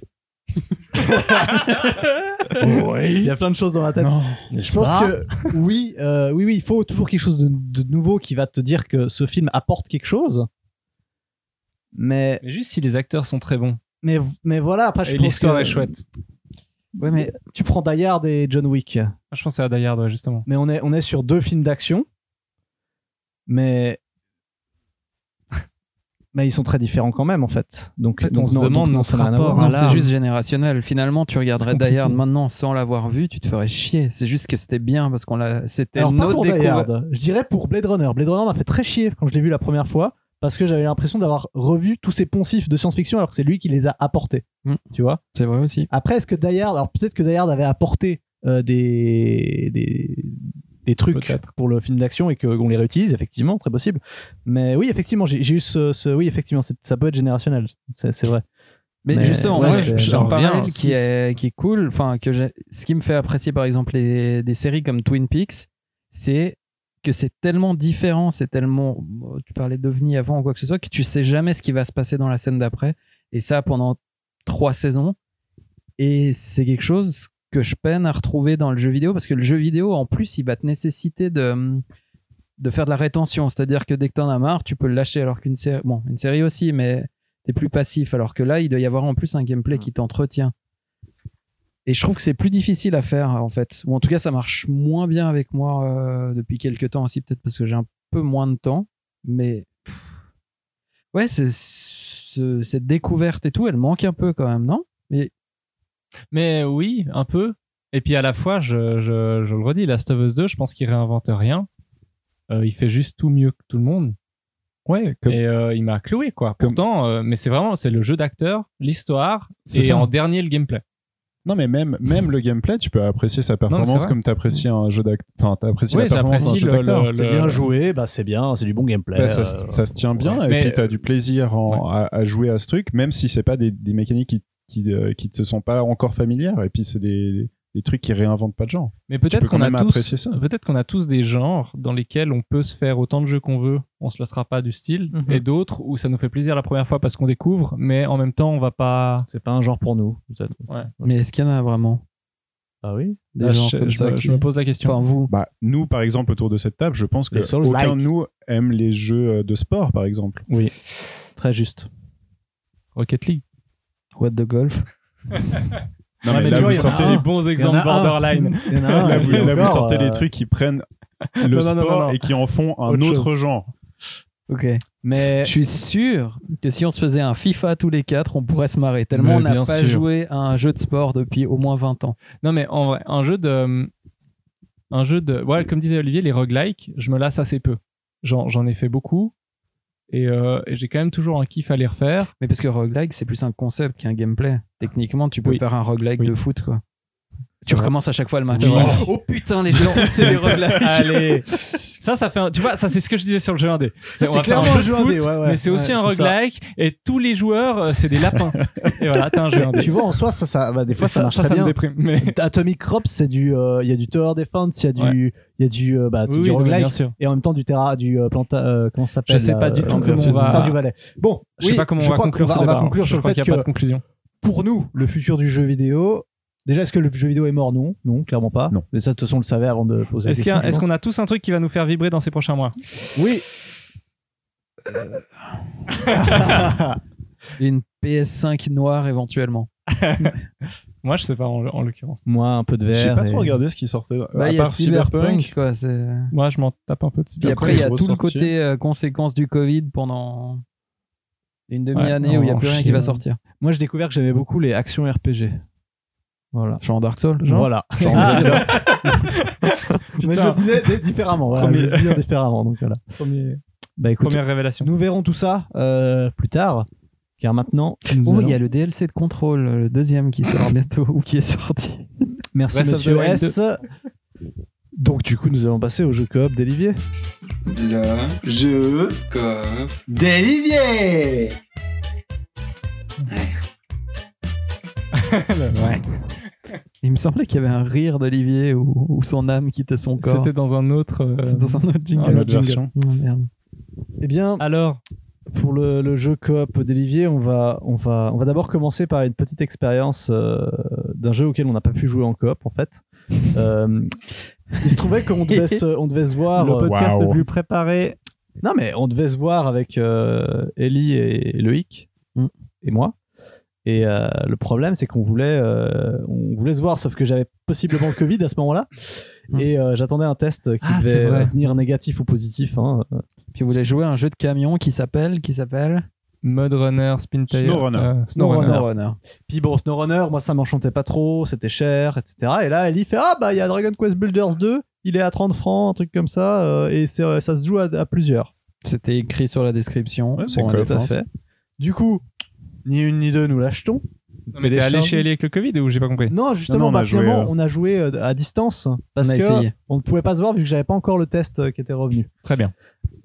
il y a plein de choses dans ma tête. Je pense que oui, euh, oui, oui, il faut toujours quelque chose de, de nouveau qui va te dire que ce film apporte quelque chose. Mais, Mais juste si les acteurs sont très bons. mais, mais voilà, après, je Et pense l'histoire que est chouette. Ouais, mais Tu prends Die Hard et John Wick, Ah, Je pensais à Die Hard, ouais, justement. mais on est, on est sur deux films d'action. Mais. Mais ils sont très différents quand même, en fait. Donc, En fait, donc on se non, donc demande non, dans ça ce n'a rien à rapport hein. voir. non, là, c'est juste générationnel. Finalement, tu regarderais C'est Die Hard compliqué. maintenant sans l'avoir vu, tu te ferais chier. C'est juste que c'était bien parce qu'on l'a. C'était Alors, pas notre pour Die découverte. Hard. Je dirais pour Blade Runner. Blade Runner m'a fait très chier quand je l'ai vu la première fois parce que j'avais l'impression d'avoir revu tous ces poncifs de science-fiction alors que c'est lui qui les a apportés. Mm. Tu vois C'est vrai aussi. Après, est-ce que Die Hard, alors peut-être que Die Hard avait apporté euh, des, des, des trucs Peut-être. pour le film d'action et que- qu'on les réutilise, effectivement, très possible. Mais oui, effectivement, j'ai j'ai eu ce, ce- Oui, effectivement, c'est- ça peut être générationnel. C'est c'est vrai. Mais, Mais justement, ouais, moi, c'est- j'ai j'en un parallèle reviens, qui si- est, qui est cool. Enfin, que j'ai- ce qui me fait apprécier, par exemple, les, des séries comme Twin Peaks, c'est que c'est tellement différent, c'est tellement. euh, Tu parlais d'OVNI avant ou quoi que ce soit, que tu sais jamais ce qui va se passer dans la scène d'après. Et ça, pendant trois saisons. Et c'est quelque chose que je peine à retrouver dans le jeu vidéo, parce que le jeu vidéo, en plus, il va te nécessiter de hum, de faire de la rétention, c'est-à-dire que dès que t'en as marre, tu peux le lâcher, alors qu'une série, bon, une série aussi, mais t'es plus passif alors que là il doit y avoir en plus un gameplay qui t'entretient et je trouve que c'est plus difficile à faire en fait ou en tout cas ça marche moins bien avec moi euh, depuis quelques temps aussi peut-être parce que j'ai un peu moins de temps mais ouais c'est ce- cette découverte et tout elle manque un peu quand même non Mais oui, un peu. Et puis à la fois, je, je, je le redis, Last of Us 2, je pense qu'il réinvente rien. Euh, il fait juste tout mieux que tout le monde. Ouais, comme- Et euh, il m'a cloué, quoi. Comme- Pourtant, euh, mais c'est vraiment, c'est le jeu d'acteur, l'histoire, C'est et ça. en dernier, le gameplay. Non, mais même, même le gameplay, tu peux apprécier sa Non, mais performance c'est vrai. comme t'apprécies un jeu d'acteur. Enfin, t'apprécies Oui, la performance d'un j'apprécie jeu le- d'acteur. le- C'est bien joué, bah c'est bien, c'est du bon gameplay. Bah, ça, euh, se- ça se tient bien et Mais- puis t'as du plaisir en- à, à jouer à ce truc même si c'est pas des, des mécaniques qui qui, euh, qui te sont pas encore familières et puis c'est des, des trucs qui réinventent pas de genre Mais peut-être peux quand qu'on a même tous, apprécier ça. peut-être qu'on a tous des genres dans lesquels on peut se faire autant de jeux qu'on veut, on se lassera pas du style, Mhm. et d'autres où ça nous fait plaisir la première fois parce qu'on découvre, mais en même temps, on va pas. C'est pas un genre pour nous. peut-être. mais est-ce qu'il y en a vraiment Ah oui des Ah, gens je, comme je ça me, qui- je me pose la question. enfin vous bah nous par exemple autour de cette table je pense que Les Souls aucun like. de nous aime les jeux euh, de sport par exemple oui. Très juste. Rocket League. what the golf non Ouais, mais, mais là tu vois, vous il y en a sortez un. les bons Il y en exemples a un. borderline Il y en a un, là, vous, il y en a là, vous encore, sortez euh, les trucs qui prennent le non, sport non, non, non. et qui en font un Autre autre chose. genre ok Mais Je suis sûr que si on se faisait un FIFA tous les quatre, on pourrait se marrer. Tellement Mais on n'a bien pas sûr. joué à un jeu de sport depuis au moins 20 ans. Non, mais en vrai, un jeu de. euh, Un jeu de. Ouais, comme disait Olivier, les roguelikes, je me lasse assez peu. J'en j'en ai fait beaucoup. Et, euh, et j'ai quand même toujours un kiff à les refaire. Mais parce que roguelike, c'est plus un concept qu'un gameplay. Techniquement, tu peux Oui. faire un roguelike Oui. de foot, quoi. Tu recommences à chaque fois le match. Oui. Oh putain, les gens, c'est des réglages. Allez. Ça, ça fait un- Tu vois, ça, c'est ce que je disais sur le jeu indé. Ça, On c'est va faire clairement jeu de un jeu indé, foot, ouais, ouais. Mais c'est aussi Ouais, un c'est ça. roguelike et tous les joueurs, euh, c'est des lapins. et voilà, t'as un jeu indé. Tu vois, en soi, ça, ça, bah, des fois, ça, ça, marche ça, très me bien. déprime. Mais... Atomic Crop, c'est du, euh, il y a du tower defense, il y a du, il y a du, euh, bah, c'est Oui, oui, du non, mais roguelike bien sûr. et en même temps du terra, du euh, planta, euh, comment ça s'appelle Je sais là, pas du euh, tout le- comment on va- Star du Valais. Bon, Je oui, sais pas comment on va crois qu'on conclure ce on va débat. hein. conclure Je sur le crois fait qu'il que n'y a pas de conclusion. pour nous, le futur du jeu vidéo. Déjà, est-ce que le jeu vidéo est mort Non, non, clairement pas. Non. Mais ça, de toute façon, on le savait avant de poser la Est-ce qu'il y question. a- est-ce qu'on a tous un truc qui va nous faire vibrer dans ces prochains mois Oui. Une PS5 noire éventuellement. Moi, je sais pas en, en l'occurrence. Moi, un peu de verre. J'ai pas et- trop regardé ce qui sortait. Bah, Euh, à il y a part Cyberpunk, Cyberpunk. quoi. c'est- Moi, je m'en tape un peu de Puis Cyberpunk. après, il y a tout le ressortir. côté euh, conséquence du Covid pendant une demi-année Ouais, où il n'y a on plus rien enchaîne. qui va sortir. Moi, j'ai découvert que j'aimais beaucoup les actions RPG. Voilà. Genre Dark Souls, genre. Voilà. Genre, Ah. c'est là. Mais je le disais dé- différemment. Voilà, Premier- je vais le dire différemment. Donc voilà. Bah écoute, Première révélation. Nous verrons tout ça euh, plus tard, car maintenant, nous Oh, il allons- y a le DLC de contrôle, le deuxième qui sort bientôt ou qui est sorti. merci Breath of the Monsieur Wild S. Donc du coup, nous allons passer au jeu coop d'Olivier. Le jeu comme d'Olivier. Il me semblait qu'il y avait un rire d'Olivier ou, ou son âme quittait son corps. C'était dans un autre. euh, C'était dans un autre jingle. Une autre Jingle. version. Oh, merde. Eh bien, Alors, pour le, le jeu coop d'Olivier, on va, on va, on va d'abord commencer par une petite expérience euh, d'un jeu auquel on n'a pas pu jouer en coop en fait. Euh, il se trouvait qu'on devait se, on devait se voir. le euh, podcast waouh. le plus préparé. Non, mais on devait se voir avec euh, Ellie et Loïc Mm. et moi. Et euh, le problème, c'est qu'on voulait, euh, on voulait se voir, sauf que j'avais possiblement le Covid à ce moment-là. Mm. Et euh, j'attendais un test qui Ah, c'est devait vrai. euh, venir négatif ou positif. hein. Puis vous voulez jouer à un jeu de camion qui s'appelle qui s'appelle Mud Runner, Spin Tail. Snowrunner. euh, Snowrunner. Snowrunner. Runner. Puis bon, SnowRunner, moi ça m'enchantait pas trop, c'était cher, etc. Et là, Ellie fait Ah bah il y a Dragon Quest Builders 2, il est à 30 francs, un truc comme ça, euh, et c'est, euh, ça se joue à, à plusieurs. C'était écrit sur la description. Ouais, c'est pour ma cool. Tout à défense. fait. Du coup, ni une ni deux, nous l'achetons. Non, mais T'es allé chez Ellie avec le Covid ou j'ai pas compris Non, Non, justement, non, on bah, a joué, finalement, euh, on a joué euh, à distance parce On a que essayé. on ne pouvait pas se voir vu que j'avais pas encore le test euh, qui était revenu. Très bien.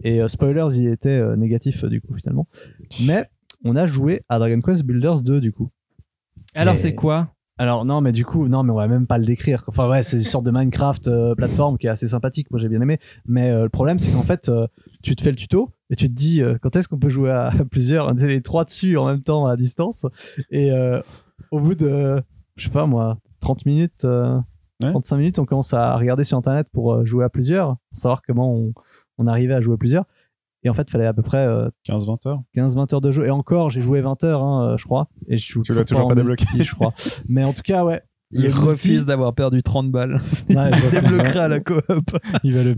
Et euh, spoilers, il était euh, négatif euh, du coup finalement. Mais on a joué à Dragon Quest Builders 2 du coup. Alors, Et- c'est quoi Alors non, mais du coup, non, mais on va même pas le décrire. Enfin ouais, c'est une sorte de Minecraft euh, plateforme qui est assez sympathique. Moi j'ai bien aimé. Mais euh, le problème, c'est qu'en fait, euh, tu te fais le tuto et tu te dis euh, quand est-ce qu'on peut jouer à, à plusieurs, on est les trois dessus en même temps à distance. Et euh, au bout de, euh, je sais pas moi, 30 minutes, euh, Ouais. 35 minutes, on commence à regarder sur internet pour euh, jouer à plusieurs, pour savoir comment on, on arrivait à jouer à plusieurs. Et en fait, fallait à peu près euh, 15-20 heures. 15-20 heures de jeu. Et encore, j'ai joué 20 heures, hein, euh, je crois. Et je suis Tu l'as toujours en pas débloqué. multi, je crois. Mais en tout cas, ouais. Il le multi- refuse d'avoir perdu 30 balles. Ouais, je vois ce que tu veux dire. Débloquera à la coop. Il va le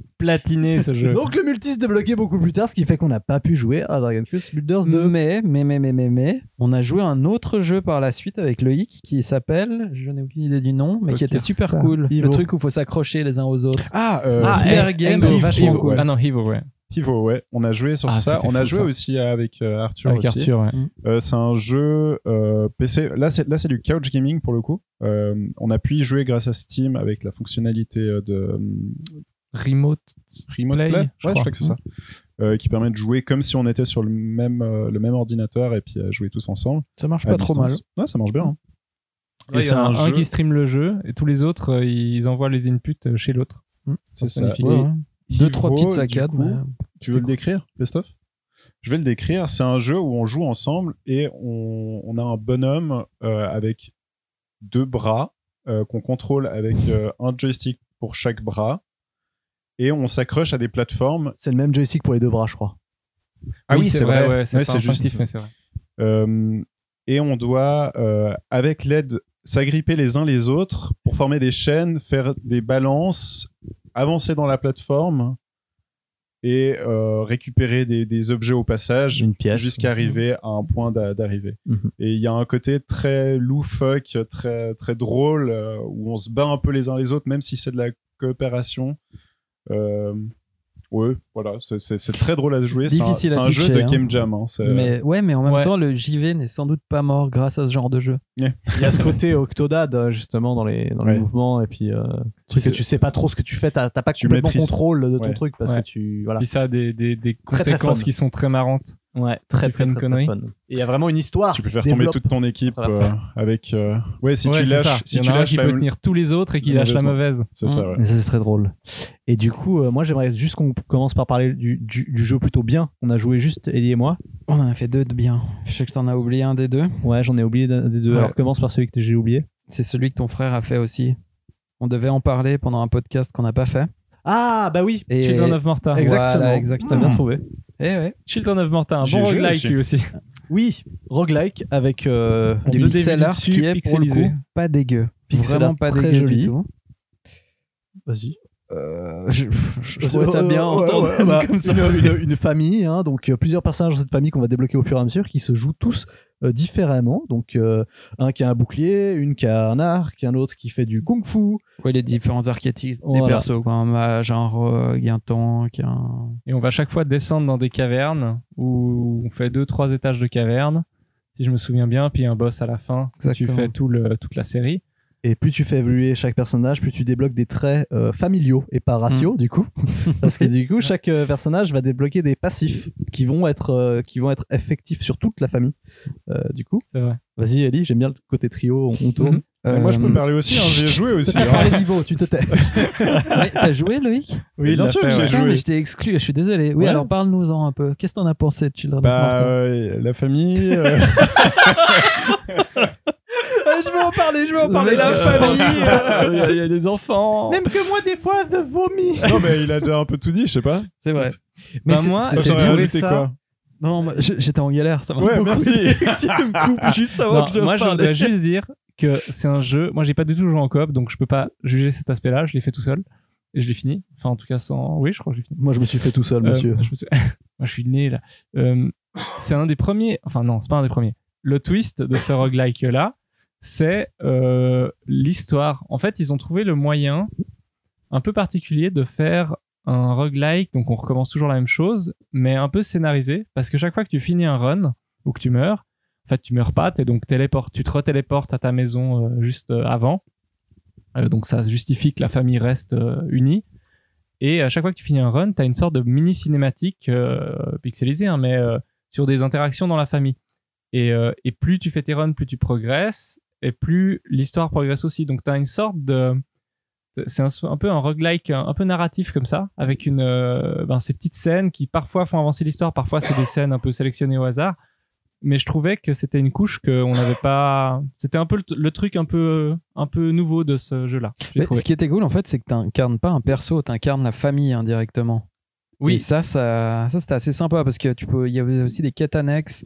platiner ce jeu. Donc le multi se débloquait beaucoup plus tard, ce qui fait qu'on n'a pas pu jouer à Dragon Quest Builders Mm. 2. Mais, mais, mais, mais, mais, mais, on a joué un autre jeu par la suite avec Loïc qui s'appelle, je n'ai aucune idée du nom, mais qui était super Pokerstar. cool. Ivo. Le truc où il faut s'accrocher les uns aux autres. Ah, eh. Ah, Hyper Air Game, Hivo, vachement Hivo, cool. Ah non, Hivo, ouais. Pivo, ouais. On a joué sur Ah, ça. c'était On a fou, joué ça. aussi avec euh, Arthur Avec aussi. Arthur, ouais. Euh, c'est un jeu euh, PC. Là, c'est là, c'est du couch gaming pour le coup. Euh, on a pu y jouer grâce à Steam avec la fonctionnalité euh, de hum, Remote. Remote Play, Play. je ouais, crois. Mm. je crois que c'est ça. Euh, qui permet de jouer comme si on était sur le même euh, le même ordinateur et puis à jouer tous ensemble. Ça marche à pas trop mal. distance. Ouais, ça marche bien. hein. Et c'est un, un jeu- qui stream le jeu et tous les autres, euh, ils envoient les inputs euh, chez l'autre. C'est ça. magnifique. Et Ouais, ouais. Deux, Hero, trois petites du saccades. coup, mais- Tu veux le décrire, Christophe Je vais le décrire. C'est un jeu où on joue ensemble et on, on a un bonhomme euh, avec deux bras euh, qu'on contrôle avec euh, un joystick pour chaque bras. Et on s'accroche à des plateformes. C'est le même joystick pour les deux bras, je crois. ouais, c'est Ouais, pas instinctif, juste. mais c'est vrai. Euh, et on doit, euh, avec l'aide, s'agripper les uns les autres pour former des chaînes, faire des balances, avancer dans la plateforme et euh, récupérer des, des objets au passage Une pièce. jusqu'à arriver à un point d'a- d'arrivée. Mm-hmm. Mhm. Et il y a un côté très loufoque, très, très drôle, euh, où on se bat un peu les uns les autres, même si c'est de la coopération. Euh, Ouais, voilà, c'est- c'est c'est très drôle à jouer. C'est un, Difficile à c'est un jeu de pitcher, hein. game jam. hein, c'est- Mais ouais, mais en même Ouais. temps, le JV n'est sans doute pas mort grâce à ce genre de jeu. Il y a ce côté octodad euh, justement dans les, dans les Ouais. mouvements et puis euh, truc que c'est- tu sais pas trop ce que tu fais, t'as t'as pas Tu complètement maîtrises. contrôle de ton Ouais. truc parce Ouais. que tu voilà. Puis ça a des, des, des Très, très conséquences fun. qui sont très marrantes. Ouais, très Tu fais très, une très, très connerie. fun. Et il y a vraiment une histoire. Tu peux qui se faire tomber Ah, développe. toute ton équipe à travers ça. euh, avec. euh, Ouais, si tu Ouais, c'est ça. lâches, Il si y en tu a un lâches qui la- peut tenir Hein. tous les autres et qui lâche la Malheureusement. mauvaise. C'est ça, ouais. Mais ça, c'est très drôle. Et du coup, euh, moi, j'aimerais juste qu'on commence par parler du, du- du jeu plutôt bien. On a joué juste Ellie et moi. On en a fait deux de bien. Je sais que t'en as oublié un des deux. Ouais, j'en ai oublié d'un des deux. Ouais. Alors commence par celui que j'ai oublié. C'est celui que ton frère a fait aussi. On devait en parler pendant un podcast qu'on n'a pas fait. Ah bah oui. Et... Children of Morta. Voilà, Exactement. exactement. T'as bien trouvé. Eh ouais. Children of Morta, un J'y ai bon joué roguelike aussi. lui aussi. Oui, roguelike avec euh, Du deux pixel DVD art dessus, qui est pour le pixelisé. coup pas dégueu. Pixel Vraiment art pas très dégueu joli. du tout. Vas-y. Euh, je, je- je trouvais ça bien Ouais, entendre ouais, bah, comme ça. Une, une- une famille, hein, donc euh, plusieurs personnages de cette famille qu'on va débloquer au fur et à mesure, qui se jouent tous euh, différemment. Donc euh, un qui a un bouclier, une qui a un arc, un autre qui fait du kung-fu. Ouais, les différents archétypes des Voilà. persos, quoi. Un mage, un rogue, un tank, un. Et on va chaque fois descendre dans des cavernes où on fait deux, trois étages de cavernes, si je me souviens bien, puis un boss à la fin. Exactement. Tu fais tout le, toute la série. Et plus tu fais évoluer chaque personnage, plus tu débloques des traits euh, familiaux et pas raciaux du coup, parce que du coup chaque euh, personnage va débloquer des passifs qui vont être euh, qui vont être effectifs sur toute la famille. Euh, du coup, C'est vrai. vas-y Ellie, j'aime bien le côté trio, on, on tourne. Mais Moi, je peux Euh, parler aussi. hein, J'y ai joué aussi. T'as pas hein. les niveaux, tu te tais. mais T'as joué, Loïc Oui, bien sûr que j'ai Putain, joué. mais je t'ai exclu, je suis désolé. Oui, Ouais. alors parle-nous-en un peu. Qu'est-ce que t'en as pensé de Children of Bah, Morta euh, la famille. euh, Euh, Je vais en parler, je vais en parler, la famille Ah il y a des enfants. Même que moi des fois, je vomis. non, mais il a déjà un peu tout dit, je sais pas. C'est vrai. Mais Mais Bah, c'est- moi, moi, c'était J'aurais trouvé rajouté ça- quoi Non, moi, j- j'étais en galère, ça m'a Ouais, beaucoup merci. tu me coupes juste Ah, avant oh, Non, que je moi, je parle. voudrais juste dire que c'est un jeu. Moi, j'ai pas du tout joué en coop, donc je peux pas juger cet aspect-là. Je l'ai fait tout seul et je l'ai fini. Enfin, en tout cas, sans. Oui, je crois que je l'ai fini. Moi, je me suis fait tout seul, Euh, monsieur. je me suis- Moi, je suis né là. Euh, c'est un des premiers. Enfin, non, c'est pas un des premiers. Le twist de ce roguelike là, c'est euh, l'histoire. En fait, ils ont trouvé le moyen un peu particulier de faire un roguelike. Donc, on recommence toujours la même chose, mais un peu scénarisé. Parce que chaque fois que tu finis un run ou que tu meurs, en fait, tu meurs pas, t'es donc téléporte, tu te retéléportes à ta maison euh, juste euh, avant. Euh, donc, ça justifie que la famille reste euh, unie. Et à chaque fois que tu finis un run, tu as une sorte de mini cinématique euh, pixelisée, hein, mais euh, sur des interactions dans la famille. Et, euh, et plus tu fais tes runs, plus tu progresses, et plus l'histoire progresse aussi. Donc tu as une sorte de... C'est un, un peu un roguelike, un, un peu narratif comme ça, avec une, euh, ben, ces petites scènes qui parfois font avancer l'histoire, parfois c'est des scènes un peu sélectionnées au hasard. Mais je trouvais que c'était une couche qu'on n'avait pas. C'était un peu le, le truc un peu, un peu nouveau de ce jeu-là. j'ai Mais trouvé. ce qui était cool en fait, c'est que t'incarnes pas un perso, t'incarnes la famille indirectement. Oui. Et ça, ça, ça c'était assez sympa parce que tu peux, il y avait aussi des quêtes annexes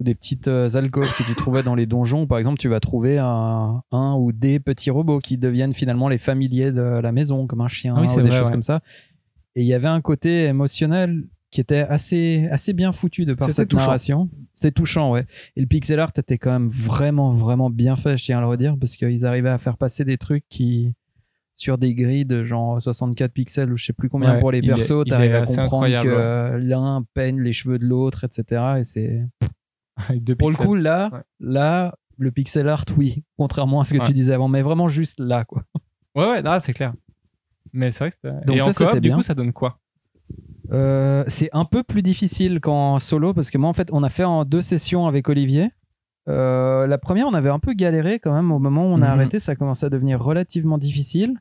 ou des petites euh, alcôves que tu trouvais dans les donjons. Par exemple, tu vas trouver un, un ou des petits robots qui deviennent finalement les familiers de la maison, comme un chien Ah oui, ou c'est des vrai, choses ouais. comme ça. Et il y avait un côté émotionnel qui était assez, assez bien foutu de par C'était cette touchant. narration. C'était touchant, ouais. Et le pixel art était quand même vraiment, vraiment bien fait, je tiens à le redire, parce qu'ils arrivaient à faire passer des trucs qui, sur des grilles de genre 64 pixels ou je sais plus combien Ouais, pour les il est- persos, il t'arrives est à assez comprendre incroyable, que ouais. euh, l'un peigne les cheveux de l'autre, etc. Et c'est, Avec deux pour le pixels. coup, là, Ouais. là, le pixel art, oui, contrairement à ce que Ouais. tu disais avant, mais vraiment juste là, quoi. Ouais, ouais, non, c'est clair. Mais c'est vrai que c'était. Donc Et ça, en coop, c'était du bien. coup, ça donne quoi Euh, c'est un peu plus difficile qu'en solo parce que moi en fait on a fait en deux sessions avec Olivier. Euh, la première on avait un peu galéré quand même au moment où on a Mhm. arrêté ça commençait à devenir relativement difficile.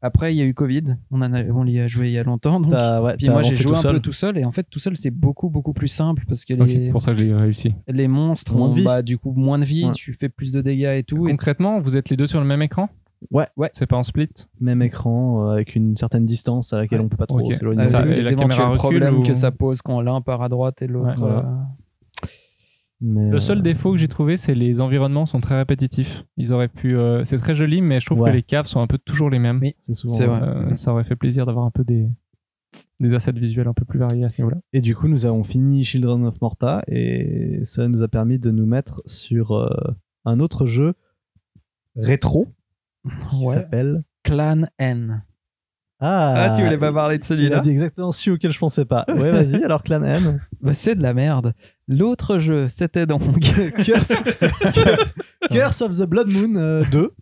Après il y a eu Covid, on, en a- on y a joué il y a longtemps donc. T'as- ouais, Puis t'as moi j'ai avancé joué tout un seul. peu tout seul et en fait tout seul c'est beaucoup beaucoup plus simple parce que les, Ok, C'est pour ça que je l'ai réussi. les monstres Moins de ont vie. bah, du coup moins de vie, Ouais. tu fais plus de dégâts et tout. et Concrètement, vous êtes les deux sur le même écran Ouais. Ouais. C'est pas en split Même écran, euh, avec une certaine distance à laquelle on peut pas trop Ok. s'éloigner. avec Ça, et les la caméra éventuels recule problèmes ou- que ça pose quand l'un part à droite et l'autre. Ouais, voilà. euh, Mais, Le seul euh, défaut que j'ai trouvé, c'est les environnements sont très répétitifs. Ils auraient pu. euh, C'est très joli, mais je trouve Ouais. que les caves sont un peu toujours les mêmes. Oui, c'est souvent- c'est vrai. Euh, Ça aurait fait plaisir d'avoir un peu des des assets visuels un peu plus variés à ce niveau-là. Et du coup, nous avons fini Children of Morta et ça nous a permis de nous mettre sur euh, un autre jeu rétro qui euh, Ouais. s'appelle Clan N. Ah, tu voulais pas parler de Il a celui-là dit exactement celui auquel je pensais pas. Ouais, vas-y, alors Clan N. Bah, C'est de la merde. L'autre jeu, c'était donc. Curse, Curse of the Blood Moon euh, 2. Donc,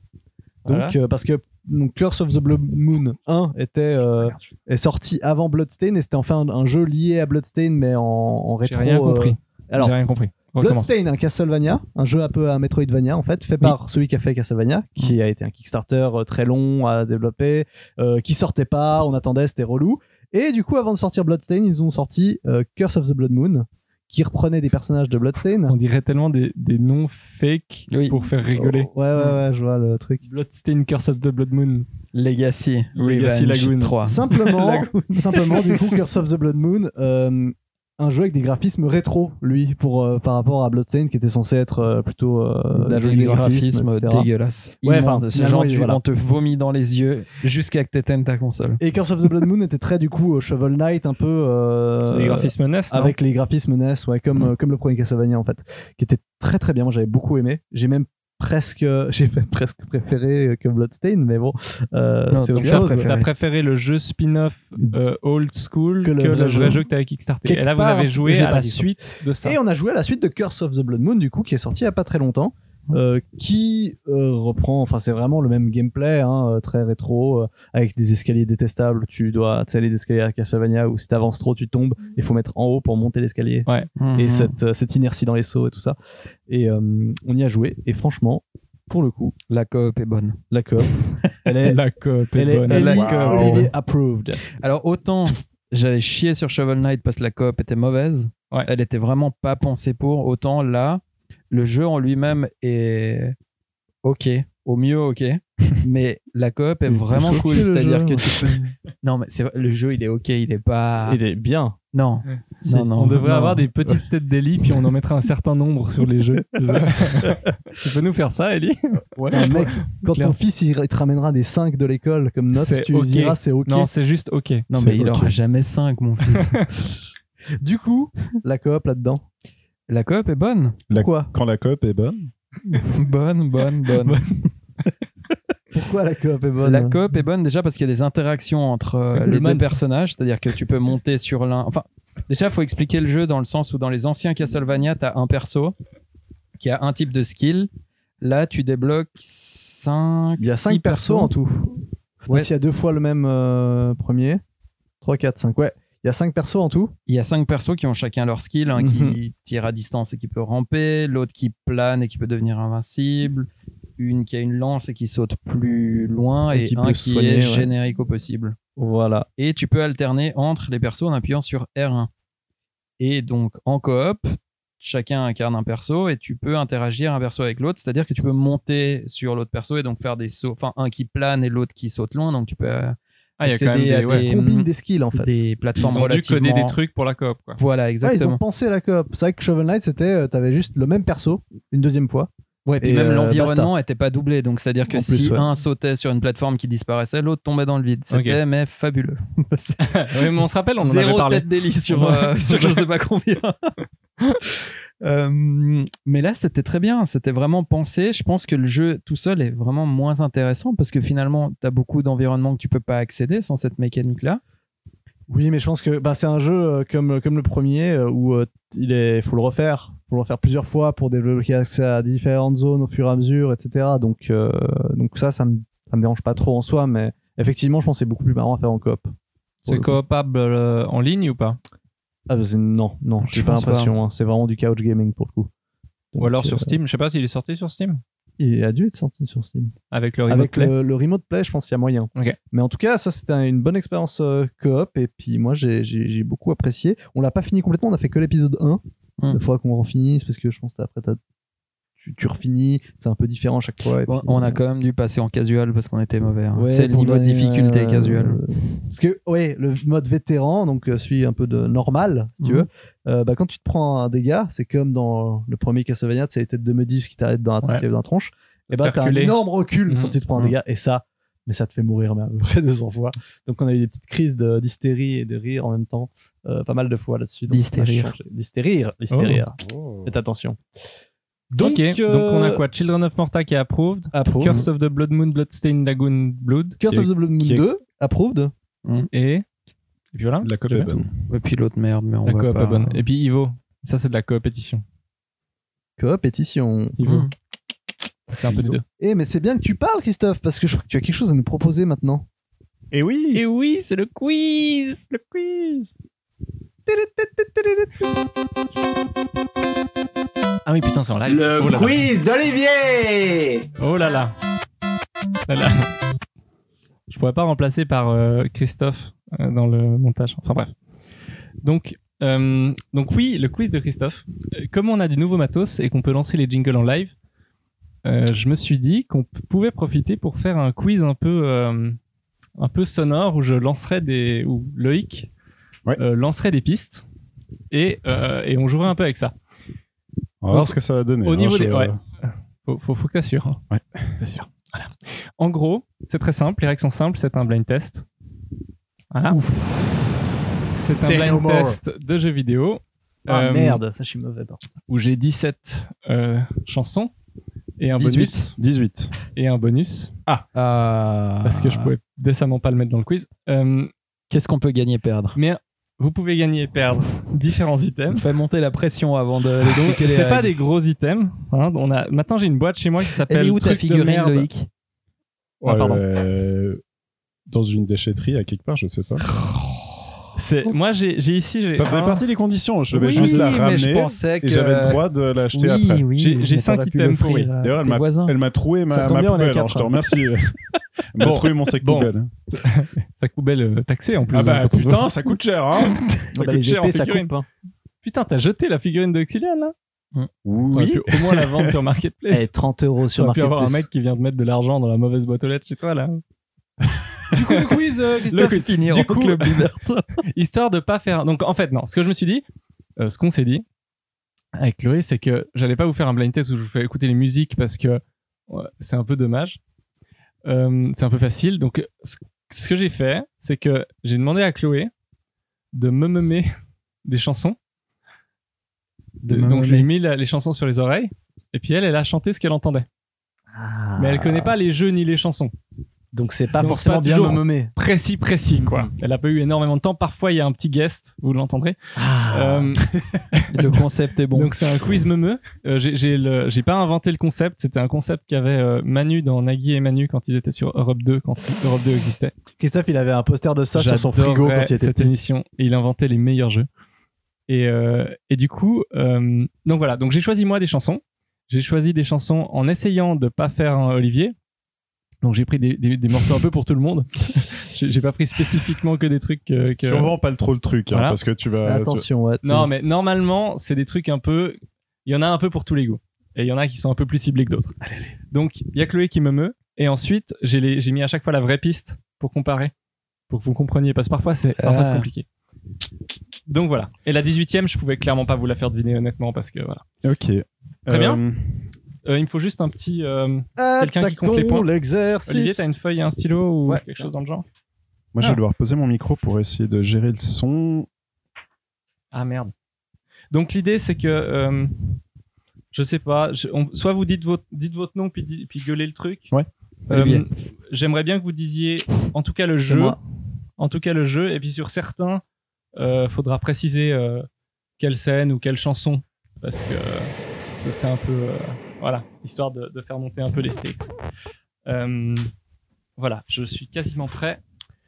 Voilà. euh, parce que donc, Curse of the Blood Moon 1 était, euh, est sorti avant Bloodstain et c'était enfin un, un jeu lié à Bloodstain mais en, en J'ai rétro. rien compris. euh, alors, J'ai rien compris. Recommence. Bloodstain, un Castlevania, un jeu un peu à Metroidvania en fait, fait par celui qui a fait Castlevania, Mm. qui a été un Kickstarter euh, très long à développer, euh, qui sortait pas, on attendait, c'était relou. Et du coup, avant de sortir Bloodstain, ils ont sorti euh, Curse of the Blood Moon, qui reprenait des personnages de Bloodstain. On dirait tellement des, des noms fake Oui. pour faire rigoler. Oh, ouais, ouais, ouais, je vois le truc. Bloodstained Curse of the Blood Moon. Legacy. Legacy Revenge Lagoon. 3. Simplement, simplement, du coup, Curse of the Blood Moon, euh, un jeu avec des graphismes rétro, lui, pour, euh, par rapport à Bloodstained, qui était censé être euh, plutôt euh, Avec joli des graphismes etc. dégueulasses. Ouais, Immonde. enfin, c'est finalement, genre, il- tu, voilà. on te vomit dans les yeux jusqu'à que t'éteignes ta console. Et Curse of the Blood Moon était très, du coup, euh, Shovel Knight, un peu. euh, C'est des graphismes NES, non Mm. Avec les graphismes NES, ouais, comme, euh, comme le premier Castlevania, en fait, qui était très très bien. Moi, j'avais beaucoup aimé. J'ai même presque, j'ai même presque préféré euh, que Bloodstained, mais bon, euh, Non, c'est donc autre t'as chose. préféré. T'as préféré le jeu spin-off euh, old school que le vrai, jeu. que t'avais kickstarté. Et Quelque là, vous part, avez joué j'ai à pas la dit ça. suite de ça. Et on a joué à la suite de Curse of the Blood Moon, du coup, qui est sorti il y a pas très longtemps, Mm. euh, qui euh, reprend, enfin, c'est vraiment le même gameplay, hein, euh, très rétro, euh, avec des escaliers détestables. Tu dois, tu sais, les escaliers à Castlevania où si t'avances trop, tu tombes. Mm. Il faut mettre en haut pour monter l'escalier. Et Mhm. cette, euh, cette inertie dans les sauts et tout ça. Et euh, on y a joué. Et franchement, pour le coup, La coop est bonne. la coop, elle est. La coop est Elle est, bonne. elle la est coop. Olivier approved. Alors autant j'avais chié sur Shovel Knight parce que la coop était mauvaise, Ouais. elle était vraiment pas pensée pour, autant là, le jeu en lui-même est ok, au mieux ok, mais la coop est Il est vraiment plus cool, ok, le c'est-à-dire jeu. que tu peux... Non mais c'est vrai, le jeu il est ok, il est pas... Il est bien. Non, Si, non, non, on devrait non. avoir des petites têtes d'Eli, puis on en mettra un certain nombre sur les jeux. C'est ça tu peux nous faire ça, Eli Enfin, mec, quand Claire. ton fils il il te ramènera des 5 de l'école comme note, C'est tu ok. diras c'est ok. Non, c'est juste OK. Ah, non C'est mais il ok. aura jamais 5 mon fils. Du coup, la coop là-dedans. la coop est bonne, La- Pourquoi Quand la coop est bonne, bonne, bonne, bonne. Pourquoi la coop est bonne La coop est bonne déjà parce qu'il y a des interactions entre euh, C'est cool, les le deux man, ça. personnages, c'est-à-dire que tu peux monter sur l'un. Enfin, déjà, il faut expliquer le jeu dans le sens où dans les anciens Castlevania, tu as un perso qui a un type de skill. Là, tu débloques 5. Il y a 5 persos en tout. Ouais. S'il y a deux fois le même euh, premier. 3, 4, 5. Ouais. Il y a 5 persos en tout. Il y a 5 persos qui ont chacun leur skill un Mhm. qui tire à distance et qui peut ramper l'autre qui plane et qui peut devenir invincible. Une qui a une lance et qui saute plus loin, Et et, qui un peut qui soigner, est ouais. générique au possible. Voilà. et tu peux alterner entre les persos en appuyant sur R1. Et donc en coop, chacun incarne un perso et tu peux interagir un perso avec l'autre, c'est-à-dire que tu peux monter sur l'autre perso et donc faire des sauts, enfin un qui plane et l'autre qui saute loin, donc tu peux euh, Ah, il y a quand même accéder des. à ouais. des, Combine des skills en fait. des Ils plateformes ont dû relativement... coder des trucs pour la coop, quoi. Voilà, Ouais, Ah, ils exactement. ont pensé à la coop. C'est vrai que Shovel Knight, c'était. euh, T'avais juste le même perso une deuxième fois. Ouais, puis Et, même euh, l'environnement était pas doublé, donc c'est-à-dire que En si plus, ouais. un sautait sur une plateforme qui disparaissait, l'autre tombait dans le vide. C'était mais fabuleux. Ouais, mais on se rappelle, on en avait Zéro parlé. tête d'hélice sur, euh, sur je sais pas combien. Euh, mais là, c'était très bien. C'était vraiment pensé. Je pense que le jeu tout seul est vraiment moins intéressant parce que finalement, tu as beaucoup d'environnements que tu peux pas accéder sans cette mécanique-là. Oui, mais je pense que bah, c'est un jeu euh, comme, comme le premier euh, où euh, il est, faut le refaire. faut le refaire plusieurs fois pour débloquer accès à différentes zones au fur et à mesure, etc. Donc, euh, donc ça, ça me, ça me dérange pas trop en soi, mais effectivement, je pense que c'est beaucoup plus marrant à faire en coop. C'est coopable euh, en ligne ou pas Ah, bah, c'est- non, non, Je j'ai pas pense pas. l'impression. hein. C'est vraiment du couch gaming pour le coup. Ou alors Donc, sur euh, Steam Je sais pas s'il est sorti sur Steam. Il a dû être sorti sur Steam. Avec le remote Avec play. Le, le remote play, je pense qu'il y a moyen. Ok. Mais en tout cas, ça c'était un- une bonne expérience euh, coop et puis moi j'ai- j'ai j'ai beaucoup apprécié. On l'a pas fini complètement, on a fait que l'épisode 1. Hmm. Il faudra qu'on en finisse parce que je pense que après t'as- tu, tu refinis, c'est un peu différent à chaque fois. et Bon, puis, on a euh, quand même dû passer en casual parce qu'on était mauvais. hein. ouais, C'est le pour niveau de donner, difficulté euh, casual. Parce que ouais, le mode vétéran, donc euh, celui un peu de normal, si tu Mhm. veux, euh, bah, quand tu te prends un dégât, c'est comme dans le premier Castlevania, c'est les têtes de Medivh qui t'arrêtent dans, la- Ouais. qui arrivent dans la tronche. Et bah faire t'as un reculer. énorme recul Mhm. quand tu te prends un dégât, et ça, mais ça te fait mourir mais à peu près 200 fois. Donc on a eu des petites crises de- d'hystérie et de rire en même temps, euh, pas mal de fois là-dessus. donc ça a D'hystérie. changé. D'hystérie, d'hystérie. Faites attention. Oh. Donc, euh, donc on a quoi Children of Morta qui est approved. Approved. Curse of the Blood Moon, Bloodstained Lagoon Blood. Curse Qui of the Blood Moon qui est- 2, approved. Hum. Et, et puis voilà. La coop C'est est ça. bonne. Et puis l'autre merde, mais on La va coop pas... est bonne. Et puis Ivo, ça c'est de la coopétition. Coopétition. Ivo, Hum. c'est un peu des deux. Eh, mais c'est bien que tu parles, Christophe, parce que je crois que tu as quelque chose à nous proposer maintenant. Et oui Et oui, c'est le quiz Le quiz Ah oui, putain, c'est en live. Le oh là là. quiz d'Olivier Oh là là. Là là. Je pourrais pas remplacer par euh, Christophe euh, dans le montage. Enfin bref. Donc, euh, donc oui, le quiz de Christophe. Euh, Comme on a du nouveau matos et qu'on peut lancer les jingles en live, euh, je me suis dit qu'on p- pouvait profiter pour faire un quiz un peu, euh, un peu sonore où je lancerais des, où Loïc Ouais. euh, lancerait des pistes et, euh, et on jouerait un peu avec ça. On va voir ce que ça va donner. Au hein, niveau je- des- ouais. Faut, faut, faut que t'assures. hein. Ouais. T'assures. Voilà. En gros, c'est très simple. Les règles sont simples. C'est un blind test. Voilà. C'est Say un blind no more. test de jeux vidéo Ah Euh, merde, ça je suis mauvais. pardon. où j'ai 17 euh, chansons et un 18. bonus. 18. Et un bonus. Ah. Parce que je pouvais décemment pas le mettre dans le quiz. Euh, Qu'est-ce qu'on peut gagner perdre mais vous pouvez gagner et perdre différents On items. fait monter la pression avant de Donc, l'expliquer. Ah, c'est pas des gros items. hein. On a... Maintenant, j'ai une boîte chez moi qui Elle s'appelle. est où ta Truc de figurine, merde. Loïc Ouais, pardon. euh, dans une déchetterie à quelque part, je sais pas. C'est- Moi, j'ai j'ai ici. j'ai Ça faisait un- partie des conditions. hein. Je devais oui, juste la mais je ramener pensais que... et j'avais le droit de l'acheter oui, après. Oui, J'ai- mais j'ai t'aurais cinq pu items l'offrir pourris. à D'ailleurs, elle tes m'a- voisins. Elle m'a trouvé ma, Ça tombe ma bien, on est poubelle. quatre, alors je te hein. remercie. Elle m'a Bon. trouvé mon sac Bon. poubelle. hein, Sac poubelle euh, taxé en plus. Ah hein, bah quand on veut. putain, ça coûte cher, hein Ça Ah bah, coûte les cher en épées, ça figurine. coupe. hein. Putain, t'as jeté la figurine de Xilian là T'aurais Oui. pu au moins la vendre sur Marketplace. Eh, 30 euros sur T'aurais pu avoir un Marketplace. mec qui vient de mettre de l'argent dans la mauvaise boîte aux lettres chez toi là. Du coup, le quiz, euh, Christophe. Christophe, finir Du en coup- club libertin. Histoire de pas faire. Donc en fait, non, ce que je me suis dit, euh, ce qu'on s'est dit avec Chloé, c'est que j'allais pas vous faire un blind test où je vous fais écouter les musiques parce que ouais, c'est un peu dommage. Euh, c'est un peu facile. Donc ce ce que j'ai fait, c'est que j'ai demandé à Chloé de me memer des chansons. De Donc je lui ai me mis la- les chansons sur les oreilles. Et puis elle, elle a chanté ce qu'elle entendait. Mais elle connaît pas les jeux ni les chansons. Ah, Donc c'est pas Donc, forcément pas bien toujours. nommé. Précis, précis, quoi. Hmm. Elle a pas eu énormément de temps. Parfois, il y a un petit guest, vous l'entendrez. Ah. Euh, le concept est bon. Donc c'est un quiz meumeux. Euh, j'ai- J'ai le- j'ai pas inventé le concept. C'était un concept qu'avait euh, Manu dans Nagui et Manu quand ils étaient sur Europe 2, quand Europe 2 existait. Christophe, il avait un poster de ça sur son J'adorais frigo quand il était cette petit. émission et il inventait les meilleurs jeux. Et, euh, et du coup, euh, donc voilà, donc j'ai choisi moi des chansons. J'ai choisi des chansons en essayant de pas faire un Olivier. Donc j'ai pris des, des- des morceaux un peu pour tout le monde. j'ai j'ai pas pris spécifiquement que des trucs euh, que. Sûrement pas le trop le truc, hein, Voilà. parce que tu vas. Attention, ouais. tu- Non, mais normalement, c'est des trucs un peu. Il y en a un peu pour tous les goûts. Et il y en a qui sont un peu plus ciblés que d'autres. Donc, il y a Chloé qui me meut. Et ensuite, j'ai les- j'ai mis à chaque fois la vraie piste pour comparer. Pour que vous compreniez. Parce que parfois, c'est parfois, Ah. c'est compliqué. Donc voilà. Et la 18ème, je pouvais clairement pas vous la faire deviner, honnêtement, parce que voilà. tu- Ok. Très bien. Euh, Euh, il me faut juste un petit. euh, Quelqu'un qui compte les Attaquons points. Olivier, l'exercice. t'as une feuille et un stylo ou Ouais. quelque chose dans le genre Moi, je Ah. vais devoir poser mon micro pour essayer de gérer le son. Ah merde. Donc l'idée c'est que euh, je sais pas, je- on- soit vous dites votre, dites votre nom puis, di- puis gueulez le truc. Ouais. Euh, Olivier. J'aimerais bien que vous disiez en tout cas le jeu, moi. en tout cas le jeu et puis sur certains euh, faudra préciser euh, quelle scène ou quelle chanson parce que ça, c'est un peu euh, voilà, histoire de, de faire monter un peu les stakes. Euh, voilà, je suis quasiment prêt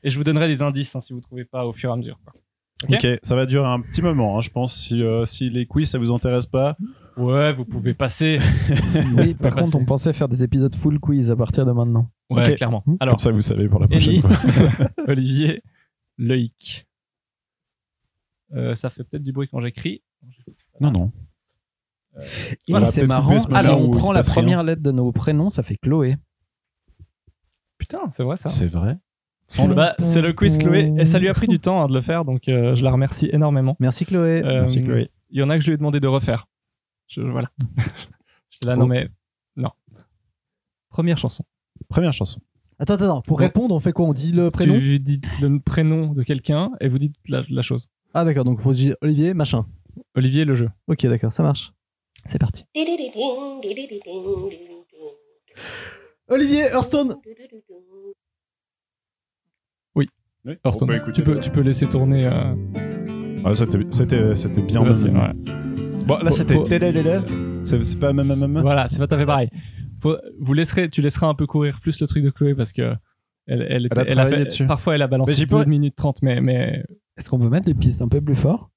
et je vous donnerai des indices hein, si vous trouvez pas au fur et à mesure. quoi. Ok. ok, ça va durer un petit moment, hein, je pense. Si, euh, si les quiz, ça vous intéresse pas. Ouais, vous pouvez passer. Oui, par contre, Ouais, passer. on pensait faire des épisodes full quiz à partir de maintenant. Ouais, Ok. clairement. Hmm. Alors, Comme ça, vous savez pour la prochaine Ellie, fois. Olivier, Loïc. Euh, ça fait peut-être du bruit quand j'écris. Non, non. Et Voilà, c'est peut-être marrant, couper ce si moment-là on où il prend se la passe rien. première lettre de nos prénoms, ça fait Chloé. Putain, c'est vrai ça. C'est vrai. Sans Bon, le... bah, c'est le quiz Chloé et ça lui a pris du temps hein, de le faire, donc euh, je la remercie énormément. Merci Chloé. Euh, Merci, Chloé. Il y en a que je lui ai demandé de refaire. Je, voilà. je te la non mais non. Première chanson. Première chanson. Attends, attends, attends, pour répondre, on fait quoi On dit le prénom Tu dites le prénom de quelqu'un et vous dites la, la chose. Ah d'accord, donc faut dire Olivier, machin. Olivier, le jeu. Ok, d'accord, ça marche. C'est parti. Olivier Hearthstone Oui. Hearthstone. Bon, bah, écoutez, tu, peux, tu peux laisser tourner. euh, ah, c'était- c'était c'était bien Sébastien, mené. ouais. Bon, là, Faut- c'était. faut- télédélé. C'est c'est pas même, même, même. Voilà, c'est pas tout à fait pareil. Faut- vous laisserez, tu laisseras un peu courir plus le truc de Chloé parce que elle, elle, était- a elle a travaillé fait- dessus. parfois elle a balancé Mais j'y 12 pourrais- minutes 30, mais, mais Est-ce qu'on peut mettre des pistes un peu plus fort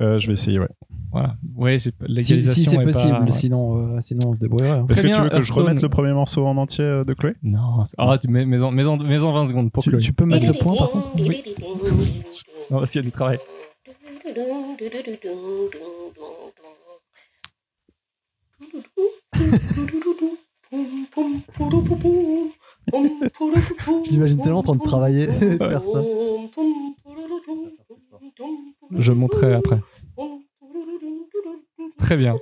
Euh, je vais essayer, ouais. voilà. Ouais, j'ai pas- Si, l'égalisation si c'est est pas- possible, ouais. sinon, euh, sinon on se débrouillerait. hein. Est-ce que bien, tu veux que je Hearthstone. remette le premier morceau en entier euh, de Chloé Non, c'est- ah, tu mets, mets, en, mets, en, mets en 20 secondes pour Tu, Chloé. tu peux mettre le point par contre Non, parce qu'il y a du travail. J'imagine tellement en train de travailler et de faire ça. Je montrerai après. Très bien.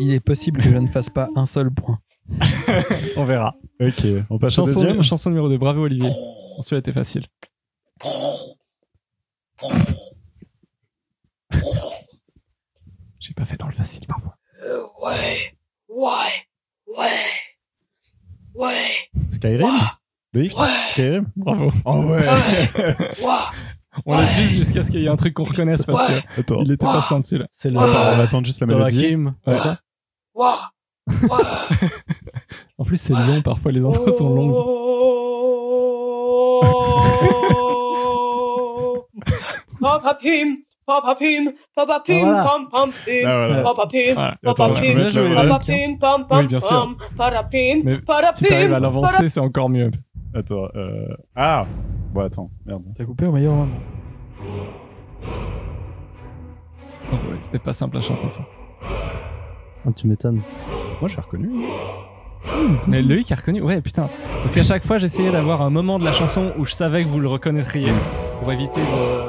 Il est possible que je ne fasse pas un seul point. On verra. Ok, on passe au deuxième. Chanson, chanson numéro 2. Bravo, Olivier. Celui-là était facile. J'ai pas fait dans le facile parfois. Ouais, ouais, ouais, ouais, Skyrim Loïc Ouais. Skyrim Bravo. Oh ouais ouah, On laisse juste jusqu'à ce qu'il y ait un truc qu'on reconnaisse parce que Attends, il était pas simple celui-là. C'est attends, on va attendre juste la mélodie. Ouais. ouah, ouah. En plus, c'est long parfois, les intros sont Oh. longues. Papa Pim, Papa Pim, Papa Pim, Ah, voilà. Pam Pam Pim, Ah, voilà. Papa Pim, Voilà. Papa Attends, je peux Pim, mettre la Bien joué, Papa vraie. Pim, Pam Oui, Pam bien sûr. Pam, Para Pim, Mais Para Si t'arrives à Pim, Para l'avancer, c'est encore mieux. Attends, euh... Ah Bon, attends, merde. T'as coupé au meilleur moment. Oh, ouais, C'était pas simple à chanter ça. Ah, tu m'étonnes. Moi, j'ai reconnu. Mais Loïc a reconnu. Ouais, putain. Parce qu'à chaque fois, j'essayais d'avoir un moment de la chanson où je savais que vous le reconnaîtriez pour éviter de.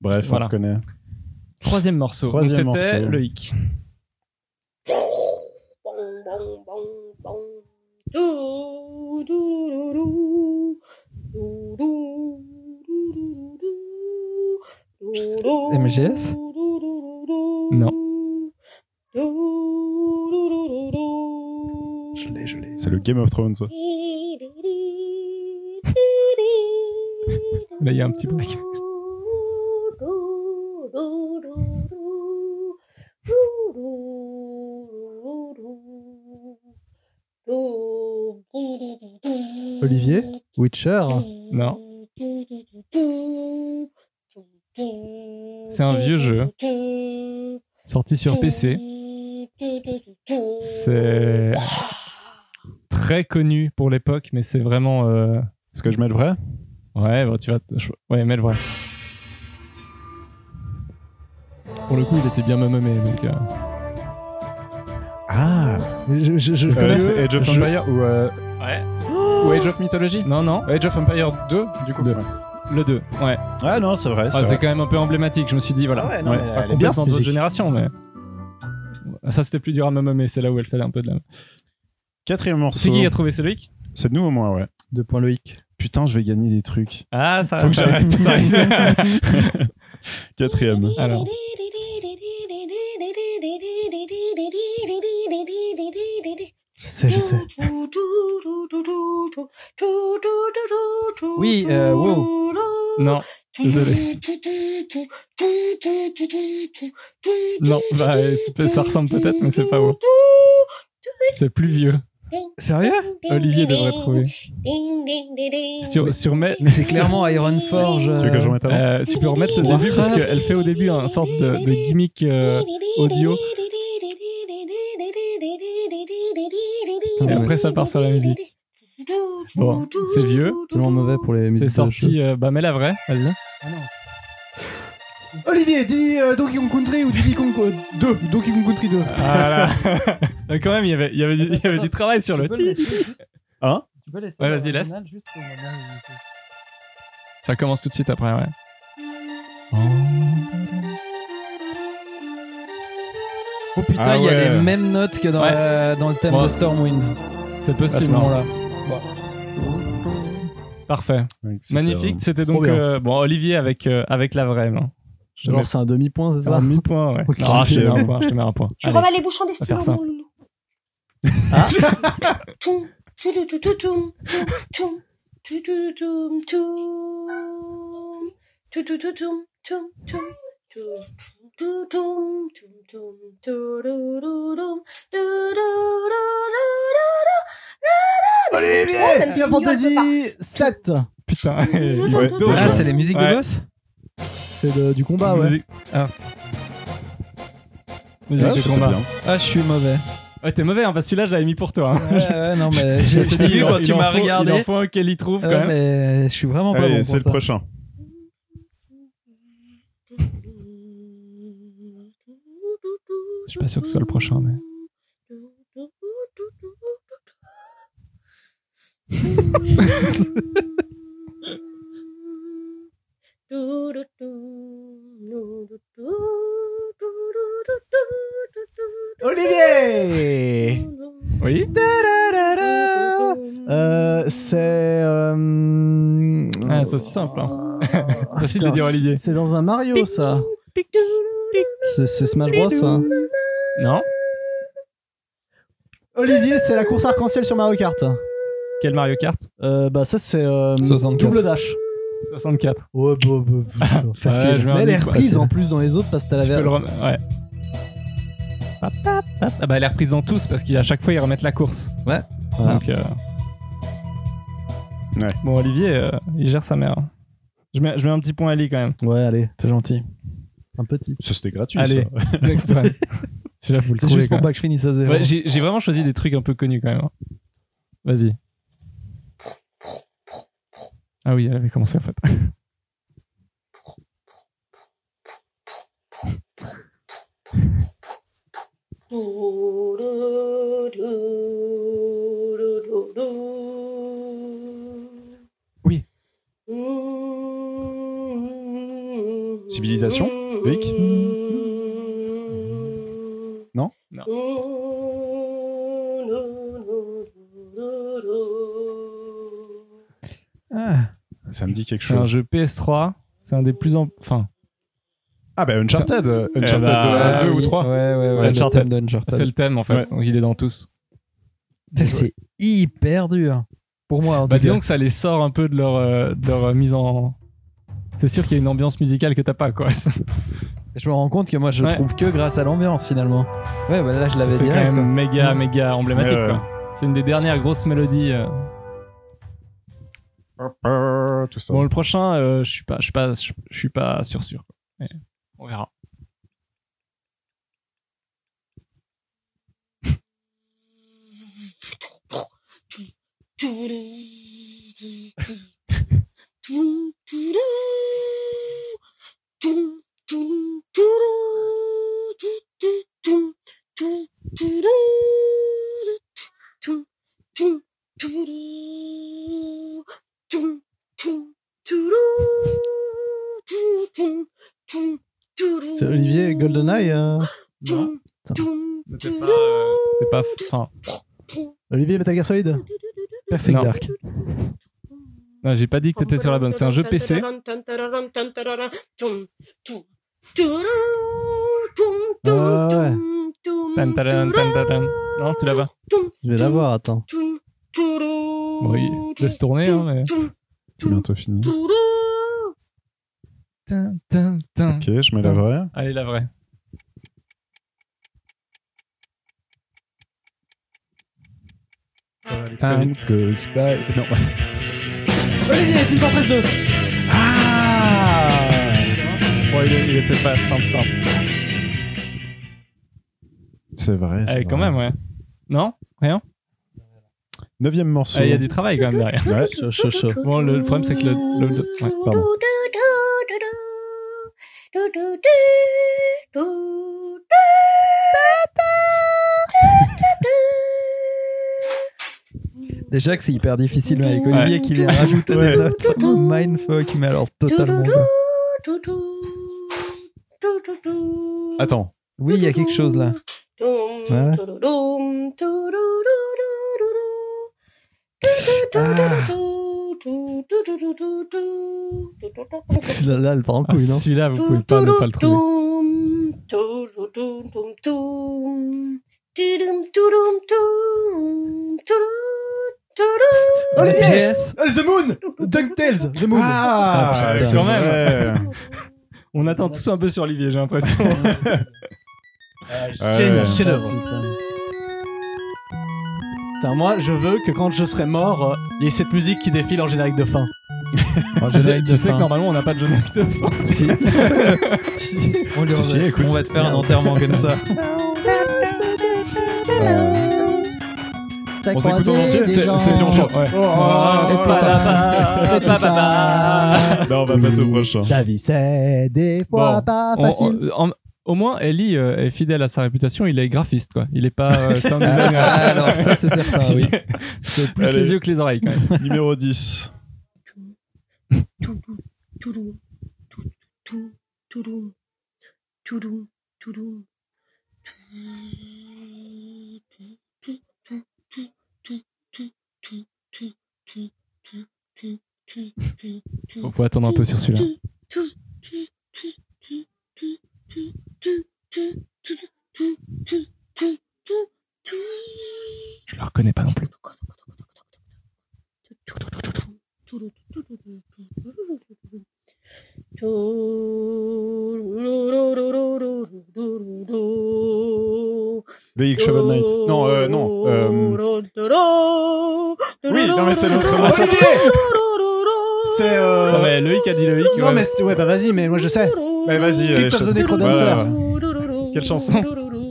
Bref, Voilà. on reconnaît. Troisième morceau. Donc, Troisième C'était morceau. Loïc. Bon, bon, bon, bon. Dou, dou, dou, dou. Dou, dou, dou, dou, dou, dou. Je sais- Dou, dou, MGS? dou, dou, dou, dou. Non. Dou, dou, dou, dou, dou. C'est le Game of Thrones. ça. Di, di, di, di, di. Là, il y a un petit break. Dou, dou, dou, dou, dou. Olivier Witcher Non. C'est un vieux jeu. Sorti sur PC. C'est très connu pour l'époque, mais c'est vraiment. euh, Est-ce que je mets le vrai Ouais, bah, tu vas. te- je- Ouais, mais le vrai. Pour le coup, il était bien mamamé, donc. euh, Ah Je- je- je- euh, C'est Age of Je- Empire ou, euh, Ouais. ou Age of Mythology Non, non, Age of Empire 2, du coup. Deux. le 2. Ouais. Ah non, c'est vrai. Ah, c'est c'est vrai. quand même un peu emblématique, je me suis dit, voilà. Ah ouais, non, mais elle est pas bien, complètement cette d'autres musique. générations, mais. Ça, c'était plus dur à mamamé, c'est là où elle fait un peu de la. Quatrième C'est morceau. qui qui a trouvé, c'est Loïc C'est nous au moins, ouais. Deux points Loïc. Putain, je vais gagner des trucs. Ah, ça. Faut que ça- j'arrête. ça- Quatrième. Alors. Je sais, je sais. Oui, euh, wow. non, Désolé. non, bah, c'est- ça ressemble peut-être, mais c'est pas beau. C'est plus vieux. Sérieux Olivier devrait trouver. Si tu, si tu remets- Mais c'est clairement Ironforge. Tu veux que je remette avant euh, tu peux remettre le début parce Warcraft. qu'elle fait au début un sorte de, de gimmick euh, audio. Et après, ça part sur la musique. Bon, c'est vieux. Tellement mauvais pour les musiques. C'est de jeu. sorti. euh, bah, mais la vraie, vas-y. Olivier, dis euh, Donkey Kong Country ou Diddy Kong euh, 2 Donkey Kong Country 2. Ah là. Quand même, il y avait, il y avait du, il y avait du travail sur le. Hein Tu peux laisser Ouais, vas-y, laisse. Ça commence tout de suite après, ouais. Oh putain, Ah il y a ouais. les mêmes notes que dans, Ouais. la- dans le thème Bon, de c'est- Stormwind. C'est Ah, c'est possible, marrant. là. Parfait. Ouais, c'était, Magnifique. C'était trop donc bien. euh, bon Olivier avec euh, avec la vraie. Non. Je Genre, c'est un demi-point, c'est ça un demi-point, ouais. On Non, je te s'en mets un point, je te mets un point. Tu Allez. remets les bouchons des faire stylos, ça. mon loulou. Tout, Toutoutoutoutoum, toum, toum, toutoutoum, toum, toutoutoutoum, toum, toum, toum, toutoutoum, toum, toum, tourourouroum, tourourourourou, la la. Olivier, Même si Final on peut pas. Fantasy 7 Putain, il doit être dos, Ah, ouais. c'est les musiques Ouais. de boss C'est de- du Ah, combat, ouais. Musique- Musique Ah, de c'était combat. bien. Ah, je suis mauvais. Ouais, t'es mauvais, hein, parce que celui-là, je l'avais mis pour toi. hein. Ouais, ouais, non, mais je, je t'ai Il vu en- quand il tu en m'as faut- regardé. Il en faut un qu'elle y trouve, quand Ouais, même. mais je suis vraiment pas Allez, bon c'est pour le ça. prochain. Je suis pas sûr que ce soit le prochain, mais... Olivier Oui Ta-da-da-da Euh, C'est. euh, Ah, c'est aussi simple, hein. Ah, Facile de putain, dire Olivier. C'est dans un Mario, ça. C'est c'est Smash Bros, ça. Non Olivier, c'est la course arc-en-ciel sur Mario Kart. Quel Mario Kart Euh, bah, ça, c'est. euh, 64. double dash. 64. Ouais, bah, bah, pff, Ouais, je facile. Mais vais elle en est dire quoi, reprise c'est- en plus dans les autres parce que t'as la Tu peux le version. rem- Ouais. Pap, pap, pap. Ah bah elle est reprise en tous parce qu'à chaque fois ils remettent la course. Ouais. Donc, euh, Ouais. Bon Olivier, euh, il gère sa mère. Je mets, je mets un petit point à lui quand même. Ouais, allez, C'est gentil. un petit. Ça, c'était gratuit, Allez, ça. next one. Celui-là, faut le C'est trouver. juste pour quand pas que je finisse à zéro. même. Ouais, J'ai j'ai vraiment choisi des trucs un peu connus quand même. hein. Vas-y. Ah oui, elle avait commencé en fait. Oui. Civilisation, Loïc Non Non. Ah, Ça me dit quelque C'est un chose. jeu PS3. C'est un des plus en... enfin Ah, bah Uncharted. euh, Eh Uncharted bah, deux- deux oui. ou trois. Ah Ouais, ouais, ouais. Ouais, le Uncharted. thème d'Uncharted. C'est le thème en fait, Ouais. donc il est dans tous. Ça, C'est hyper dur. Pour moi, en tout Bah cas. disons que ça les sort un peu de leur, euh, de leur euh, mise en... C'est sûr qu'il y a une ambiance musicale que t'as pas quoi. Je me rends compte que moi, je Ouais. trouve que grâce à l'ambiance, finalement. Ouais, bah là, je l'avais C'est dit. quand même méga Ouais. méga emblématique Ouais, ouais. quoi. C'est une des dernières grosses mélodies. euh. Euh, Tout ça. Bon le prochain, euh, je suis pas, je suis pas, je je suis pas sûr sûr. quoi. Mais on verra. C'est Olivier GoldenEye euh Non. C'est pas, euh, c'est pas, enfin, Olivier Metal Gear Solid Perfect Non. Dark. non, j'ai pas dit que t'étais sur la bonne. C'est un jeu PC. Ah Tan, taran, tan, taran. Non, tu l'as pas. Je vais l'avoir, attends. Bon, il- laisse tourner. Hein, mais... C'est bientôt fini. Tin, tin, tin. Ok, je mets la vraie. Allez la vraie. Ah, Time goes by. Non. Olivier, Team Fortress 2 Ah Bon, il, est- il était pas simple simple. C'est vrai. c'est Eh, quand vrai. même, ouais. Non Rien Neuvième Eh, morceau. Il y a du travail quand même derrière. Ouais. Chaud, chaud, chaud. Bon, le, le problème, c'est que le. le- le- ouais. pardon. Déjà que c'est hyper difficile, mais avec Olivier Ouais. qui vient rajouter Ouais. des notes. Oh, Mindfuck, mais alors totalement. quoi. Attends. Oui, il y a quelque chose là. Ouais. Ah. Là, là, elle part en Ah, couille, non Celui-là, vous pouvez pas ne pas le trouver. trouver. Olivier PS. Oh, The Moon DuckTales The Moon Ah, Ah, c'est putain. quand même. On attend tous un peu sur Olivier, j'ai l'impression. Génial, Ouais. chef-d'œuvre. Putain, moi, je veux que quand je serai mort, euh, il y ait cette musique qui défile en générique de fin. Un Tu sais, générique tu de sais que fin. normalement on n'a pas de générique de fin. Si. On lui Si, si, envoie- écoute. on va te faire un enterrement comme ça. T'as On s'écoute en croisé entier des C'est gens. c'est en chant. Ouais. Et pas- et tout ça. Non, on va passer au prochain. La vie, c'est des fois Bon, pas On- facile. on- en- au moins, Ellie euh, est fidèle à sa réputation. Il est graphiste, quoi. Il est pas euh, sound designer. Ah, Alors ça c'est certain, oui. C'est plus Allez. les yeux que les oreilles, quand même. Numéro 10. Toulou, tou- tou- toulou, toulou, toulou, tou- tou- tou- tou- tou- tou- tou- tou- tou- tou- tou- tou- tou- tou- Faut attendre un peu sur celui-là. Je le reconnais pas non plus. Le Hick Shovel Knight. Non, euh, non. euh, Oui, non, mais c'est notre morceau. C'est. euh, Non, mais Loïc a dit Loïc. Non, ouais. mais c'est- ouais, bah vas-y, mais moi je sais. Allez, vas-y. allez, Crypt of the chante. Necrodancer. Voilà. Quelle chanson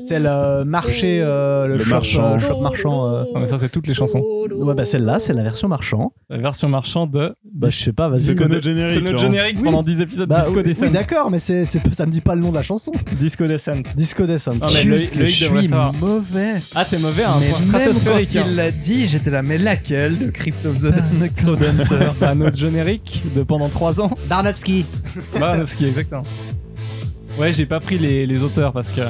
C'est le marché. euh, le Le shop, marchand. euh, shop marchand. euh. Non, mais ça, c'est toutes les chansons. Ouais, bah celle-là, c'est la version marchand. La version marchande de. Bah je sais pas, vas-y. C'est Disco notre de- générique. C'est notre Laurent. générique Oui. pendant 10 épisodes Bah, Disco oui, Descent. oui, d'accord, mais c'est, c'est- ça me dit pas le nom de la chanson. Disco Descent. Disco Descent. Non, Ah, mais Loïc- Juste que Loïc je devrait suis savoir. mauvais. Ah, t'es mauvais à un mais point même quand stratosphérique. il l'a dit, j'étais là, mais laquelle de Crypt of Ah, the Necro hein. Bah, notre générique de pendant 3 ans. Darnowski. Baranowski, exactement. Ouais, j'ai pas pris les, les auteurs parce que.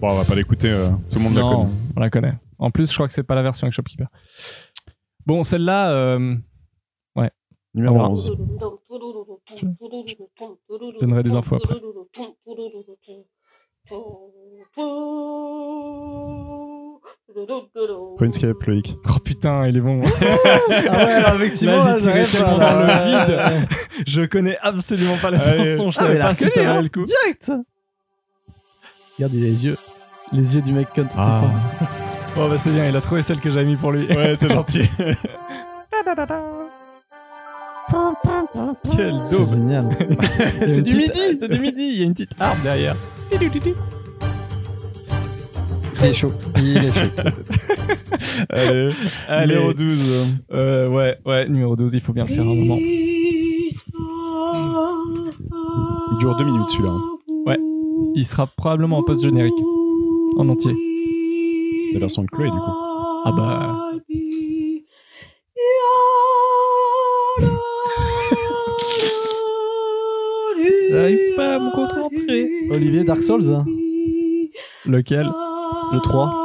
Bon, on va pas l'écouter, euh, tout le monde la non, connaît. on la connaît. En plus, je crois que c'est pas la version avec Shopkeeper. Bon, celle-là. euh, Numéro Au revoir. 11. Je donnerai des infos après. Runescape, Loïc. Oh putain, il est bon. Ah ouais, alors effectivement, Là, j'ai là, tiré j'arrive tellement pas, dans là. le je connais absolument pas la Allez. chanson. Je Ah, savais mais la pas si ça reconnu, valait hein. le coup. Direct Regarde, il a les yeux. Les yeux du mec comme Ah. Oh bah c'est bien, il a trouvé celle que j'avais mis pour lui. Ah. Ouais, c'est gentil. Quel C'est daube. génial. Il y a une C'est du petite- midi. C'est du midi, il y a une petite harpe derrière. Il est chaud. Il est chaud. Allez. Allez. Numéro 12. Euh, ouais, ouais, numéro 12, il faut bien le faire un moment. Il dure deux minutes, celui-là, hein. Ouais. Il sera probablement en post-générique. En entier. La version de Chloé, du coup. Ah bah. J'arrive pas à me concentrer. Olivier Dark Souls hein. Lequel Le 3.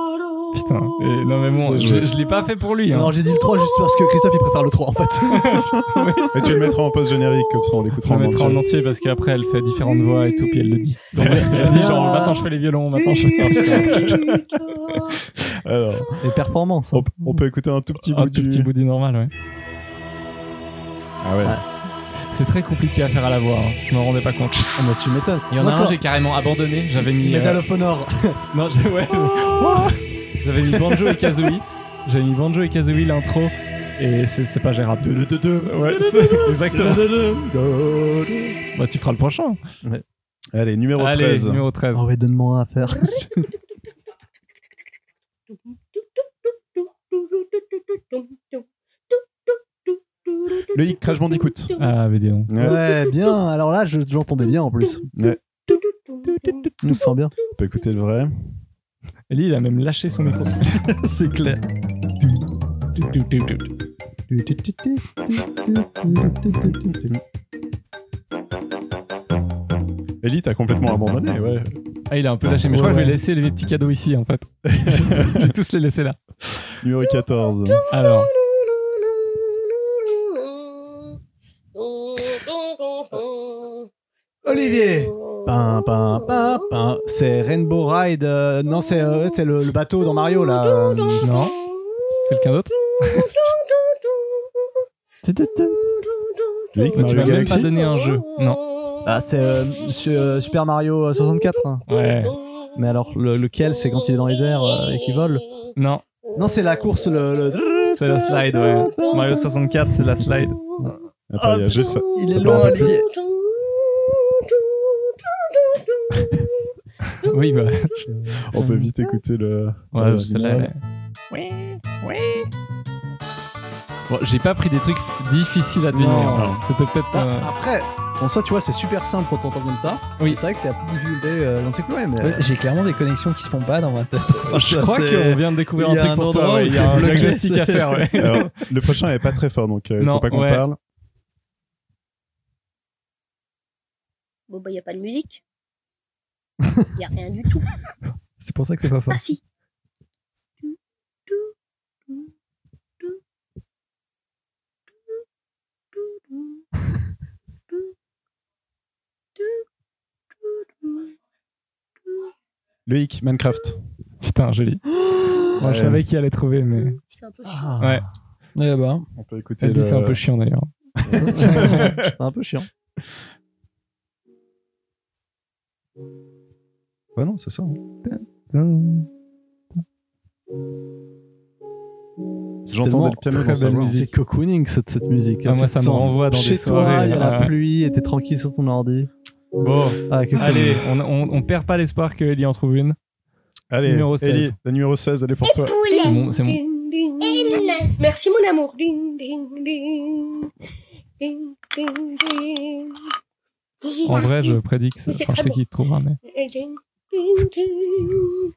Putain. et non mais bon, Je- je, je l'ai pas fait pour lui. Hein. Non, j'ai dit le 3 juste parce que Christophe il prépare le 3 en fait. Et tu le mettras en post générique, comme ça on l'écoutera On en le mettra en entier. entier parce qu'après elle fait différentes voix et tout, puis elle le dit. Donc, elle dit genre maintenant je fais les violons, maintenant je fais Alors, Les performances. hein. on, on peut écouter un tout petit bout un tout du- petit bout du normal. Ouais. Ah ouais. Ouais. C'est très compliqué à faire à la voix. hein. Je m'en rendais pas compte. Ah, bah, tu m'étonnes. Il y en a Moi, un, quand- j'ai carrément abandonné. J'avais mis. euh, Medal of Honor. Non, j'ai- ouais. J'avais mis Banjo et Kazooie. J'avais mis Banjo et Kazooie l'intro. Et c'est c'est pas gérable. Ouais, c'est- exactement. Bah, tu feras le prochain. Allez, numéro Allez, 13. numéro 13. Oh ouais, donne-moi un à faire. Le hic Crash Bandicoot. Ah, mais dis donc. Ouais, Ouais, bien. Alors là, je je l'entendais bien en plus. On me sent bien. On peut écouter le vrai. Ellie, il a même lâché son micro. C'est clair. Ellie, t'as complètement abandonné, ouais. Ah, il a un peu lâché, mais je Ouais, crois que je vais ouais. laisser les petits cadeaux ici en fait. je vais tous les laisser là. Numéro 14. Alors, Olivier. Pin, pin, pin, pin. C'est Rainbow Ride. euh, non, c'est euh, c'est le, le bateau dans Mario là. euh, non. Quelqu'un d'autre Loïc, tu m'as Mario même pas Galaxy donné un jeu. Non. Ah, c'est euh, su- euh, Super Mario euh, 64. hein. Ouais. Mais alors, le- lequel c'est quand il est dans les airs euh, et qu'il vole Non. Non, c'est la course, le. le- C'est la slide, ouais. Mario 64, c'est la slide. Attends, il y a juste ça. Il ça est part un loin, peu plus. lui. Oui, bah. On peut vite écouter le. Ouais, le ouais, celle-là. génial. elle est- Bon, j'ai pas pris des trucs f- difficiles à devenir. Non. C'était peut-être. Ah, euh, Après, en soi, tu vois, c'est super simple quand t'entends comme ça. Oui. C'est vrai que c'est la petite difficulté euh, dans ces coups, mais. euh, Ouais, J'ai clairement des connexions qui se font pas dans ma tête. Ah, Je crois qu'on vient de découvrir il un y a truc un pour toi. endroit ouais. où Il y a un c'est bloqué, diagnostic à c'est- faire, ouais. Alors, le prochain est pas très fort, donc euh, il Non, faut pas qu'on ouais. parle. Bon, bah, il n'y a pas de musique. Il n'y a rien du tout. C'est pour ça que c'est pas fort. Ah, si. Loïc, Minecraft. Putain, joli. Moi, je Ouais. savais qui allait trouver, mais. C'est un peu chiant. ah, Ouais. Eh ben, On peut écouter. Elle dit le- c'est un peu chiant d'ailleurs. c'est un peu chiant. Ouais, non, c'est ça. hein. J'entendais le piano Tellement dans très sa belle voix. musique. C'est cocooning ce- cette musique. Ah, hein, moi, tu ça te me sens renvoie dans Chez des soirées. toi, il y a la ouais. pluie et t'es tranquille sur ton ordi. Bon, Ah, cocooning. Allez, on, on, on perd pas l'espoir que Ellie en trouve une. allez. Numéro Ellie, 16. la numéro 16, elle est pour toi. C'est mon- c'est mon- Ding, ding, ding. Merci mon amour. Ding, ding, ding. Ding, ding, ding. En vrai, je prédis que c'est. Mais c'est Enfin, je très sais beau. qui te trouvera, mais. Ding, ding, ding.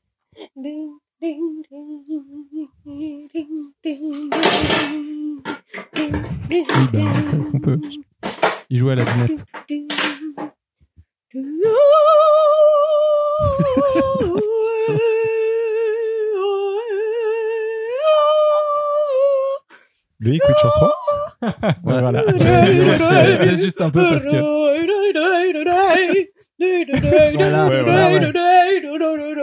Ding, ding, ding. Ding, ding, ding. Ding, ding, Oui, bah, on fait ce qu'on peut. ding. Il jouait à la dinette. Ding, ding, ding. Loïc, Witcher 3. Ouais, voilà. ouais. Laisse juste un peu parce que. Voilà, ouais, voilà, ouais.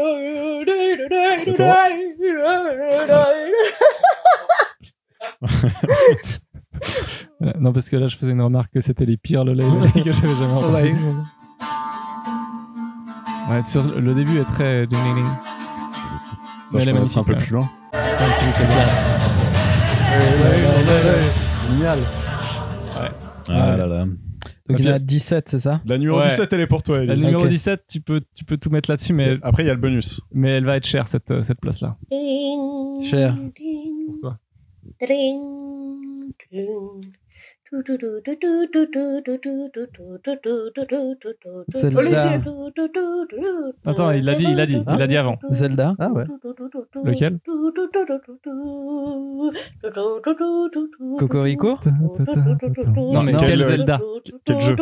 Euh, Non, parce que là, je faisais une remarque que c'était les pires le live que j'avais jamais entendu. Ouais. Ouais, sur le début est très. ding, ding, ding. Ça, Mais elle je est peux mettre magnifique. hein. un peu ouais. plus loin. Un petit peu de glace. Génial. Ah là là. donc il y en a Ok. 17, c'est ça La numéro Ouais. 17, elle est pour toi, La Ellie. numéro Ok. 17, tu peux, tu peux tout mettre là-dessus, mais, Après, il y a le bonus. mais elle va être chère, cette, euh, cette place-là. Cher. Pour toi. Zelda. Attends, il l'a dit, il l'a dit, il l'a dit avant. Zelda. Ah ouais. Lequel Cocorico Non, mais Non. quel Quel, euh, Zelda quel jeu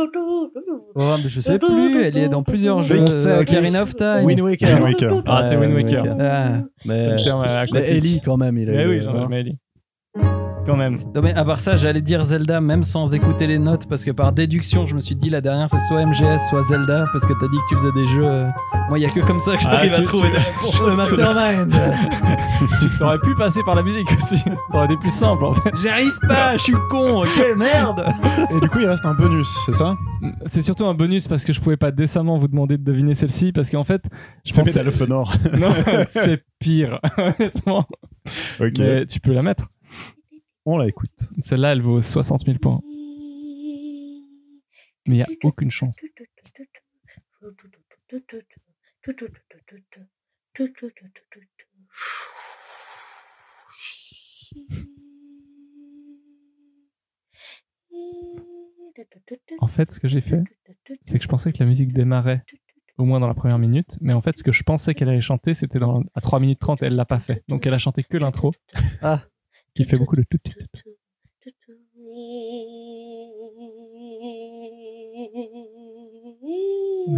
Oh, mais je sais plus, elle est dans plusieurs jeux. euh, Link, c'est- Ocarina of Time. Wind Waker. Wind Waker. Ah, c'est Ouais, Wind Wind Waker. Waker. Ah. Euh, C'est le Mais, terme à mais côté. Ellie, quand même, il a Eh eu, oui, euh, j'en ai- mais Ellie. Quand même. Non, mais à part ça, j'allais dire Zelda même sans écouter les notes parce que par déduction, je me suis dit la dernière c'est soit MGS, soit Zelda parce que t'as dit que tu faisais des jeux. euh, Moi, il y a que comme ça que j'arrive Ah, à tu- trouver tu- des Le mastermind. Tu t'aurais pu passer par la musique aussi. Ça aurait été plus simple, hein. en fait. J'arrive pas, je suis con, ok, merde Et du coup, il reste un bonus, c'est ça C'est surtout un bonus parce que je pouvais pas décemment vous demander de deviner celle-ci parce qu'en fait, C'est je pense métallophonore. Non, c'est pire, honnêtement. ok. Mais tu peux la mettre. On la écoute. Celle-là, elle vaut 60 000 points. Mais il n'y a aucune chance. En fait, ce que j'ai fait, c'est que je pensais que la musique démarrait au moins dans la première minute, mais en fait, ce que je pensais qu'elle allait chanter, c'était dans à 3 minutes 30, elle l'a pas fait. Donc elle a chanté que l'intro. Ah. Qui fait beaucoup de tout. tout, tout.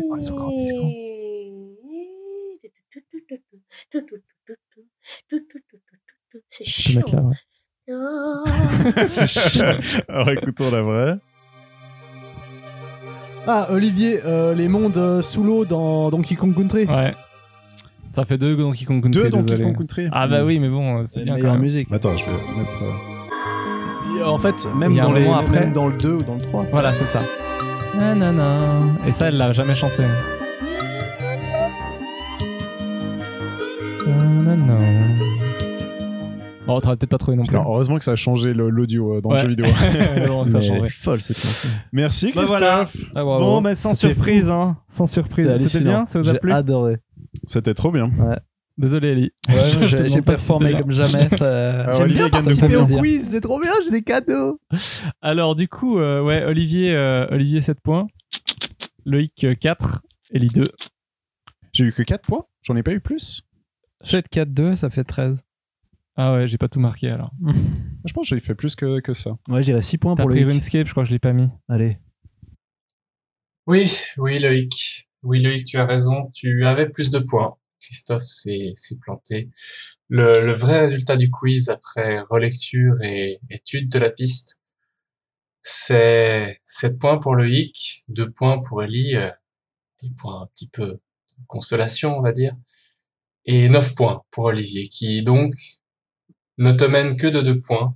On est sur Grand Disco. Je C'est peux chiant. mettre là, ouais. Alors, écoutons la vraie. Ah, Olivier, euh, les mondes euh, sous l'eau dans Donkey Kong Country. Ouais. Ça fait deux Donkey Kong Country. Deux Donkey désolé. Kong Country. Ah bah oui, mais bon, euh, c'est C'est bien la quand meilleure même. musique. Attends, je vais mettre. euh, euh, en fait, même Il y a un dans, les, moment après. même dans le 2 ou dans le 3. Voilà, c'est ça. Nanana. Et ça, elle l'a jamais chanté. Nanana. Oh, t'aurais peut-être pas trouvé non plus. Putain, heureusement que ça a changé le- l'audio euh, dans le Ouais. jeu vidéo. Non, ça a Mais changé. folle cette chanson. Merci Christophe. Bah Ah, bravo. Bon, mais sans C'était surprise, hein. Sans surprise. C'était hallucinant. bien, ça vous a J'ai plu adoré. C'était trop bien. Désolé, Ellie. Je te J'ai demande pas si performé t'es là. comme jamais. Ça... Ah, Olivier gagne le participer point. au plaisir. quiz, c'est trop bien, j'ai des cadeaux. Alors, du coup, euh, ouais, Olivier, euh, Olivier 7 points. Loïc euh, 4. Ellie 2. J'ai eu que 4 points. J'en ai pas eu plus. 7, 4, 2, ça fait 13. Ah ouais, j'ai pas tout marqué alors. Je pense que j'ai fait plus que, que ça. Ouais, j'irai 6 points T'as pour pris le RuneScape, je crois que je l'ai pas mis. Allez. Oui, oui, Loïc. Oui, Loïc, tu as raison. Tu avais plus de points. Christophe s'est s'est planté. Le, le vrai résultat du quiz après relecture et étude de la piste, c'est 7 points pour Loïc, 2 points pour Ellie, euh, des points un petit peu de consolation, on va dire, et 9 points pour Olivier, qui donc ne te mène que de 2 points,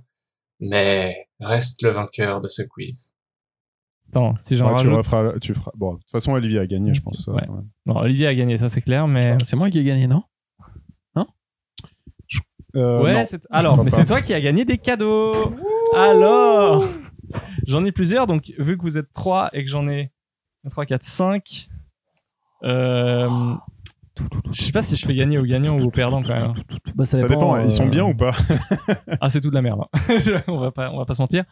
mais reste le vainqueur de ce quiz. Attends, si j'en Ouais, tu, rajoute. referas- tu feras. Bon, de toute façon, Olivier a gagné, je pense. Ouais. Bon, Olivier a gagné, ça c'est clair, mais. C'est moi qui ai gagné, non Euh, ouais, non. c'est- alors, crois mais pas. c'est toi qui as gagné des cadeaux. Alors, j'en ai plusieurs, donc vu que vous êtes 3 et que j'en ai 3, 4, 5, euh, je sais pas si je fais gagner au gagnant ou au perdant quand même. Bah, Ça dépend, euh, ils sont bien ou pas Ah, c'est tout de la merde. hein. on, va pas, on va pas se mentir.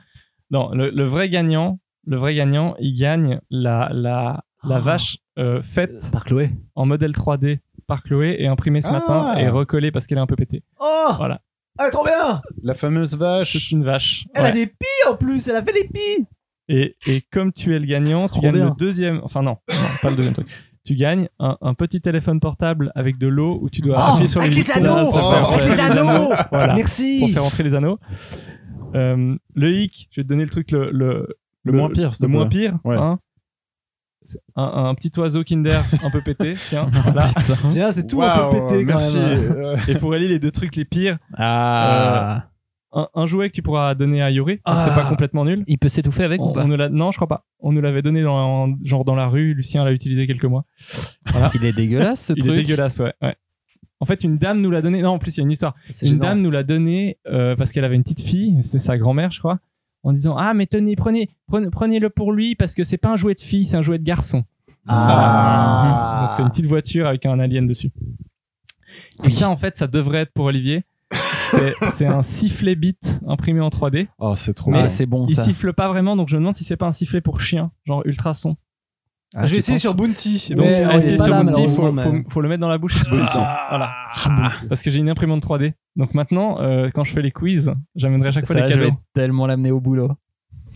Non, le, le vrai gagnant, le vrai gagnant, il gagne la, la, la vache euh, faite Par Chloé. en modèle 3D par Chloé et imprimée ce matin Ah. et recollée parce qu'elle est un peu pétée. Oh Voilà. Elle est trop bien La fameuse C'est une vache. Elle Ouais. a des pis en plus, elle a fait des pis Et, et comme tu es le gagnant, tu Trop gagnes bien. le deuxième. Enfin, non, non, pas le deuxième truc. Tu gagnes un, un petit téléphone portable avec de l'eau où tu dois Oh, appuyer Ah, sur Oh, les boutons pour faire- avec ouais, les voilà, pour Merci faire entrer les anneaux. Euh, le hic, je vais te donner le truc le, le, Le moins pire, s'il te le moins plaît. pire. Ouais. hein. C'est un, un petit oiseau Kinder un peu pété. Tiens, voilà. Génial, c'est tout un peu Waouh, pété quand Merci. même. Euh, Et pour aller les deux trucs les pires, Ah. un, un jouet que tu pourras donner à Yuri. donc C'est Ah. pas complètement nul. Il peut s'étouffer avec On, ou pas on nous l'a- non, je crois pas. On nous l'avait donné dans, genre dans la rue. Lucien l'a utilisé quelques mois. Il est dégueulasse ce Il truc. est dégueulasse, ouais. ouais. En fait, une dame nous l'a donné. Non, en plus, il y a une histoire. C'est Une gênant. dame nous l'a donné euh, parce qu'elle avait une petite fille, c'était sa grand-mère, je crois, en disant Ah, mais tenez, prenez, prenez, prenez-le pour lui parce que c'est pas un jouet de fille, c'est un jouet de garçon. Ah. Donc, c'est une petite voiture avec un alien dessus. Et ça, en fait, ça devrait être pour Olivier. C'est, c'est un sifflet bit imprimé en 3D. Oh, c'est trop Mais bien. Ah, c'est bon Il ça. siffle pas vraiment, donc je me demande si c'est pas un sifflet pour chien, genre ultrason. Ah, Je tu vais essayer penses sur Bounty. Donc, mais on essayez est pas sur là, Bounty, faut, malheureusement, faut- mais- Ah, faut le mettre dans la bouche. Ah, Voilà. Parce que j'ai une imprimante 3D. Donc maintenant, euh, quand je fais les quiz, j'amènerai à chaque fois Ça, les je vais cadeaux. tellement l'amener au boulot.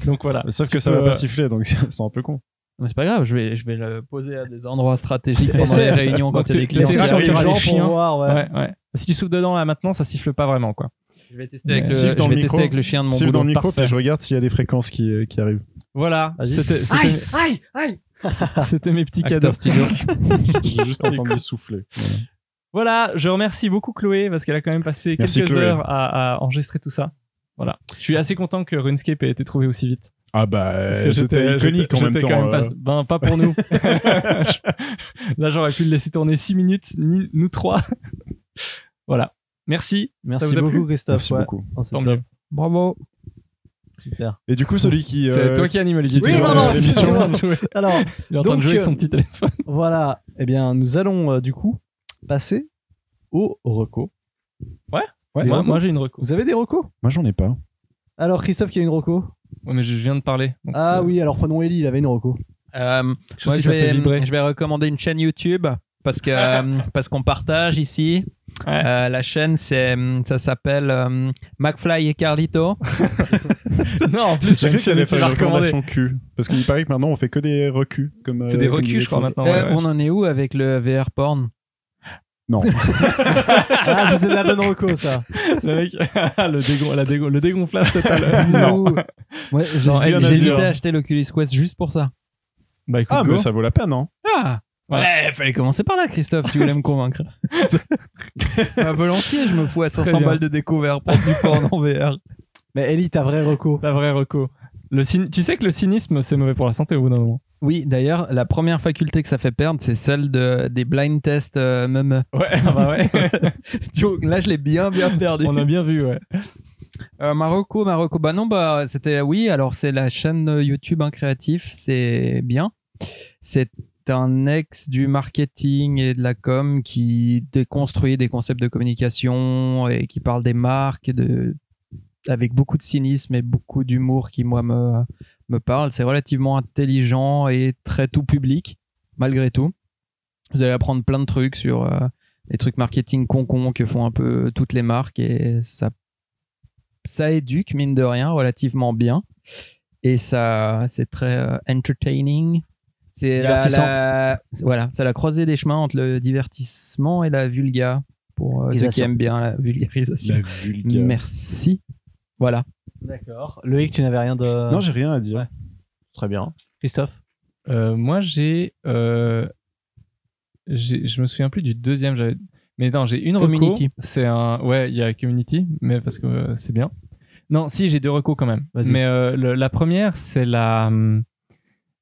Donc voilà. Sauf que ça peux- va pas siffler, donc c'est un peu con. Mais c'est pas grave, je vais, je vais le poser à des endroits stratégiques pendant Essaie. les réunions quand Donc il y a des tu- clients. t'essaieras Merci sur les les gens gens pour chiens. voir, ouais. Ouais, ouais. Si tu souffles dedans là maintenant, ça siffle pas vraiment quoi. Je vais tester avec le, Siffle dans je le vais tester micro. avec le chien de mon Siffle boulot. dans le micro, Parfait. puis je regarde s'il y a des fréquences qui, euh, qui arrivent. Voilà. Vas-y. C'était c'était- Aïe, aïe, c'était mes petits Acteur cadeaux. studio. J'ai juste entendu souffler. Voilà. Je remercie beaucoup Chloé parce qu'elle a quand même passé Merci, quelques Chloé. heures à, à enregistrer tout ça. Voilà. Je suis assez content que RuneScape ait été trouvé aussi vite. Ah bah, Parce que c'était j'étais- iconique en j'étais même temps. quand pas, euh. ben, pas pour nous. Là, j'aurais pu le laisser tourner 6 minutes, ni- nous trois. voilà. Merci. Merci vous a beaucoup, plu Christophe. Merci ouais. beaucoup. Oh, c'est Tant top, mieux. Bravo. super. Et du coup, celui qui. Mmh. C'est euh, toi qui anime Olivier. Oui, tu pardon, vois, l'émission. excuse-moi. Alors, Il est en train Donc, de jouer avec euh, son petit téléphone. Voilà, eh bien, nous allons euh, du coup passer au reco. Ouais, moi, moi, j'ai une recours. Vous avez des recos Moi, j'en ai pas. Alors, Christophe qui a une reco Ouais, mais je viens de parler. donc, Ah euh, oui, alors prenons Ellie, il avait une reco. Euh, Je moi, sais, je ça fait vibrer. vais, je vais recommander une chaîne YouTube parce que euh, parce qu'on partage ici. Ouais. Euh, la chaîne, c'est ça s'appelle euh, McFly et Carlito. non, en plus, J'ai cru qu'il allait faire faire une recommandation cul. Parce qu'il paraît que maintenant, on fait que des recus. comme, C'est euh, des comme recus, disait je crois, Chris. maintenant. Euh, ouais, ouais. On en est où avec le VR porn Ah, ça, c'est de la bonne reco, ça. Le mec, Ah, le, dégon, la dégon- le dégonflage total. non. Ouh. Ouais, j'ai- Genre, rien à J'hésitais dire. à acheter l'Oculus Quest juste pour ça. Bah écoute, Ah, go. mais ça vaut la peine, hein. Ah Voilà. Ouais, fallait commencer par là, Christophe, si vous voulez me convaincre. bah, volontiers, je me fous à Très 500 bien. balles de découvert pour du porn en VR. Mais Ellie, ta vraie reco. Ta vraie reco. Le cyn- Tu sais que le cynisme, c'est mauvais pour la santé au bout d'un moment. Oui, d'ailleurs, la première faculté que ça fait perdre, c'est celle de, des blind tests euh, meme. Ouais, bah ouais. Donc Là, je l'ai bien, bien perdu. On a bien vu, ouais. Euh, Marocco, Marocco, bah non, bah c'était oui. Alors c'est la chaîne euh, YouTube un créatif, c'est bien. C'est un ex du marketing et de la com qui déconstruit des concepts de communication et qui parle des marques et de avec beaucoup de cynisme et beaucoup d'humour qui moi me me parle. C'est relativement intelligent et très tout public malgré tout. Vous allez apprendre plein de trucs sur euh, les trucs marketing con que font un peu toutes les marques et ça ça éduque mine de rien relativement bien et ça c'est très euh, entertaining c'est la, Divertissant. la- voilà c'est la croisée des chemins entre le divertissement et la vulga pour euh, ceux qui Vulgarisation. aiment bien la vulgarisation La euh, vulgaire. merci voilà D'accord. Loïc, tu n'avais rien de. Non, j'ai rien à dire. Très bien. Christophe Euh, moi, j'ai, euh, j'ai- Je me souviens plus du deuxième. j'avais- Mais non, j'ai une reco. Community. C'est un. Ouais, il y a Community, mais parce que euh, c'est bien. Non, si, j'ai deux recos quand même. Vas-y. Mais euh, le- la première, c'est la. hum,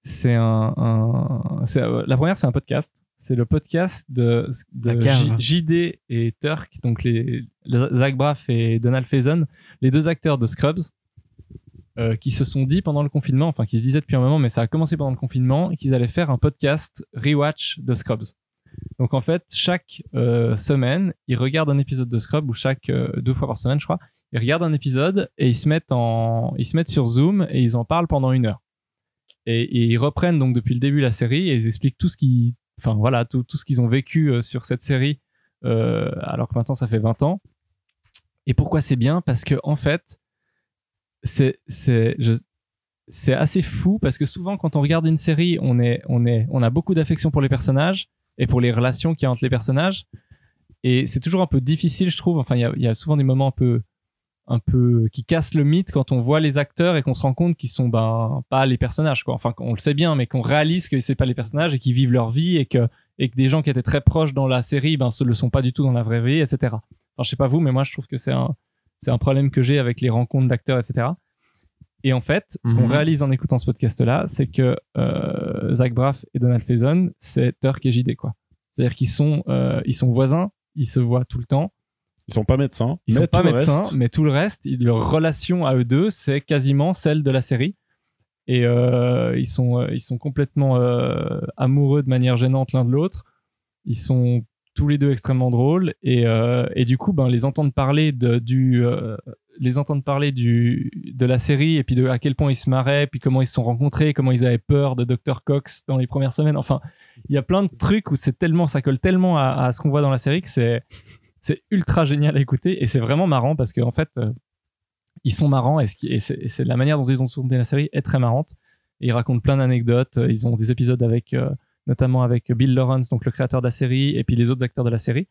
C'est un. un- c'est, euh, la première, c'est un podcast. C'est le podcast de, de La cave. J- JD et Turk, donc les, les- Zach Braff et Donald Faison, les deux acteurs de Scrubs euh, qui se sont dit pendant le confinement, enfin qui se disaient depuis un moment, mais ça a commencé pendant le confinement, qu'ils allaient faire un podcast rewatch de Scrubs. Donc en fait, chaque euh, semaine, ils regardent un épisode de Scrubs ou chaque euh, deux fois par semaine, je crois, ils regardent un épisode et ils se mettent en, ils se mettent sur Zoom et ils en parlent pendant une heure. Et, et ils reprennent donc depuis le début la série et ils expliquent tout ce qui, enfin voilà, tout, tout ce qu'ils ont vécu euh, sur cette série, euh, alors que maintenant ça fait 20 ans. Et pourquoi c'est bien Parce que en fait, c'est c'est je c'est assez fou parce que souvent quand on regarde une série on est on est on a beaucoup d'affection pour les personnages et pour les relations qu'il y a entre les personnages et c'est toujours un peu difficile je trouve enfin il y a, il y a souvent des moments un peu un peu qui cassent le mythe quand on voit les acteurs et qu'on se rend compte qu'ils sont ben pas les personnages quoi enfin on le sait bien mais qu'on réalise que c'est pas les personnages et qu'ils vivent leur vie et que et que des gens qui étaient très proches dans la série ben se le sont pas du tout dans la vraie vie etc enfin je sais pas vous mais moi je trouve que c'est un c'est un problème que j'ai avec les rencontres d'acteurs, etc. Et en fait, ce qu'on Mhm. réalise en écoutant ce podcast-là, c'est que euh, Zach Braff et Donald Faison, c'est Turk et JD, quoi. C'est-à-dire qu'ils sont, euh, ils sont voisins, ils se voient tout le temps, Ils sont pas médecins. ils mais sont pas tout le médecins, reste- mais tout le reste, ils- leur relation à eux deux, c'est quasiment celle de la série. Et euh, ils, sont, euh, ils sont complètement euh, amoureux de manière gênante l'un de l'autre. Ils sont tous les deux extrêmement drôles. Et, euh, et du coup, ben, les entendre parler de, du. euh, les entendre parler du, de la série et puis de à quel point ils se marraient, puis comment ils se sont rencontrés, comment ils avaient peur de Dr. Cox dans les premières semaines. Enfin, il y a plein de trucs où c'est tellement, ça colle tellement à, à ce qu'on voit dans la série que c'est, c'est ultra génial à écouter et c'est vraiment marrant parce qu'en fait, euh, ils sont marrants et, ce qui- et c'est, et c'est la manière dont ils ont tourné la série est très marrante. Et ils racontent plein d'anecdotes. Euh, Ils ont des épisodes avec, euh, notamment avec Bill Lawrence, donc le créateur de la série, et puis les autres acteurs de la série.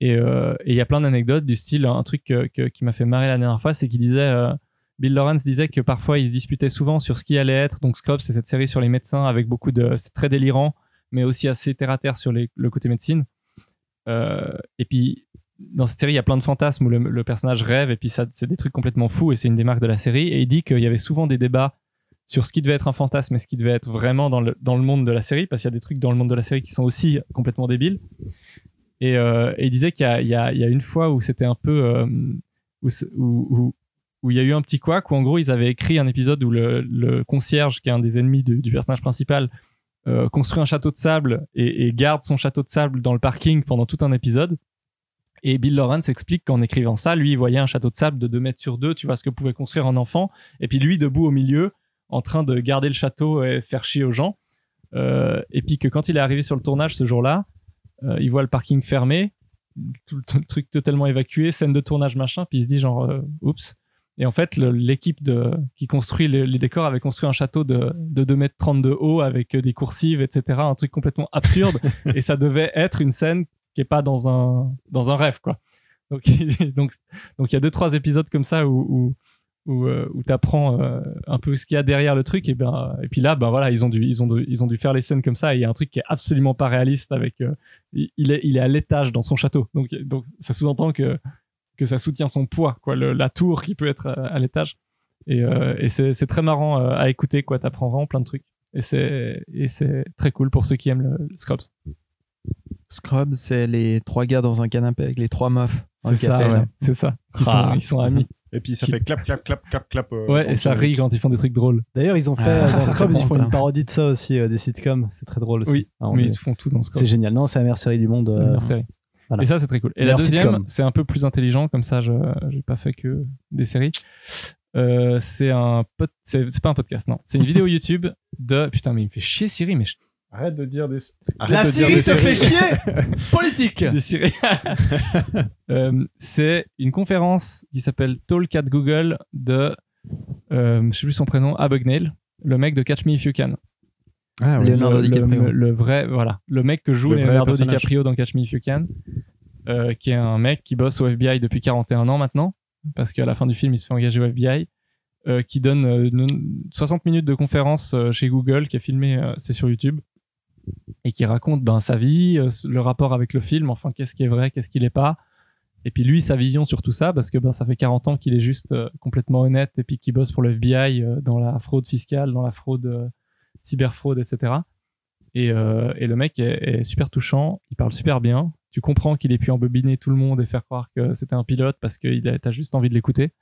Et euh, et il y a plein d'anecdotes du style, un truc que- que- qui m'a fait marrer la dernière fois, c'est qu'il disait, euh, Bill Lawrence disait que parfois ils se disputaient souvent sur ce qui allait être. Donc Scrubs, c'est cette série sur les médecins avec beaucoup de, c'est très délirant, mais aussi assez terre à terre sur les- le côté médecine. Euh, et puis dans cette série, il y a plein de fantasmes où le, le personnage rêve et puis ça, c'est des trucs complètement fous et c'est une des marques de la série. Et il dit qu'il y avait souvent des débats sur ce qui devait être un fantasme et ce qui devait être vraiment dans le, dans le monde de la série, parce qu'il y a des trucs dans le monde de la série qui sont aussi complètement débiles. Et, euh, et il disait qu'il y a, il y a- il y a une fois où c'était un peu. euh, où, c'est- où- où- où il y a eu un petit couac, où en gros ils avaient écrit un épisode où le, le concierge, qui est un des ennemis du- du personnage principal, euh, construit un château de sable et, et garde son château de sable dans le parking pendant tout un épisode. Et Bill Lawrence explique qu'en écrivant ça, lui, il voyait un château de sable de 2 mètres sur 2, tu vois, ce que pouvait construire un enfant. Et puis lui, debout au milieu, en train de garder le château et faire chier aux gens. Euh, et puis que quand il est arrivé sur le tournage ce jour-là, euh, il voit le parking fermé, tout le, tout le truc totalement évacué, scène de tournage, machin. Puis il se dit genre, euh, oups. Et en fait, le- l'équipe de- qui construit les, les décors avait construit un château de, de 2 mètres 30 de haut avec euh, des coursives, etc. Un truc complètement absurde. et ça devait être une scène qui est pas dans un, dans un rêve, quoi. Donc, donc, donc il y a deux, trois épisodes comme ça où, où, où, euh, où t'apprends euh, un peu ce qu'il y a derrière le truc. Et, ben, et puis là, ben voilà, ils ont, dû, ils, ont dû, ils ont dû faire les scènes comme ça. Et il y a un truc qui est absolument pas réaliste avec. euh, il, il est, il est à l'étage dans son château. Donc, donc ça sous-entend que que ça soutient son poids, quoi, le- la tour qui peut être à, à l'étage. Et, euh, et c'est c'est très marrant euh, à écouter, quoi. T'apprends vraiment plein de trucs. Et c'est et c'est très cool pour ceux qui aiment le, le Scrubs. Scrub, c'est les trois gars dans un canapé avec les trois meufs. dans le C'est ça, café, ouais. là. C'est ça. Ils sont, Ah. ils sont amis. Et puis ça Qui- fait clap, clap, clap, clap, clap. euh, Ouais, et en ça direct. rit quand ils font des trucs drôles. D'ailleurs, ils ont fait euh, Ah, dans c'est Scrubs, bon, ils font ça. une parodie de ça aussi, euh, des sitcoms. C'est très drôle aussi. Oui, Ah, on mais est- ils font tout dans Scrubs. c'est génial. Non, c'est la meilleure série du monde. C'est la euh, meilleure série. voilà. Et ça, c'est très cool. Et Meilleure la deuxième, sitcom. c'est un peu plus intelligent, comme ça, je j'ai pas fait que des séries. Euh, c'est un pod- c'est c'est pas un podcast, non. C'est une vidéo YouTube de putain, mais il me fait chier Siri, mais je- Arrête de dire des. La de dire Syrie des se fait séries. chier Politique des Siri. Euh, c'est une conférence qui s'appelle Talk at Google de euh, je sais plus son prénom, Abugnail, le mec de Catch Me If You Can. Ah ouais. Leonardo le, DiCaprio. le- le vrai, voilà, le mec que joue Le vrai Leonardo personnage. DiCaprio dans Catch Me If You Can, euh, qui est un mec qui bosse au FBI depuis 41 ans maintenant, parce qu'à la fin du film, il se fait engager au FBI, euh, qui donne euh, une- 60 minutes de conférence euh, chez Google, qui est filmé, euh, c'est sur YouTube, et qui raconte ben, sa vie, euh, le rapport avec le film, enfin, qu'est-ce qui est vrai, qu'est-ce qui l'est pas. Et puis lui, sa vision sur tout ça, parce que ben, ça fait 40 ans qu'il est juste euh, complètement honnête et puis qu'il bosse pour le FBI euh, dans la fraude fiscale, dans la fraude, euh, cyberfraude, etc. Et, euh, et le mec est, est super touchant, il parle super bien. Tu comprends qu'il ait pu embobiner tout le monde et faire croire que c'était un pilote parce que il a- t'as juste envie de l'écouter.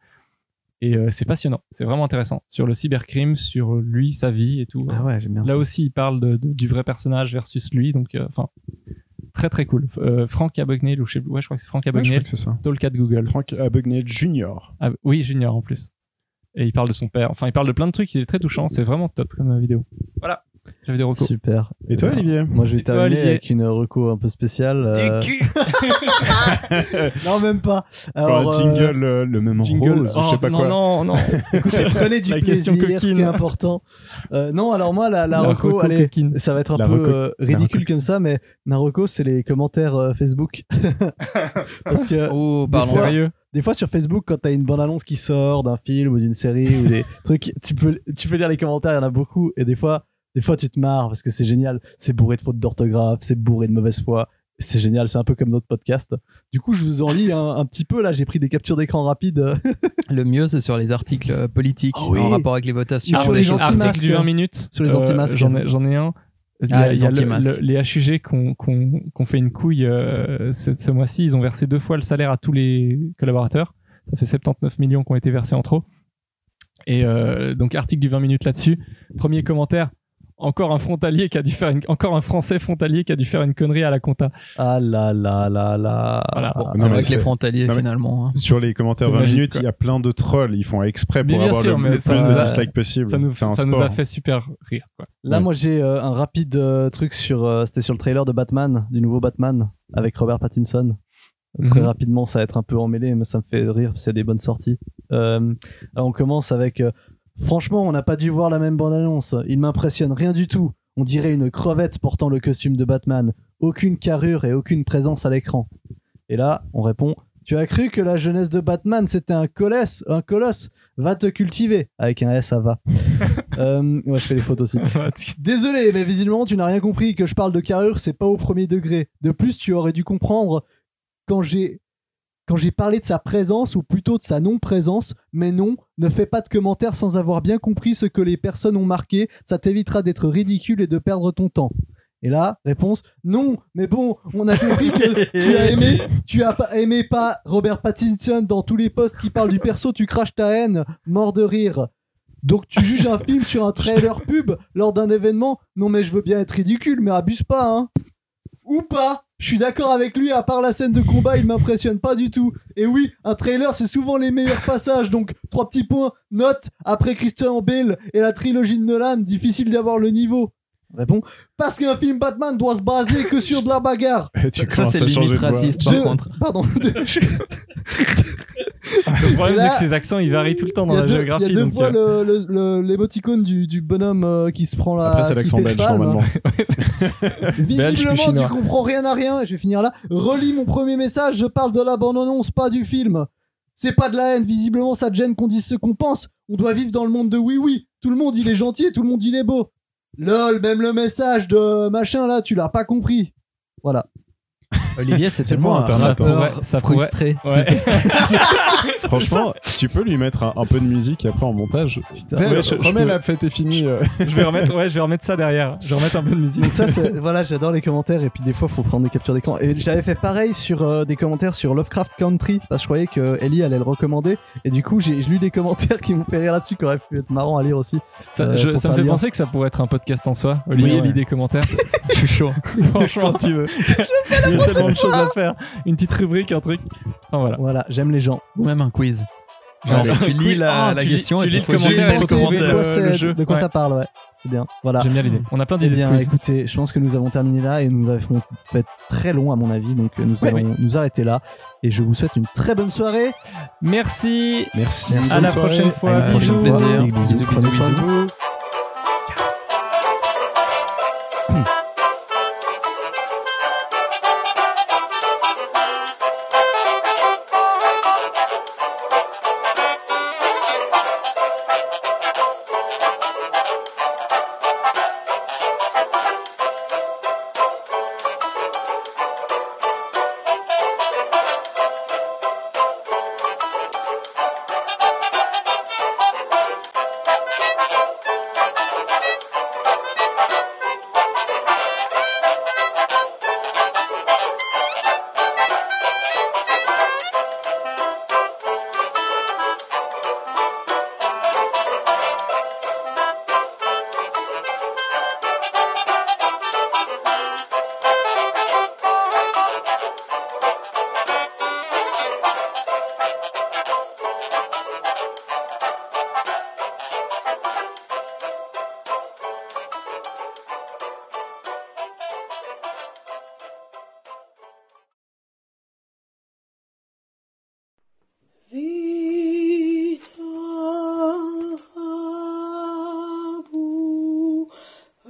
Et euh, c'est passionnant, c'est vraiment intéressant. Sur le cybercrime, sur lui, sa vie et tout. Ah ouais, j'aime bien Là ça. aussi, il parle de- de- du vrai personnage versus lui, donc euh, enfin, très très cool. Euh, Frank Abagnale, ou je sais plus, ouais, je crois que c'est Frank Ouais, je crois Abagnale, que c'est ça. dans le cas de Google. Frank Abagnale Junior. Ah, oui, Junior en plus. Et il parle de son père, enfin, il parle de plein de trucs, il est très touchant, c'est vraiment top comme euh, vidéo. Voilà, la vidéo reco. Super. Et toi, Euh, Olivier Moi, je vais Et toi, terminer Olivier avec une reco un peu spéciale. euh, non, même pas. Alors, Alors, euh, jingle, euh, le même Jingle. oh, rose, je sais pas non, quoi. non, non. Écoutez, prenez du La question plaisir, ce qui coquine. est important. Euh, non, alors moi, la, la La reco, reco allez, coquine. ça va être un La peu reco- euh, ridicule comme ça, mais ma reco, c'est les commentaires euh, Facebook. Parce que Oh, Des parlons fois- sérieux. des fois sur Facebook, quand t'as une bande annonce qui sort d'un film ou d'une série ou des trucs, tu peux, tu peux lire les commentaires, il y en a beaucoup. Et des fois, des fois, tu te marres parce que c'est génial. C'est bourré de fautes d'orthographe, c'est bourré de mauvaise foi. C'est génial, c'est un peu comme notre podcast. Du coup, je vous en lis un, un petit peu. Là, j'ai pris des captures d'écran rapides. Le mieux, c'est sur les articles euh, politiques Ah oui. en rapport avec les votations. Sur des les choses gens comme ça. Ah, Article du 20 minutes. Sur les Euh, anti-masques. j'en ai- J'en ai un. Il y a, Ah, les il y a le- anti-masques. le- les HUG qu'on qu'on qu'on fait une couille euh, ce, ce mois-ci, ils ont versé deux fois le salaire à tous les collaborateurs. Ça fait 79 millions qui ont été versés en trop. Et euh, donc, article du 20 minutes là-dessus. Premier commentaire. Encore un frontalier qui a dû faire une- encore un français frontalier qui a dû faire une connerie à la compta. Ah là là là là. Ah, Voilà, bon, Bon, Non, c'est mais vrai que c'est- les frontaliers, non, mais- finalement. hein. Sur les commentaires C'est 20 magique, minutes, quoi. il y a plein de trolls. Ils font exprès Mais pour bien avoir sûr, le, mais le ça plus nous de a- dislikes possible. Ça nous, C'est un ça nous sport. a fait super rire. Quoi. Là, Ouais. moi, j'ai euh, un rapide euh, truc sur. euh, C'était sur le trailer de Batman, du nouveau Batman, avec Robert Pattinson. Très Mhm. rapidement, ça va être un peu emmêlé, mais ça me fait rire, c'est des bonnes sorties. Euh, alors, on commence avec. euh, Franchement, on n'a pas dû voir la même bande-annonce. Il m'impressionne rien du tout. On dirait une crevette portant le costume de Batman. Aucune carrure et aucune présence à l'écran. Et là, on répond Tu as cru que la jeunesse de Batman, c'était un colosse, un colosse Va te cultiver. Avec un S, ça va. euh, ouais, je fais les photos aussi. Désolé, mais visiblement, tu n'as rien compris. Que je parle de carrure, c'est pas au premier degré. De plus, tu aurais dû comprendre quand j'ai. Quand j'ai parlé de sa présence ou plutôt de sa non-présence, mais non, ne fais pas de commentaires sans avoir bien compris ce que les personnes ont marqué, ça t'évitera d'être ridicule et de perdre ton temps. Et là, réponse, non, mais bon, on a compris que tu as aimé, tu as pas aimé pas Robert Pattinson dans tous les posts qui parlent du perso, tu craches ta haine, mort de rire. Donc tu juges un film sur un trailer pub lors d'un événement Non mais je veux bien être ridicule, mais abuse pas, hein Ou pas Je suis d'accord avec lui, à part la scène de combat, il m'impressionne pas du tout. Et oui, un trailer, c'est souvent les meilleurs passages, donc trois petits points. Note, après Christian Bale et la trilogie de Nolan, difficile d'avoir le niveau. Répond, parce qu'un film Batman doit se baser que sur de la bagarre. Et tu Ça, commences c'est à changer limite de voix. raciste, Je- par contre. Pardon. Le problème, Là- c'est que ses accents, ils varient tout le temps dans il y a la deux, géographie. il y a deux donc, fois euh, le- le- le- l'émoticône du, du bonhomme euh, qui se prend la. Après, c'est qui l'accent fait belge, spalm. normalement. Belge Visiblement, puis tu chinois. comprends rien à rien. Je vais finir là. Relis mon premier message. Je parle de la bande-annonce, pas du film. C'est pas de la haine. Visiblement, ça te gêne qu'on dise ce qu'on pense. On doit vivre dans le monde de oui, oui. Tout le monde, il est gentil et tout le monde, il est beau. Lol, même le message de machin là, tu l'as pas compris. Voilà. Olivier, c'est C'est tellement bon, un Internet, hein. rappeur Ouais, ça pourrait- frustré. Ouais. Franchement, tu peux lui mettre un, un peu de musique après en montage. Ouais, Ouais, je- je- je remets peux- la fête est finie. euh. je vais remettre, ouais, je vais remettre ça derrière. Je vais remettre un peu de musique. Donc ça, c'est- voilà, j'adore les commentaires et puis des fois, faut prendre des captures d'écran. Et j'avais fait pareil sur euh, des commentaires sur Lovecraft Country parce que je croyais que Ellie allait le recommander et du coup, j'ai j'ai lu des commentaires qui m'ont fait rire là-dessus, qui auraient pu être marrant à lire aussi. Ça, Euh, je- pour ça faire me fait lien. penser que ça pourrait être un podcast en soi. Olivier, ouais. l'idée commentaire. je suis chaud. Franchement, tu veux. Il y a tellement de choses à faire. Une petite rubrique, un truc. Enfin, voilà. Voilà, j'aime les gens. Ou même un quiz. Genre, Allez, tu lis la- Ah, la tu question tu et puis le faut Comment J'ai dire, commentaire. il faut pensé commenter de quoi, le- euh, le c'est- jeu. de quoi Ouais. ça parle, ouais. C'est bien. Voilà. J'aime bien l'idée. On a plein Eh d'idées. de bien, quiz. écoutez, je pense que nous avons terminé là et nous avons fait très long à mon avis, donc euh, nous Oui, allons nous arrêter là. Et je vous souhaite une très bonne soirée. Merci. Merci. À la prochaine fois. À la prochaine Bisous. fois. Big bisous. Bisous, bisous, Prenez soin de bisous. vous. Vitabu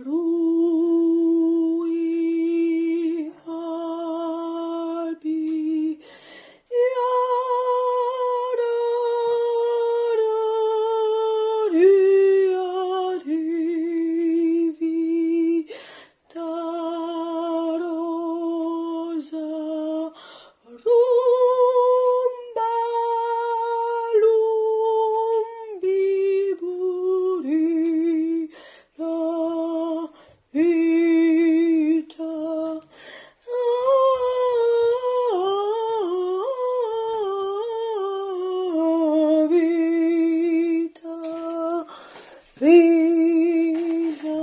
rui albi iarariarivi da rosa rumba lumbiburi la vita Ah, vita vita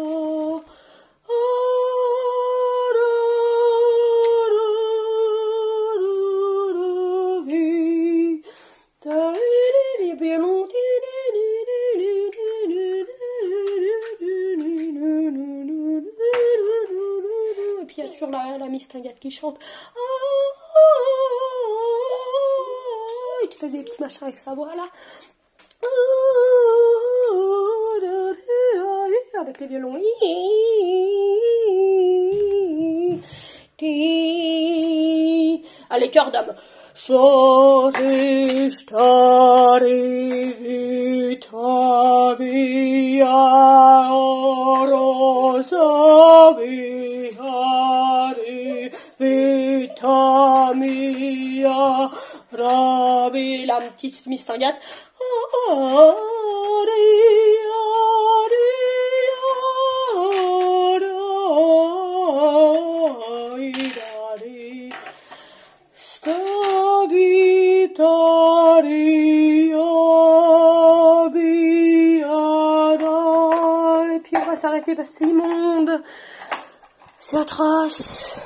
Et puis il y a toujours la, la mistinguette qui chante. Et qui fait des petits machins avec sa voix là. Avec les violons. Allez, cœur d'homme. Sorry, starry, vita via rosa vihari, vita mia, ravi, la petite mistinguette. Ari, ari, ari, ari, Stavitaria biada. Et puis on va s'arrêter parce que c'est immonde. C'est atroce.